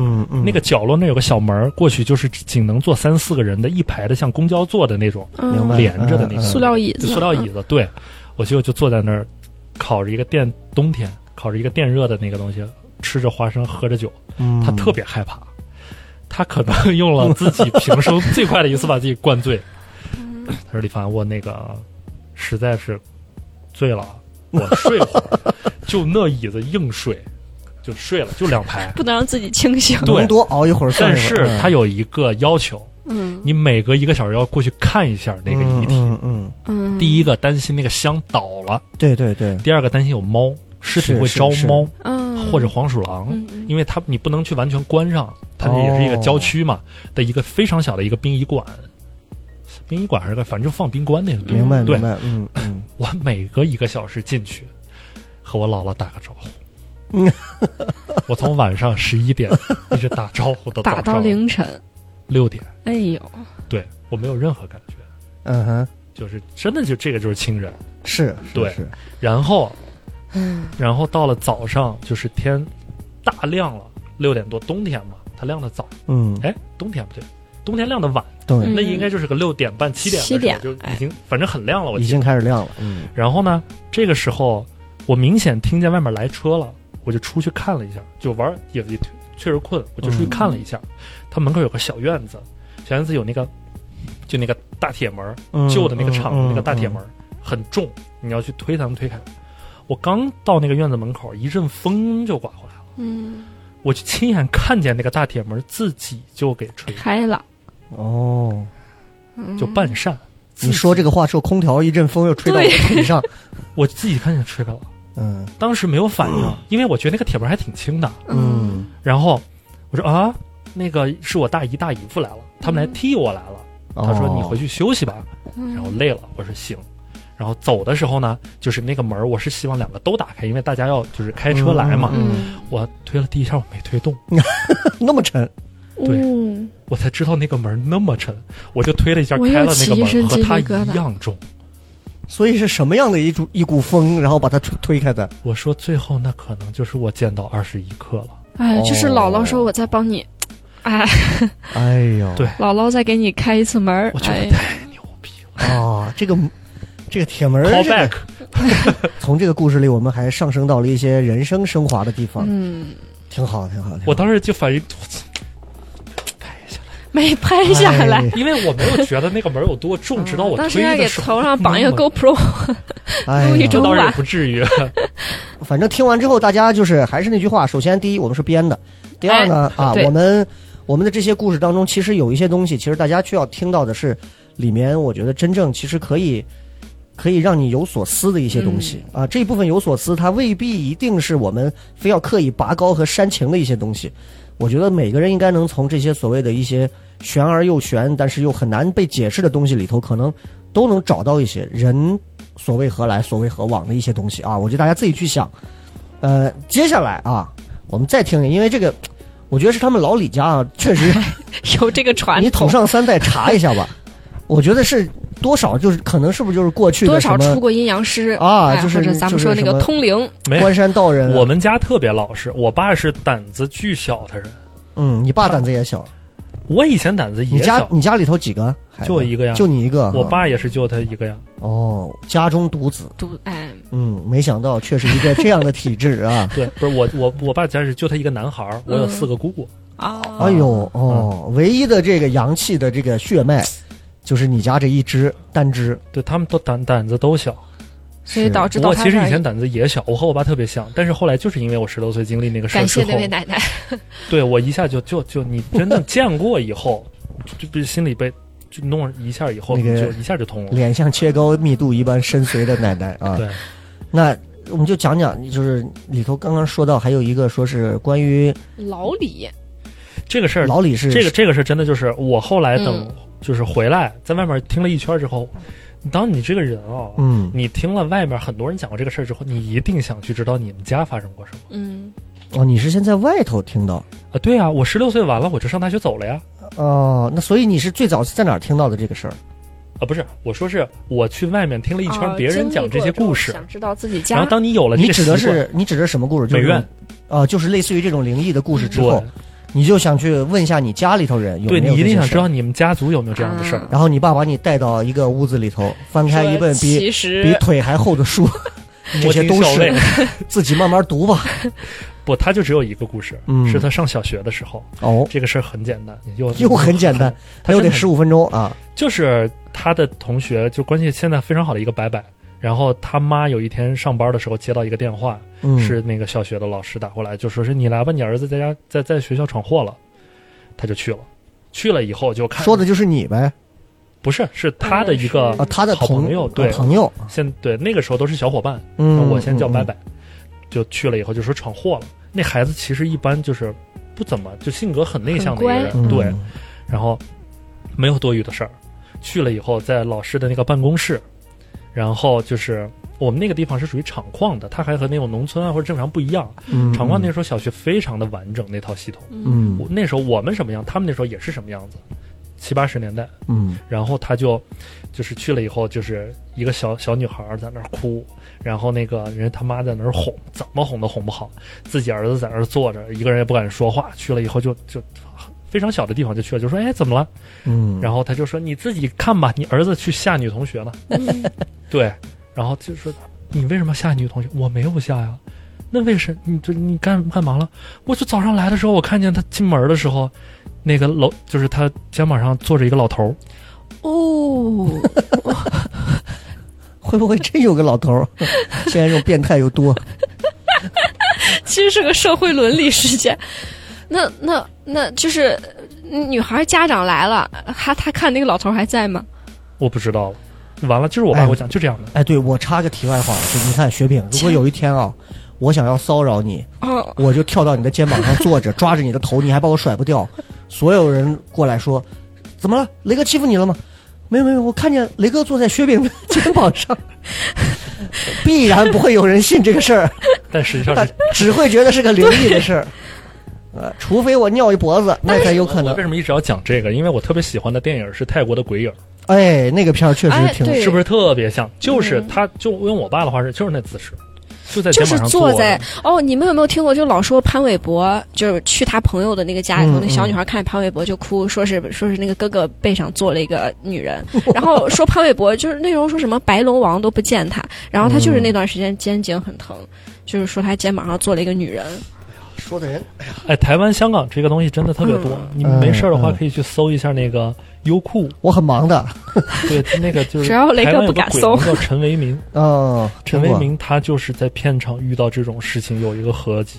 D: 嗯嗯
F: 那个角落那有个小门儿，过去就是仅能坐三四个人的一排的，像公交坐的那种
D: 明白
F: 连着的那
D: 嗯
F: 种
E: 塑料椅子，嗯
F: 塑料椅子。对，我舅舅坐在那儿烤着一个电，冬天烤着一个电热的那个东西，吃着花生，喝着酒，
D: 嗯
F: 他特别害怕。他可能 用了自己平生最快的一次把自己灌醉。他说：“李凡，我那个实在是醉了，我睡会儿，就那椅子硬睡，就睡了，就两排。
E: 不能让自己清 醒。
F: 对
D: 能多嗯熬一会儿算
F: 但
D: 一会
F: 是
D: 儿，
F: 他有一个要求，
E: 嗯
F: 你每隔一个小时要过去看一下那个遗体。
D: 嗯嗯，
E: 嗯，
F: 第
E: 一，
F: 一个担心那个箱倒了，
D: 对对对，
F: 第二个担心有猫，尸体
D: 是
F: 会
D: 是
F: 招
D: 是
F: 猫
E: 嗯，
F: 或者黄鼠狼，
E: 嗯嗯
F: 因为它你不能去完全关上，它那也是一
D: 哦
F: 个郊区嘛、的一个非常小的一个殡仪馆，殡仪馆还是个反正就放冰棺那个地
D: 明
F: 方。
D: 白
F: 对
D: 明白，嗯嗯，
F: 我每隔一个小时进去，和我姥姥打个招 呼。
D: 嗯
F: 我从晚上十一点一直打招呼到
E: 打
F: 早
E: 到
F: 上
E: 凌晨，
F: 六点，
E: 哎呦，
F: 对我没有任何感觉，
D: 嗯哼，
F: 就是真的就这个就是亲人。
D: 是，是
F: 对
D: 是，
F: 然后，
D: 嗯
F: 然后到了早上，就是天大亮了，六点多，冬天嘛，它亮的早，
D: 嗯，
F: 哎，冬天不对，冬天亮的晚，
D: 对，
E: 嗯
F: 那应该就是个六点半、七点的时候，
E: 7点
F: 就已经反正很亮了，我
D: 哎已
F: 记得。
D: 经开始亮了，嗯
F: 然后呢，这个时候我明显听见外面来车了，我就出去看了一下，就玩儿也也确实困，我就出去看了一
D: 嗯
F: 下，他门口有个小院子，小院子有那个就那个大铁门儿，
D: 嗯，
F: 旧的那个厂子
D: 嗯
F: 那个大铁门，，很重，你要去推才能推开。我刚到那个院子门口，一阵风就刮过来了，
E: 嗯，
F: 我就亲眼看见那个大铁门自己就给吹，
E: 开了，
D: 嗯哦，
E: 嗯
F: 就半扇。
D: 你说这个话，受空调一阵风又吹到我的腿上，
F: 我自己看见吹开了，
D: 嗯
F: 当时没有反应，因为我觉得那个铁门还挺轻的。
E: 嗯，
F: 然后我说啊，那个是我大姨大姨夫来了，他们来替我来了。他说你回
D: 去，
F: 去休息吧，
E: 嗯
F: 然后累了，我说行。然后走的时候呢，就是那个门儿，我是希望两个都打开，因为大家要就是开车来嘛。
E: 嗯，
F: 我推了第一下，我没推动，
D: 那么沉，
F: 对
A: 嗯
E: 哦，
F: 我才知道那个门那么沉，我就推了一下，
E: 我又
F: 开了那个
E: 起一
F: 门，
E: 身
F: 和它
E: 鸡皮疙瘩
F: 一样重。
D: 所以是什么样的一股一股风，然后把它推推开的？
F: 我说最后那可能就是我见到二十一克了。
E: 哎，
D: 哦
E: 就是姥姥说我再帮你，哎，
D: 哎呦，
F: 对
E: 姥姥再给你开一次门儿
F: 我，觉
E: 哎
F: 得，太牛逼了
D: 啊，这个这个铁门儿哎这个
F: ，callback，
D: 从这个故事里，我们还上升到了一些人生升华的地方，
E: 嗯，
D: 挺好，挺好。挺好
F: 我当时就反应，我操拍一下来，
E: 没拍下来
D: 哎。
F: 因为我没有觉得那个门有多 重，直到我
E: 啊当时
F: 推
E: 应该给
F: 的时候，
E: 头上绑一个
F: 嗯
E: GoPro，
D: 哎
E: 录一
D: 呀
F: 这
E: 周
F: 倒是也
E: 吧
F: 不至于。
D: 反正听完之后，大家就是还是那句话，首先第一，我们是编的；第二呢，啊，
E: 对
D: 我们我们的这些故事当中，其实有一些东西，其实大家需要听到的是，里面我觉得真正其实可以可以让你有所思的一些东西、啊。这一部分有所思，它未必一定是我们非要刻意拔高和煽情的一些东西。我觉得每个人应该能从这些所谓的一些玄而又玄，但是又很难被解释的东西里头，可能都能找到一些人所谓何来、所谓何往的一些东西啊。我觉得大家自己去想。呃，接下来啊，我们再听，因为这个，我觉得是他们老李家啊，确 实
E: 有这个传
D: 你
E: 统
D: 统，上三代查一下吧。我觉得是多少就是可能是不是就是过去
E: 多
D: 的什
E: 少出
D: 么
E: 过阴阳师
D: 啊
E: 哎
D: 就是
E: 或者咱
D: 就
E: 们
D: 是
E: 说那
D: 什么
E: 个通灵，
F: 没有，
D: 关山道人啊，
F: 我们家特别老实，我爸是胆子巨小的人，
D: 嗯，你爸胆子也小，
F: 我以前胆子
D: 你
F: 也
D: 家
F: 小，
D: 你家里头几个孩子？
F: 就我一个呀
D: 就你一个。
F: 我
D: 啊
F: 爸也是就他一个呀。。
D: 哦，家中独子，
E: 读哎，
D: 嗯，没想到却是一个这样的体质啊
F: 对，不是我我我爸家是就他一个男孩儿，我有
E: 嗯
F: 四个姑姑，
D: 哎
E: 哦，
F: 嗯
D: 哎呦哦，唯一的这个阳气的这个血脉，就是你家这一只单只，
F: 对他们都胆胆子都小。
E: 所以导致
F: 我
E: 到
F: 其实以前胆子也小，我和我爸特别像，但是后来就是因为我十多岁经历那个事儿
G: 感
F: 之
G: 谢那
F: 后
G: 位，奶奶，
F: 对我一下就就就你真的见过以后， 就就不是心里被就弄一下以后，
D: 那个
F: 就一下就通了。
D: 脸像切糕密度一般深邃的奶奶啊。
F: 对，
D: 那我们就讲讲，就是里头刚刚说到，还有一个说是关于
E: 老李，
F: 这个事儿，
D: 老李是
F: 这个这个事儿真的就是我后来等
G: 嗯
F: 就是回来在外面听了一圈之后，当你这个人啊，
D: 嗯，
F: 你听了外面很多人讲过这个事儿之后，你一定想去知道你们家发生过什么
E: 嗯，
D: 哦，你是先在外头听到
F: 啊？对啊，我十六岁完了我就上大学走了呀。
D: 哦，那所以你是最早是在哪儿听到的这个事儿？
F: 啊，不是，我说是我去外面听了一圈
E: 哦
F: 别人
E: 经历
F: 讲这
E: 过
F: 些
E: 之后
F: 故事，
E: 想知道自己
F: 然
E: 家
F: 后当你有了呃这
D: 你
F: 个
D: 指的
F: 习惯
D: 是你指的什么故事？就是
F: 美院
D: 呃，就是类似于这种灵异的故事之后
F: 对，
D: 你就想去问一下你家里头人有没
F: 对
D: 有
F: 你一
D: 这
F: 定
D: 些事儿
F: 想
D: 啊
F: 知道你们家族有没有这样的事
E: 啊
F: 儿。
D: 然后你爸把你带到一个屋子里头，翻开一本比
E: 其实
D: 比腿还厚的书，这
F: 摸
D: 些
F: 清
D: 都
F: 校
D: 是
F: 尉
D: 自己慢慢读吧。
F: 不，他就只有一个故事，
D: 嗯
F: 是他上小学的时候，
D: 哦，
F: 这个事儿很简单，又
D: 又很简单，还有得十
F: 五，
D: 五分钟啊。
F: 就是他的同学，就关系现在非常好的一个白白。然后他妈有一天上班的时候接到一个电话，
D: 嗯，
F: 是那个小学的老师打过来，就说是你来吧，你儿子在家在在学校闯祸了，他就去了。去了以后就看
D: 说的就是你呗
F: 不是是他的一个
D: 啊，他的
F: 好
D: 同
F: 朋友
D: 啊
F: 对
D: 朋友，
F: 现对那个时候都是小伙伴，那
D: 嗯，
F: 我先叫
D: 嗯
F: 拜拜，就去了以后就说闯祸了。那孩子其实一般就是不怎么就性格很内向的一个
D: 嗯
F: 人，对，然后没有多余的事儿。去了以后，在老师的那个办公室，然后就是我们那个地方是属于厂矿的，它还和那种农村啊或者正常不一样。
D: 嗯，
F: 厂矿那时候小学非常的完整那套系统，
D: 嗯
F: 我那时候我们什么样，他们那时候也是什么样子，七八十年代。
D: 嗯
F: 然后他就就是去了以后，就是一个小小女孩儿在那儿哭，然后那个人他妈在那儿哄，怎么哄都哄不好，自己儿子在那儿坐着，一个人也不敢说话。去了以后就就非常小的地方就去了，就说哎怎么了？
D: 嗯，
F: 然后他就说你自己看吧，你儿子去吓女同学了。 对，然后就说你为什么吓女同学？我没有吓呀。那为什你这你干干嘛了？我就早上来的时候，我看见他进门的时候，那个楼就是他肩膀上坐着一个老头儿，
G: 哦，
D: 会不会真有个老头儿？ 现在这种变态又多，
G: 其实是个社会伦理事件。那那那就是女孩家长来了，还她看那个老头还在吗？
F: 我不知道了。完了，就是我爸给我讲，就这样的。
D: 哎，对我插个题外话，就你看雪饼，如果有一天啊，我想要骚扰你，
G: 哦，
D: 我就跳到你的肩膀上坐着，抓着你的头，你还把我甩不掉。所有人过来说：“怎么了？雷哥欺负你了吗？”没有没有，我看见雷哥坐在雪饼的肩膀上， 必然不会有人信这个事儿，
F: 但实际上
D: 他
F: 是，
D: 只会觉得是个灵异的事儿。呃，除非我尿一脖子，那才有可
F: 我
D: 能
F: 为。什么一直要讲这个？因为我特别喜欢的电影是泰国的《鬼影
D: 哎，那个片儿确实
G: 哎
D: 挺……
G: 对嗯
F: 是不是特别像？就是他，就用我爸的话是，就是那姿势，就在
G: 就
F: 肩
G: 是
F: 膀上
G: 坐
F: 着
G: 在哦，你们有没有听过？就老说潘玮柏就是去他朋友的那个家里头，
D: 嗯
G: 那小女孩看见潘玮柏就哭，说是说是那个哥哥背上坐了一个女人，
F: 嗯
G: 然后说潘玮柏就是那时候说什么白龙王都不见他，然后他就是那段时间肩颈很疼，就是说他肩膀上坐了一个女人。
D: 说的人
F: 哎，台湾、香港这个东西真的特别多，
G: 嗯
F: 你没事儿的话可以去搜一下那个优酷，
D: 我很忙的，
F: 对，那个 就是
G: 只要嗯雷哥
F: 嗯台湾有
G: 不
F: 个
G: 敢
F: 鬼
G: 搜
F: 名叫陈 为民，
D: 嗯，
F: 陈为
D: 听过
F: 民他就是在片场遇到这种事情有一个合集，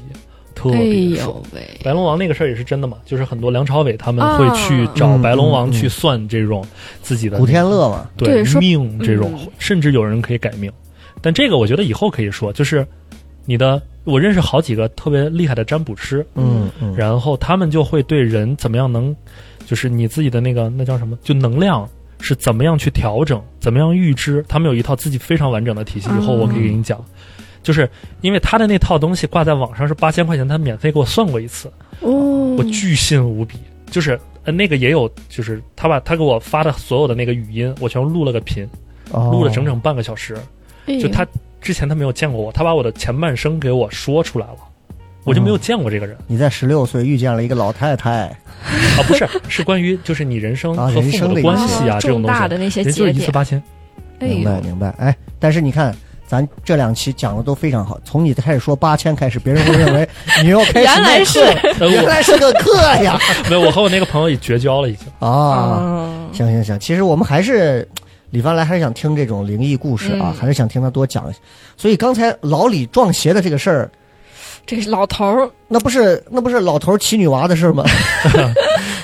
F: 特
G: 哎
F: 别爽。
G: 呦喂！
F: 白龙王那个事儿也是真的嘛，就是很多梁朝伟他们
G: 啊
F: 会去找
D: 嗯
F: 白龙
D: 嗯
F: 王
D: 嗯
F: 去算这种自己的
D: 古天乐嘛，
G: 对说
F: 命这种
G: 嗯，
F: 甚至有人可以改命，但这个我觉得以后可以说，就是你的我认识好几个特别厉害的占卜师，
D: 嗯嗯，
F: 然后他们就会对人怎么样能，就是你自己的那个那叫什么，就能量是怎么样去调整，怎么样预知，他们有一套自己非常完整的体
G: 嗯
F: 系。以后我可以给你讲，就是因为他的那套东西挂在网上是八千块钱，他免费给我算过一次，
G: 哦
F: 我巨信无比。就是呃那个也有，就是他把他给我发的所有的那个语音，我全录了个频，
D: 哦
F: 录了整整半个小
G: 哦
F: 时。就他之前他没有见过我，他把我的前半生给我说出来了，我就没
D: 哦
F: 有见过这个人。
D: 你在十六岁遇见了一个老太太，
F: 啊，不是，是关于就是你人生
D: 啊
F: 和
D: 人
F: 父
D: 生
F: 母
D: 的
F: 的
D: 一
F: 关
D: 些
F: 系啊，这种
G: 哦重
F: 东西
G: 大，的那些
F: 人就
G: 节
F: 是一次
G: 点，
F: 八千。
G: 哎
D: 明白
G: 呦，
D: 明白，哎，但是你看，咱这两期讲的都非常好，从你开始说八千开始，别人会认 为你又开始
G: 原来
D: 卖
G: 是
D: 课，原来是个课呀！
F: 呃没有，我和我那个朋友也绝交了，已经。
D: 啊，
G: 嗯，
D: 行行行，其实我们还是李凡来，还是想听这种灵异故事
G: 嗯
D: 啊，还是想听他多讲一下。所以刚才老李撞邪的这个事儿，
G: 这是老头儿，
D: 那不是那不是老头骑女娃的事儿吗？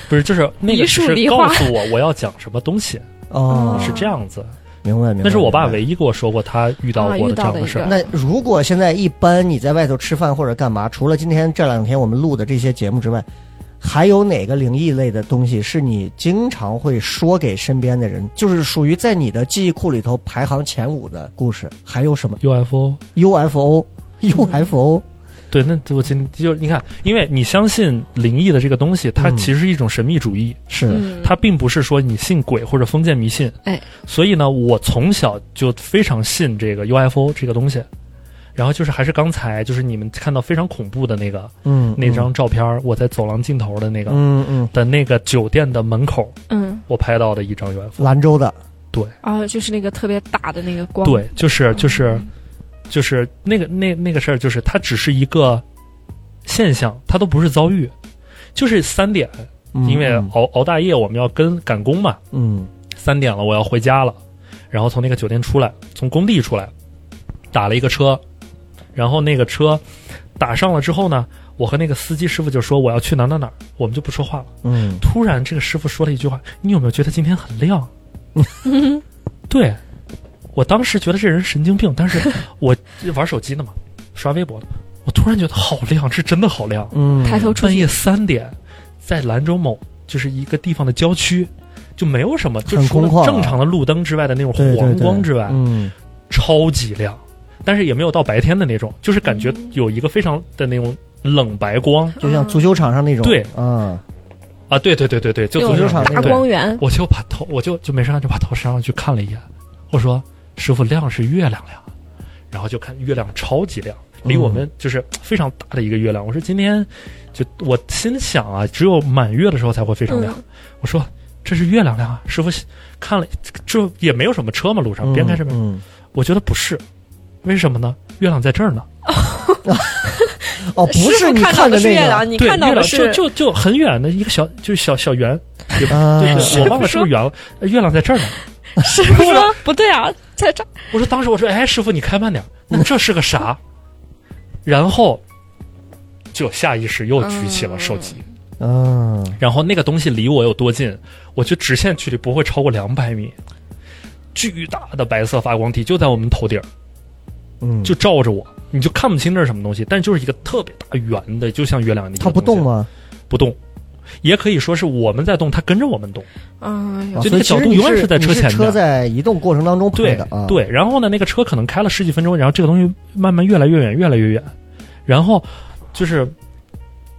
F: 不是，就是那
G: 梨
F: 个
G: 树
F: 是
G: 梨
F: 告
G: 花
F: 诉我我要讲什么东西，
G: 嗯
D: 哦，
F: 是这样子。
D: 明白明白。
F: 那是我爸
D: 明白
F: 唯一跟我说过他遇到
G: 啊
F: 过
G: 遇
F: 的这
G: 到
F: 样
G: 的
F: 的
G: 一
F: 事儿
G: 个。
D: 那如果现在一般你在外头吃饭或者干嘛，除了今天这两天我们录的这些节目之外，还有哪个灵异类的东西是你经常会说给身边的人，就是属于在你的记忆库里头排行前五的故事？还有什么
F: UFO，
D: UFO？UFO
F: 嗯
D: UFO
F: 对，那我今就你看，因为你相信灵异的这个东西，它
D: 嗯
F: 其实是一种神秘主义，
D: 是
G: 嗯，
F: 它并不是说你信鬼或者封建迷信。
G: 哎，
F: 所以呢，我从小就非常信这个 UFO 这个东西。然后就是还是刚才就是你们看到非常恐怖的那个
D: 嗯
F: 那张照片儿，我在走廊尽头的那个
D: 嗯嗯
F: 的那个酒店的门口，
G: 嗯，
F: 我拍到的一张 UFO。
D: 兰州的
G: 哦，就是那个特别大的那个光，
F: 对，
D: 嗯
F: 就是就是就是那个那那个事儿，就是它只是一个现象，它都不是遭遇。就是三点，
D: 嗯
F: 因为熬熬大夜，我们要跟赶工嘛，
D: 嗯
F: 三点了，我要回家了，然后从那个酒店出来，从工地出来，打了一个车，然后那个车打上了之后呢，我和那个司机师傅就说我要去哪儿哪儿哪儿，我们就不说话了。
D: 嗯
F: 突然，这个师傅说了一句话：“你有没有觉得今天 很亮？”对，我当时觉得这人神经病，但是我玩手机呢嘛，刷微博呢，我突然觉得好亮，这真的好亮。
D: 嗯
G: 抬头出
F: 半
G: 去，
F: 夜三点，在兰州某就是一个地方的郊区，就没有什么，就
D: 很
F: 除了
D: 空旷啊
F: 正常的路灯之外的那种
D: 对对
F: 黄
D: 对
F: 光之外，
D: 嗯
F: 超级亮，但是也没有到白天的那种，就是感觉
G: 嗯
F: 有一个非常的那种冷白光
D: 就像足球场上那种
F: 对
D: 啊
F: 啊，对对对对对，就
G: 那
F: 足
G: 种
F: 球
D: 大
F: 场
G: 大
F: 那个
G: 光源，
F: 我就把头，我就就没事干就把头伸上去看了一眼，我说：“师傅，亮是月亮亮。”然后就看月亮超级亮，离我
D: 嗯
F: 们就是非常大的一个月亮。我说今天就我心想啊，只有满月的时候才会非常
G: 嗯
F: 亮。我说这是月亮亮啊，师傅看了这也没有什么车嘛，路上边开车边，
D: 嗯
F: 我觉得不是，为什么呢？月亮在这儿呢。
D: 嗯哦不
G: 师
D: 是
G: 傅
D: 你
G: 看到
D: 看
G: 的
D: 的
G: 是
D: 那
G: 月
D: 个
G: 亮，你
F: 对，
G: 看到
F: 月
G: 的
F: 亮
G: 是
F: 就就就很远的一个小就是小小小圆，也不
D: 啊
F: 对，我忘了是不是圆了，呃月亮在这儿呢。
G: 师傅说不对啊，在这儿，
F: 我说当时我说，哎，师傅你开慢点儿， 那这是个啥？然后就下意识又举起了手机，
D: 嗯
F: 然后那个东西离我有多近？我觉得直线距离不会超过两百米，巨大的白色发光体就在我们头顶儿，
D: 嗯
F: 就照着我，你就看不清这是什么东西，但就是一个特别大圆的，就像月亮的一个
D: 它不
F: 东
D: 动
F: 西？
D: 吗？
F: 不动。也可以说是我们在动，它跟着我们动。
G: 嗯，
D: 啊
F: 就
D: 所
F: 那
D: 以
F: 个
D: 其
F: 角
D: 实
F: 度
D: 你
F: 永远
D: 是
F: 是在
D: 你
F: 车前
D: 车
F: 的
D: 在移动过程当中拍
F: 对
D: 的啊。，
F: 对，然后呢，那个车可能开了十几分钟，然后这个东西慢慢越来越远，越来越远。然后就是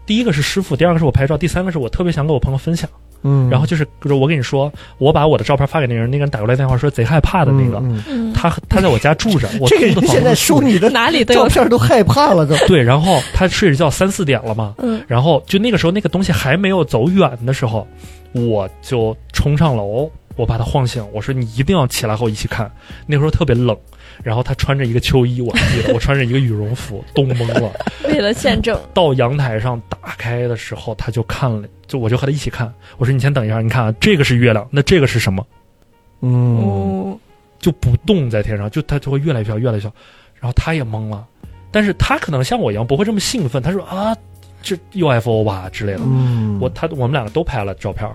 F: 第一个是师傅，第二个是我拍照，第三个是我特别想跟我朋友分享。
D: 嗯，
F: 然后就是就是我跟你说，我把我的照片发给那个人，那个人打过来电话说贼害怕的那个，
D: 嗯嗯
F: 他他在我家住着，我
D: 这个人
F: 租的房
D: 现在
F: 子
D: 收
F: 住着。
D: 你的
G: 哪里都
D: 照
G: 有，
D: 片都害怕 了都。
F: 对，然后他睡着觉三四点了嘛，
G: 嗯，
F: 然后就那个时候那个东西还没有走远的时候，我就冲上楼，我把他晃醒，我说你一定要起来和我一起看。那时候特别冷，然后他穿着一个秋衣，我记得我穿着一个羽绒服，冻懵了。
G: 为了见证，
F: 到阳台上打开的时候，他就看了，就我就和他一起看，我说你先等一下，你看啊，这个是月亮，那这个是什么？
D: 嗯，
G: 哦，
F: 就不动在天上，就它就会越来越小，越来越小，然后他也懵了，但是他可能像我一样不会这么兴奋，他说啊，这 UFO 吧之类的。
D: 嗯
F: 我他我们两个都拍了照片儿，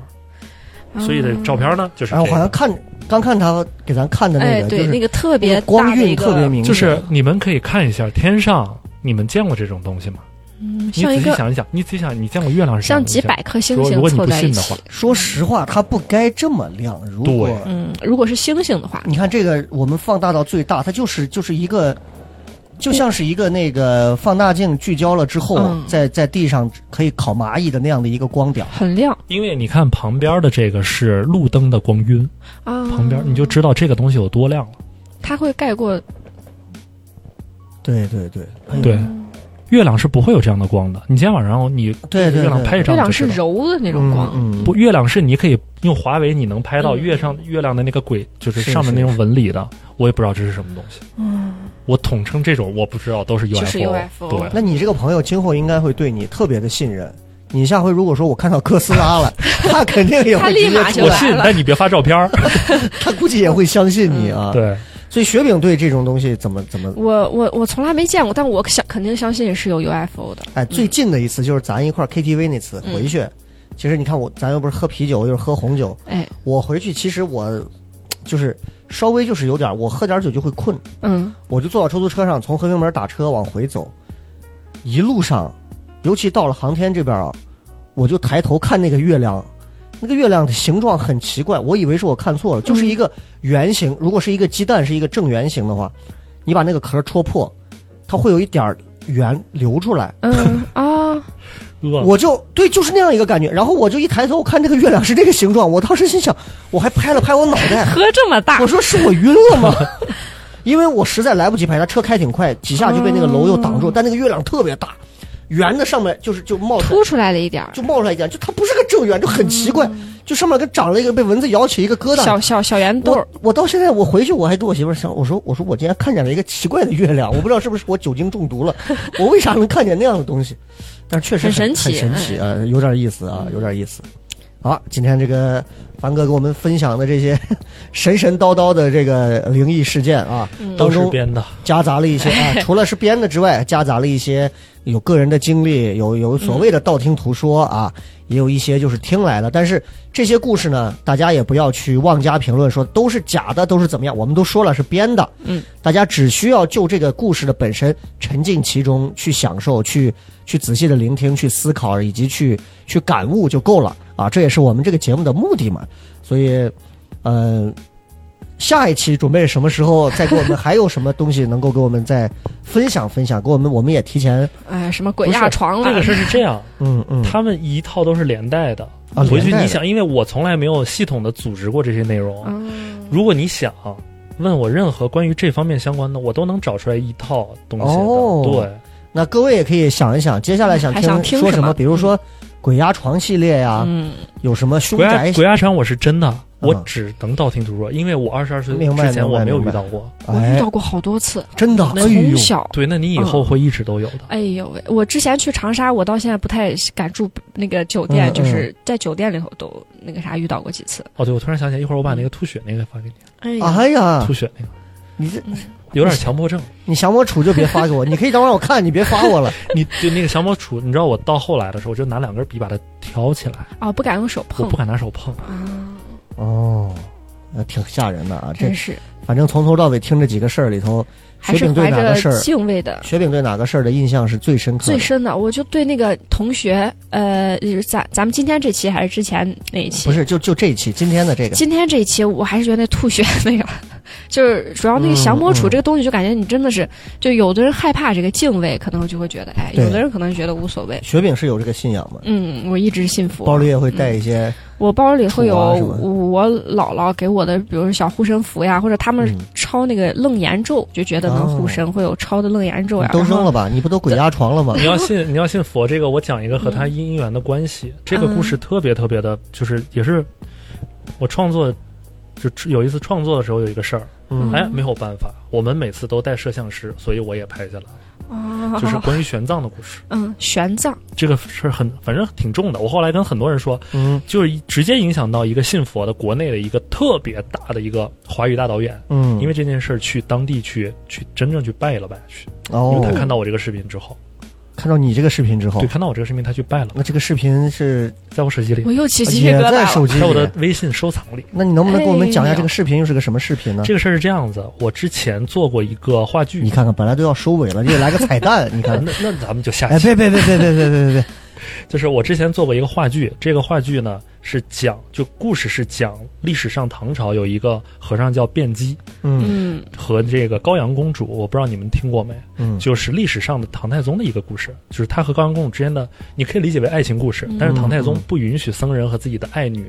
F: 所以的
G: 哦
F: 照片呢就是
D: 哎，
F: 这
D: 我
F: 个、
D: 好像看刚看他给咱看的那
G: 哎，
D: 个，就
G: 对，那
D: 是
G: 个特别
D: 光
G: 大的
D: 晕
G: 一
D: 特别
G: 个，嗯
D: 明显，
F: 就是你们可以看一下天上，你们见过这种东西吗？
G: 嗯
F: 你
G: 像
F: 仔
G: 一
F: 细
G: 个
F: 想一想，你仔细想，你见过月亮是什
G: 像
F: 么东西
G: 几
F: 吗
G: 百颗星
F: 如果
G: 星
F: 如果你
G: 凑
F: 不
G: 在一
F: 信的
G: 起
F: 话，，
D: 说实话，它不该这么亮。如果
F: 对
G: 嗯，如果是星星的话，
D: 你看这个，我们放大到最大，它就是就是一个。就像是一个那个放大镜聚焦了之后，
G: 嗯
D: 在在地上可以烤蚂蚁的那样的一个光点儿，
G: 很亮
F: 因为你看旁边的这个是路灯的光晕，
G: 啊，
F: 旁边你就知道这个东西有多亮了。
G: 它会盖过，
D: 对对对，
E: 嗯
D: 哎
F: 对，月亮是不会有这样的光的。你今天晚上你
D: 对对，
F: 月亮
D: 对
F: 拍一
G: 月
F: 张
G: 亮
F: 就是知道
G: 柔的那种
D: 嗯
G: 光，
D: 嗯，
F: 不，
E: 嗯
F: 月亮是你可以用华为，你能拍到月上月亮的那个轨，就是
D: 是
F: 上面那种纹理的。我也不知道这是什么东西。我统称这种我不知道都是 UFO，,
E: 嗯就是 UFO
F: 对，
D: 那你这个朋友今后应该会对你特别的信任。你下回如果说我看到哥斯拉了，他肯定也会
E: 他立
D: 直接
E: 马就
D: 出
F: 我
D: 来，
F: 信，但你别发照 片儿。
D: 他估计也会相信你啊。，
F: 对，
D: 所以雪饼对这种东西怎么怎么？
E: 我我我从来没见过，但我想肯定相信是有 UFO 的。
D: 哎，最近的一次就是咱一块儿 KTV 那次回去，其实你看我，咱又不是喝啤酒，又是喝红酒，
E: 哎，
D: 我回去其实我就是稍微就是有点儿，我喝点儿酒就会困，
E: 嗯，
D: 我就坐到出租车上，从和平门打车往回走，一路上，尤其到了航天这边啊，我就抬头看那个月亮，那个月亮的形状很奇怪，我以为是我看错了，就是一个圆形。如果是一个鸡蛋是一个正圆形的话，你把那个壳戳破，它会有一点儿圆流出来。
E: 嗯啊，
F: 饿了
D: 我就对，就是那样一个感觉。然后我就一抬头看这个月亮是这个形状，我当时心想，我还拍了拍我脑袋，
E: 喝这么大
D: 我，说是我晕了吗？因为我实在来不及拍，他车开挺快，几下就被那个楼又挡住。但那个月亮特别大，圆的上面就是就冒出来
E: 凸出来了一点儿，
D: 就冒出来一点，就它不是个正圆，就很奇怪，就上面跟长了一个被蚊子咬起一个疙瘩。
E: 小小小圆豆儿
D: 我。我到现在我回去我还跟我媳妇儿想，我说我说我今天看见了一个奇怪的月亮，我不知道是不是我酒精中 毒了，我为啥能看见那样的东西？但是确实
E: 很
D: 很
E: 神奇嗯
D: 很神奇啊，有点意思啊，有点意思。好，今天这个凡哥给我们分享的这些 神神叨叨的这个灵异事件啊，当
E: 嗯
F: 都是
D: 中
F: 编的，
D: 夹杂了一些啊，除了是编的之外，夹杂了一些有个人的经历，有有所谓的道听途说啊，也有一些就是听来的。但是这些故事呢，大家也不要去妄加评论，说都是假的，都是怎么样。我们都说了是编的，
E: 嗯，
D: 大家只需要就这个故事的本身沉浸其中，去享受，去去仔细的聆听，去思考，以及去去感悟就够了啊。这也是我们这个节目的目的嘛。所以，呃，下一期准备什么时候再给我们还有什么东西能够给我们再分享分享？给我们我们也提前，
E: 哎，什么鬼
F: 不是
E: 压床
F: 这
E: 了
F: 个？事是这样，
D: 嗯嗯，
F: 他们一套都是连带的。
D: 啊
F: 回去
D: 连带的
F: 你想，因为我从来没有系统的组织过这些内容，
E: 嗯
F: 如果你想问我任何关于这方面相关的，我都能找出来一套东西的。
D: 哦
F: 对，
D: 那各位也可以想一想，接下来想
E: 还
D: 听
E: 想听
D: 说
E: 什么
D: 比如说鬼压床系列呀、
E: 嗯，
D: 有什么凶
F: 鬼压
D: 宅
F: 鬼压床我是真的，我
D: 嗯
F: 只能道听途说，因为我二十二岁
D: 明白
F: 之前
D: 明白
F: 我没有
D: 明
F: 遇
D: 白
F: 到过。
E: 我遇
D: 哎
E: 到，过好多次，
D: 真的，哎
E: 从
D: 呦，
E: 小。
F: 对，那你以
D: 嗯
F: 后会一直都有的。
E: 哎呦喂！我之前去长沙，我到现在不太敢住那个酒店，
D: 嗯
E: 就是在酒店里头都那个啥遇到过几次。
F: 哦，对，我突然想起来，一会儿我把那个吐血那个发给你，
E: 哎
D: 哎呀
F: 吐，血那个
D: 你这
F: 有点 强迫症。
D: 你降魔杵就别发给 我，你可以当让我看，你别发 我了。
F: 你对那个降魔杵，你知道我到后来的时候，我就拿两根笔把它挑起来，
E: 哦，不敢用手
F: 我
E: 碰
F: 不敢拿手碰。
E: 啊，
D: 哦，呃挺吓人的啊，这
E: 真是
D: 反正从头到尾听这几个事儿里头，
E: 还
D: 雪
E: 是
D: 饼对
E: 怀
D: 哪个
E: 着
D: 事儿，
E: 敬畏的。
D: 雪饼对哪个事儿的印象是最深刻
E: 最
D: 的？
E: 深的，我就对那个同学，呃，就是咱咱们今天这期还是之前那一期？
D: 不是，就就这一期今天的这个，
E: 今天这一期，我还是觉得那吐血那个， 就是主要那个降魔
D: 嗯
E: 杵
D: 嗯
E: 这个东西，就感觉你真的是，就有的人害怕这个敬畏，可能就会觉得，哎，
D: 对
E: 有的人可能觉得无所谓。
D: 雪饼是有这个信仰吗？
E: 嗯，我一直信佛。
D: 包里也会带一些，
E: 我包里会有
D: 杵啊是吧
E: 我姥姥给我的，比如小护身符呀，或者他们
D: 嗯哦
E: 抄那个楞严咒，就觉得能护身，会有抄的楞严咒
D: 嗯
E: 呀
D: 你。都
E: 然后
D: 扔了吧？你不都鬼压床了吗
F: 你？要信，你要信佛这个，我讲一个和
E: 嗯
F: 他因缘的关系。这个故事特别特别的，就是也是我创作，就有一次创作的时候有一个事儿，
D: 嗯
F: 哎，没有办法，我们每次都带摄像师，所以我也拍下来，
E: 啊，
F: 就是关于玄奘的故事。
E: 嗯，玄奘，
F: 这个事儿很，反正挺重的。我后来跟很多人说，
D: 嗯
F: 就是直接影响到一个信佛的国内的一个特别大的一个华语大导演，
D: 嗯，
F: 因为这件事儿去当地去去真正去拜了拜去，因
D: 哦
F: 为，他看到我这个视频之后，
D: 看到你这个视频之后
F: 对，，看到我这个视频他去拜了，
D: 那这个视频是
F: 在我手机里
E: 我，又起鸡皮
D: 也
E: 疙瘩
D: 在
E: 了。
D: 手机
F: 在我的
D: 里。
F: 微信收藏里。
D: 那你能不能给我们讲一下
E: 哎呀
D: 这个视频又是个什么视频呢？
F: 这个事儿是这样子，我之前做过一个话剧，
D: 嗯你看看，本来都要收尾了，又来个彩蛋，你
F: 啊
D: 看。
F: 那那咱们就下
D: 哎，
F: 期。
D: 别别别别别别别别别！
F: 就是我之前做过一个话剧，这个话剧呢是讲，就故事是讲历史上唐朝有一个和尚叫辩机
D: 嗯
E: 嗯，
F: 和这个高阳公主，我不知道你们听过没，
D: 嗯，
F: 就是历史上的唐太宗的一个故事，就是他和高阳公主之间的，你可以理解为爱情故
E: 嗯
F: 事，但是唐太宗不允许僧人和自己的爱女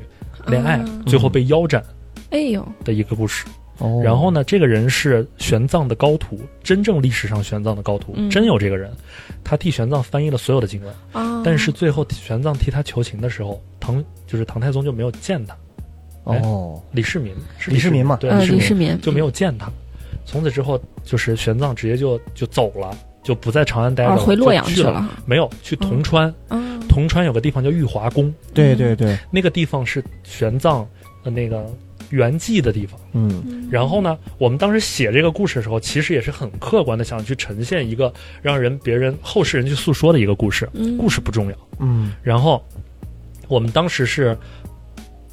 F: 恋爱，
E: 嗯
F: 最后被腰斩
E: 哎呦，
F: 的一个故事。
E: 嗯
D: 哦
F: 然后呢，这个人是玄奘的高徒，真正历史上玄奘的高徒，
E: 嗯
F: 真有这个人，他替玄奘翻译了所有的经文，
E: 啊，
F: 但是最后玄奘替他求情的时候，唐就是唐太宗就没有见他，
D: 哦，
F: 李世民是
D: 李世民嘛
F: 对，
E: 呃，
F: 世
E: 李世民
F: 就没有见他。从此之后，就是玄奘直接就就走了，就不在长安待着
E: 啊，
F: 了，
E: 回洛阳
F: 就
E: 去
F: 去了。
E: 了。
F: 没有去铜川，
E: 嗯，
F: 铜川有个地方叫玉华宫，
D: 对对对，
F: 那个地方是玄奘的那个圆寂的地方。
D: 嗯
F: 然后呢，我们当时写这个故事的时候，其实也是很客观的想去呈现一个让人别人后世人去诉说的一个故事。
E: 嗯
F: 故事不重要，
D: 嗯
F: 然后我们当时是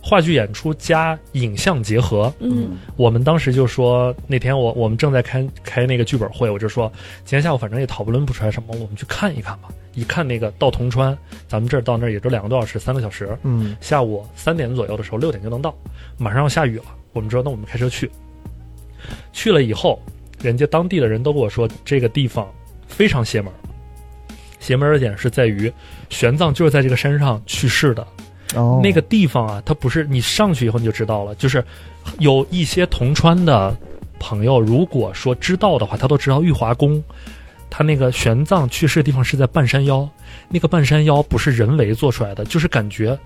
F: 话剧演出加影像结合。
E: 嗯
F: 我们当时就说，那天我我们正在开开那个剧本会，我就说今天下午反正也讨论不出来什么，我们去看一看吧。一看那个到铜川，咱们这儿到那儿也就两个多小时，三个小时。
D: 嗯
F: 下午三点左右的时候，六点就能到。马上要下雨了，我们说那我们开车去。去了以后，人家当地的人都跟我说，这个地方非常邪门儿。邪门儿的点是在于，玄奘就是在这个山上去世的。
D: 哦，
F: 那个地方啊，它不是你上去以后你就知道了，就是有一些铜川的朋友，如果说知道的话，他都知道玉华宫，他那个玄奘去世的地方是在半山腰，那个半山腰不是人为做出来的，就是感觉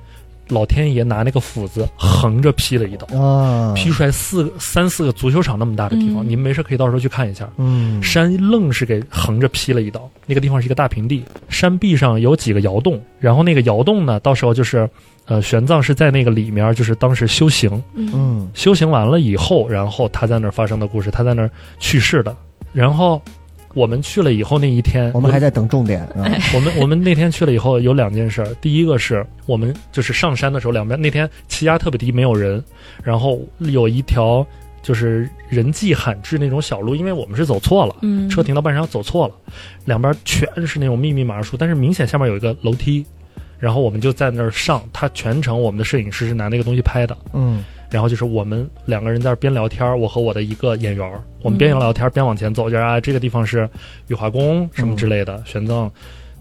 F: 老天爷拿那个斧子横着劈了一刀，
D: 啊，
F: 劈出来四个三四个足球场那么大的地方，你们没事可以到时候去看一下。
D: 嗯
F: 山愣是给横着劈了一刀。那个地方是一个大平地，山壁上有几个窑洞，然后那个窑洞呢，到时候就是，呃，玄奘是在那个里面，就是当时修行，
D: 嗯
F: 修行完了以后，然后他在那儿发生的故事，他在那儿去世的。然后我们去了以后那一天，
D: 我们还在等重点啊，
E: 哎
F: 我们我们那天去了以后有两件事儿，第一个是我们就是上山的时候，两边那天气压特别低，没有人，然后有一条就是人迹罕至那种小路，因为我们是走错了，
E: 嗯
F: 车停到半山腰走错了，两边全是那种密密麻麻树，但是明显下面有一个楼梯，然后我们就在那儿上，它全程我们的摄影师是拿那个东西拍的，
D: 嗯
F: 然后就是我们两个人在那儿边聊天儿，我和我的一个演员儿，我们边聊天儿边往前走，就是啊，这个地方是雨华宫什么之类的，玄奘，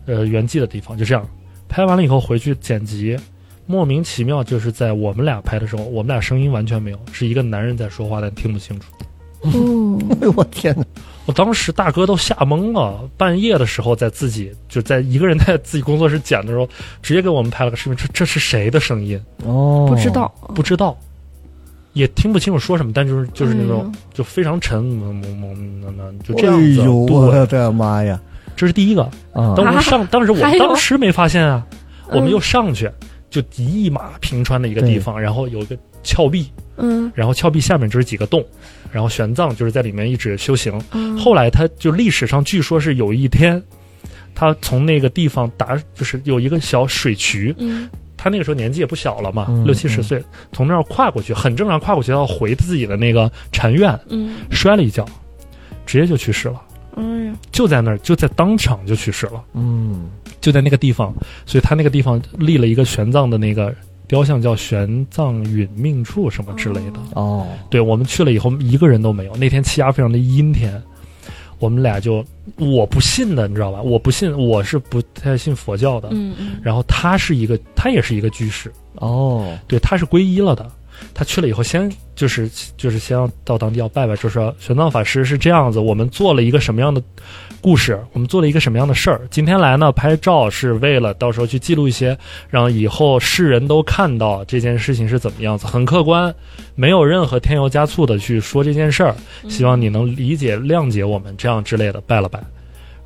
F: 呃，圆寂的地方，就这样。拍完了以后回去剪辑，莫名其妙就是在我们俩拍的时候，我们俩声音完全没有，是一个男人在说话，但听不清楚。
E: 哦
D: 哎呦我天哪，
F: 我当时大哥都吓懵了，半夜的时候在自己就在一个人在自己工作室剪的时候，直接给我们拍了个视频，这这是谁的声音？
D: 哦，
E: 不知道，
F: 不知道，也听不清楚说什么，但就是就是那种、
E: 哎呦
F: 就非常沉，蒙蒙蒙那那就
D: 哎
F: 这样子。
D: 呦我
F: 对，
D: 的这妈呀
F: 这是第一个。
D: 啊
F: 等我们上，当时我
E: 还有
F: 当时没发现啊，
E: 嗯
F: 我们又上去，就一马平川的一个地方，然后有一个峭壁，
E: 嗯
F: 然后峭壁下面就是几个洞，然后玄奘就是在里面一直修行。
E: 嗯
F: 后来他就历史上据说是有一天，他从那个地方打，就是有一个小水渠，
E: 嗯
F: 他那个时候年纪也不小了嘛，
D: 嗯
F: 六七十
D: 嗯
F: 岁，从那儿跨过去，很正常，跨过去要回自己的那个禅院，
E: 嗯，
F: 摔了一跤，直接就去世了，
E: 哎呀，
F: 就在那儿，就在当场就去世了，
D: 嗯
F: 就在那个地方，所以他那个地方立了一个玄奘的那个雕像，叫玄奘殒命处什么之类的。
D: 哦
F: 对我们去了以后，一个人都没有。那天气压非常的阴天，我们俩就我不信的，你知道吧？我不信，我是不太信佛教的。
E: 嗯嗯
F: 然后他是一个，他也是一个居士，
D: 哦
F: 对，他是皈依了的。他去了以后先，就是就是先要到当地要拜拜，就说玄奘法师是这样子，我们做了一个什么样的故事，我们做了一个什么样的事儿。今天来呢，拍照是为了到时候去记录一些，让以后世人都看到这件事情是怎么样子，很客观，没有任何添油加醋的去说这件事儿。
E: 嗯
F: 希望你能理解谅解我们这样之类的，拜了拜，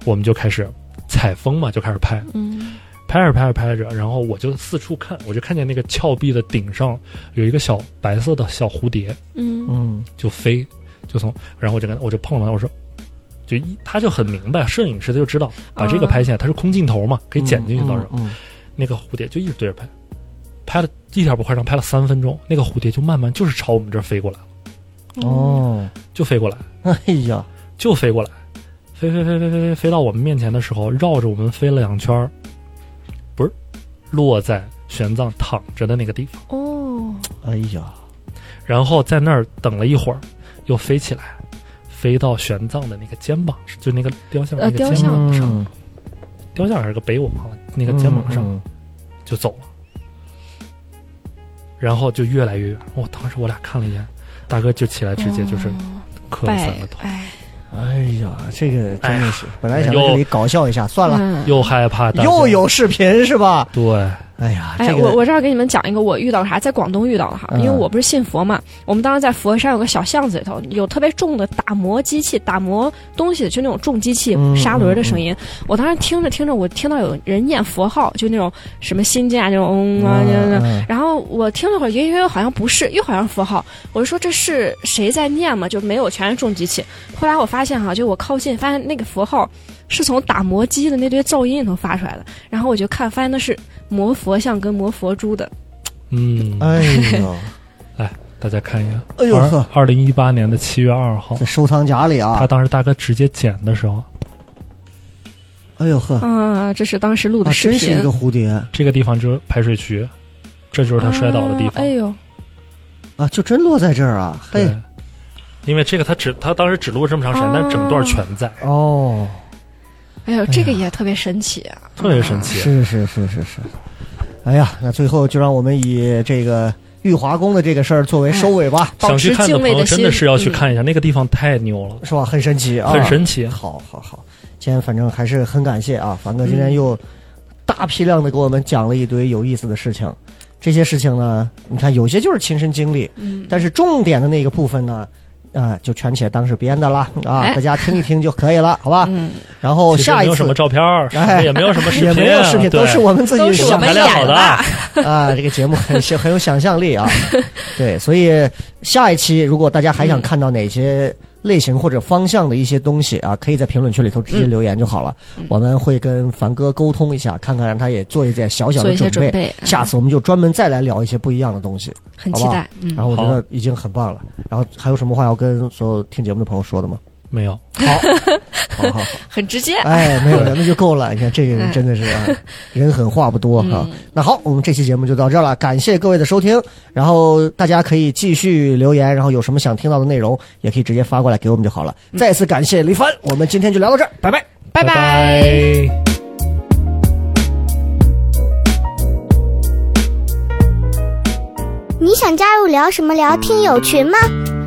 F: 我们就开始采风嘛，就开始拍。
E: 嗯
F: 拍着拍着拍着，然后我就四处看，我就看见那个峭壁的顶上有一个小白色的小蝴蝶，
E: 嗯
D: 嗯
F: 就飞，就从，然后我就跟我就碰了它，我说，就一他就很明白，摄影师他就知道把这个拍下来，它是空镜头嘛，可以剪进去到时
D: 啊
F: 候，
D: 嗯嗯
F: 那个蝴蝶就一直对着拍，拍了一点不夸张，拍了三分钟，那个蝴蝶就慢慢就是朝我们这儿飞过来了，
D: 嗯哦
F: 就飞过来，
D: 哎呀
F: 就飞过来，飞飞飞飞飞飞飞到我们面前的时候，绕着我们飞了两圈儿，不是，落在玄奘躺着的那个地方，
E: 哦，
D: 哎呀
F: 然后在那儿等了一会儿，又飞起来，飞到玄奘的那个肩膀，就那个雕像的
E: 呃
F: 那个肩
E: 雕像
F: 膀上，
D: 嗯
F: 雕像还是个北我忘了，那个肩膀上
D: 嗯
F: 就走了，然后就越来越远。我、当时我俩看了一眼，大哥就起来直接就是
E: 哦
F: 磕了三个头。
E: 哎，
D: 哎呀，这个真的是，本来想在
F: 哎又啊
D: 这里搞笑一下，算了，
E: 嗯
F: 又害怕，
D: 又有视频是吧？
F: 对，
D: 哎哎呀，
E: 哎，
D: 这
E: 我
D: 个
E: 我这儿给你们讲一个我遇到啥，在广东遇到的哈，因为
D: 嗯
E: 我不是信佛嘛，我们当时在佛山有个小巷子里头，有特别重的打磨机器，打磨东西的就那种重机器
D: 嗯
E: 砂轮的声音。我当时听着听着，我听到有人念佛号，就那种什么心经啊，那种嗡啊，那那。
D: 嗯
E: 然后我听了会儿，隐隐约约好像不是，又好像是佛号。我就说这是谁在念嘛？就没有，全是重机器。后来我发现哈、就我靠近，发现那个佛号是从打磨机的那堆噪音里头发出来的。然后我就看，发现那是磨佛像跟磨佛 珠的。
F: 嗯，
D: 哎 呦，
F: 大家看一下，
D: 哎呦呵，
F: 二零一八年的七月二号
D: 在，收藏夹里啊
F: 他，当时大哥直接剪的时候，
D: 哎呦呵，啊，
E: 啊，这是当时录的视
D: 真是
E: 频。
D: 一个蝴蝶
F: 这个地方就是排水渠，这就是他摔倒的地
E: 啊哎
F: 方。
E: 呦，
D: 啊，就真落在这儿啊，嘿
F: 对，，因为这个他只他当时只录了这么长时间，但是整段全在，
D: 哦，
E: 哎呦，这个也特别神奇啊！
F: 特别神奇。
D: 是是是是是，哎呀，那最后就让我们以这个玉华宫的这个事儿作为收尾吧，
E: 保
F: 想
E: 持
F: 去看
E: 敬
F: 朋
E: 畏
F: 友
E: 的心，
F: 真
D: 嗯
F: 的是要去看一下，那个地方太牛了，
D: 是吧？很神奇啊，
F: 很神奇。
D: 好好好，今天反正还是很感谢啊，凡哥今天又大批量的给我们讲了一堆有意思的事情。这些事情呢，你看有些就是亲身经历，
E: 嗯。
D: 但是重点的那个部分呢，啊、就全且当是编的啦啊，
E: 哎
D: 大家听一听就可以了，好吧？
E: 嗯，
D: 然后
F: 其实
D: 下
F: 没
D: 一
F: 有
D: 次
F: 什么照片儿，
D: 哎
F: 也没有什么视频
D: 也
F: 啊，
D: 没有视频，
F: 对
D: 都是我们自己
E: 都是我
D: 想
E: 们
F: 想材料好
E: 演
F: 的啊
E: 的，
D: 啊，这个节目很想很有想象力啊。对，所以下一期如果大家还想看到哪些类型或者方向的一些东西啊，可以在评论区里头
E: 嗯
D: 直接留言就好了。我们会跟凡哥沟通一下，看看让他也做一点小小
E: 做
D: 的
E: 一些
D: 准
E: 准
D: 备。
E: 备，
D: 下次我们就专门再来聊一些不一样的东西，
E: 很
D: 好
E: 期
D: 不好
E: 待。嗯，
D: 然后我觉
F: 好
D: 得已经很棒了。然后还有什么话要跟所有听节目的朋友说的吗？
F: 没有。
D: 好好好，
E: 很直接。嗯
D: 哎，没有 了，那就够了。你看这个人真的是啊， 人狠话不多哈、那好，我们这期节目就到这儿了，感谢各位的收听。然后大家可以继续留言，然后有什么想听到的内容，也可以直接发过来给我们就好了。再次感谢黎凡，我们今天就聊到这儿，拜拜。
E: 嗯拜
F: 拜
E: 拜。
A: 你想加入聊什么聊听友群吗？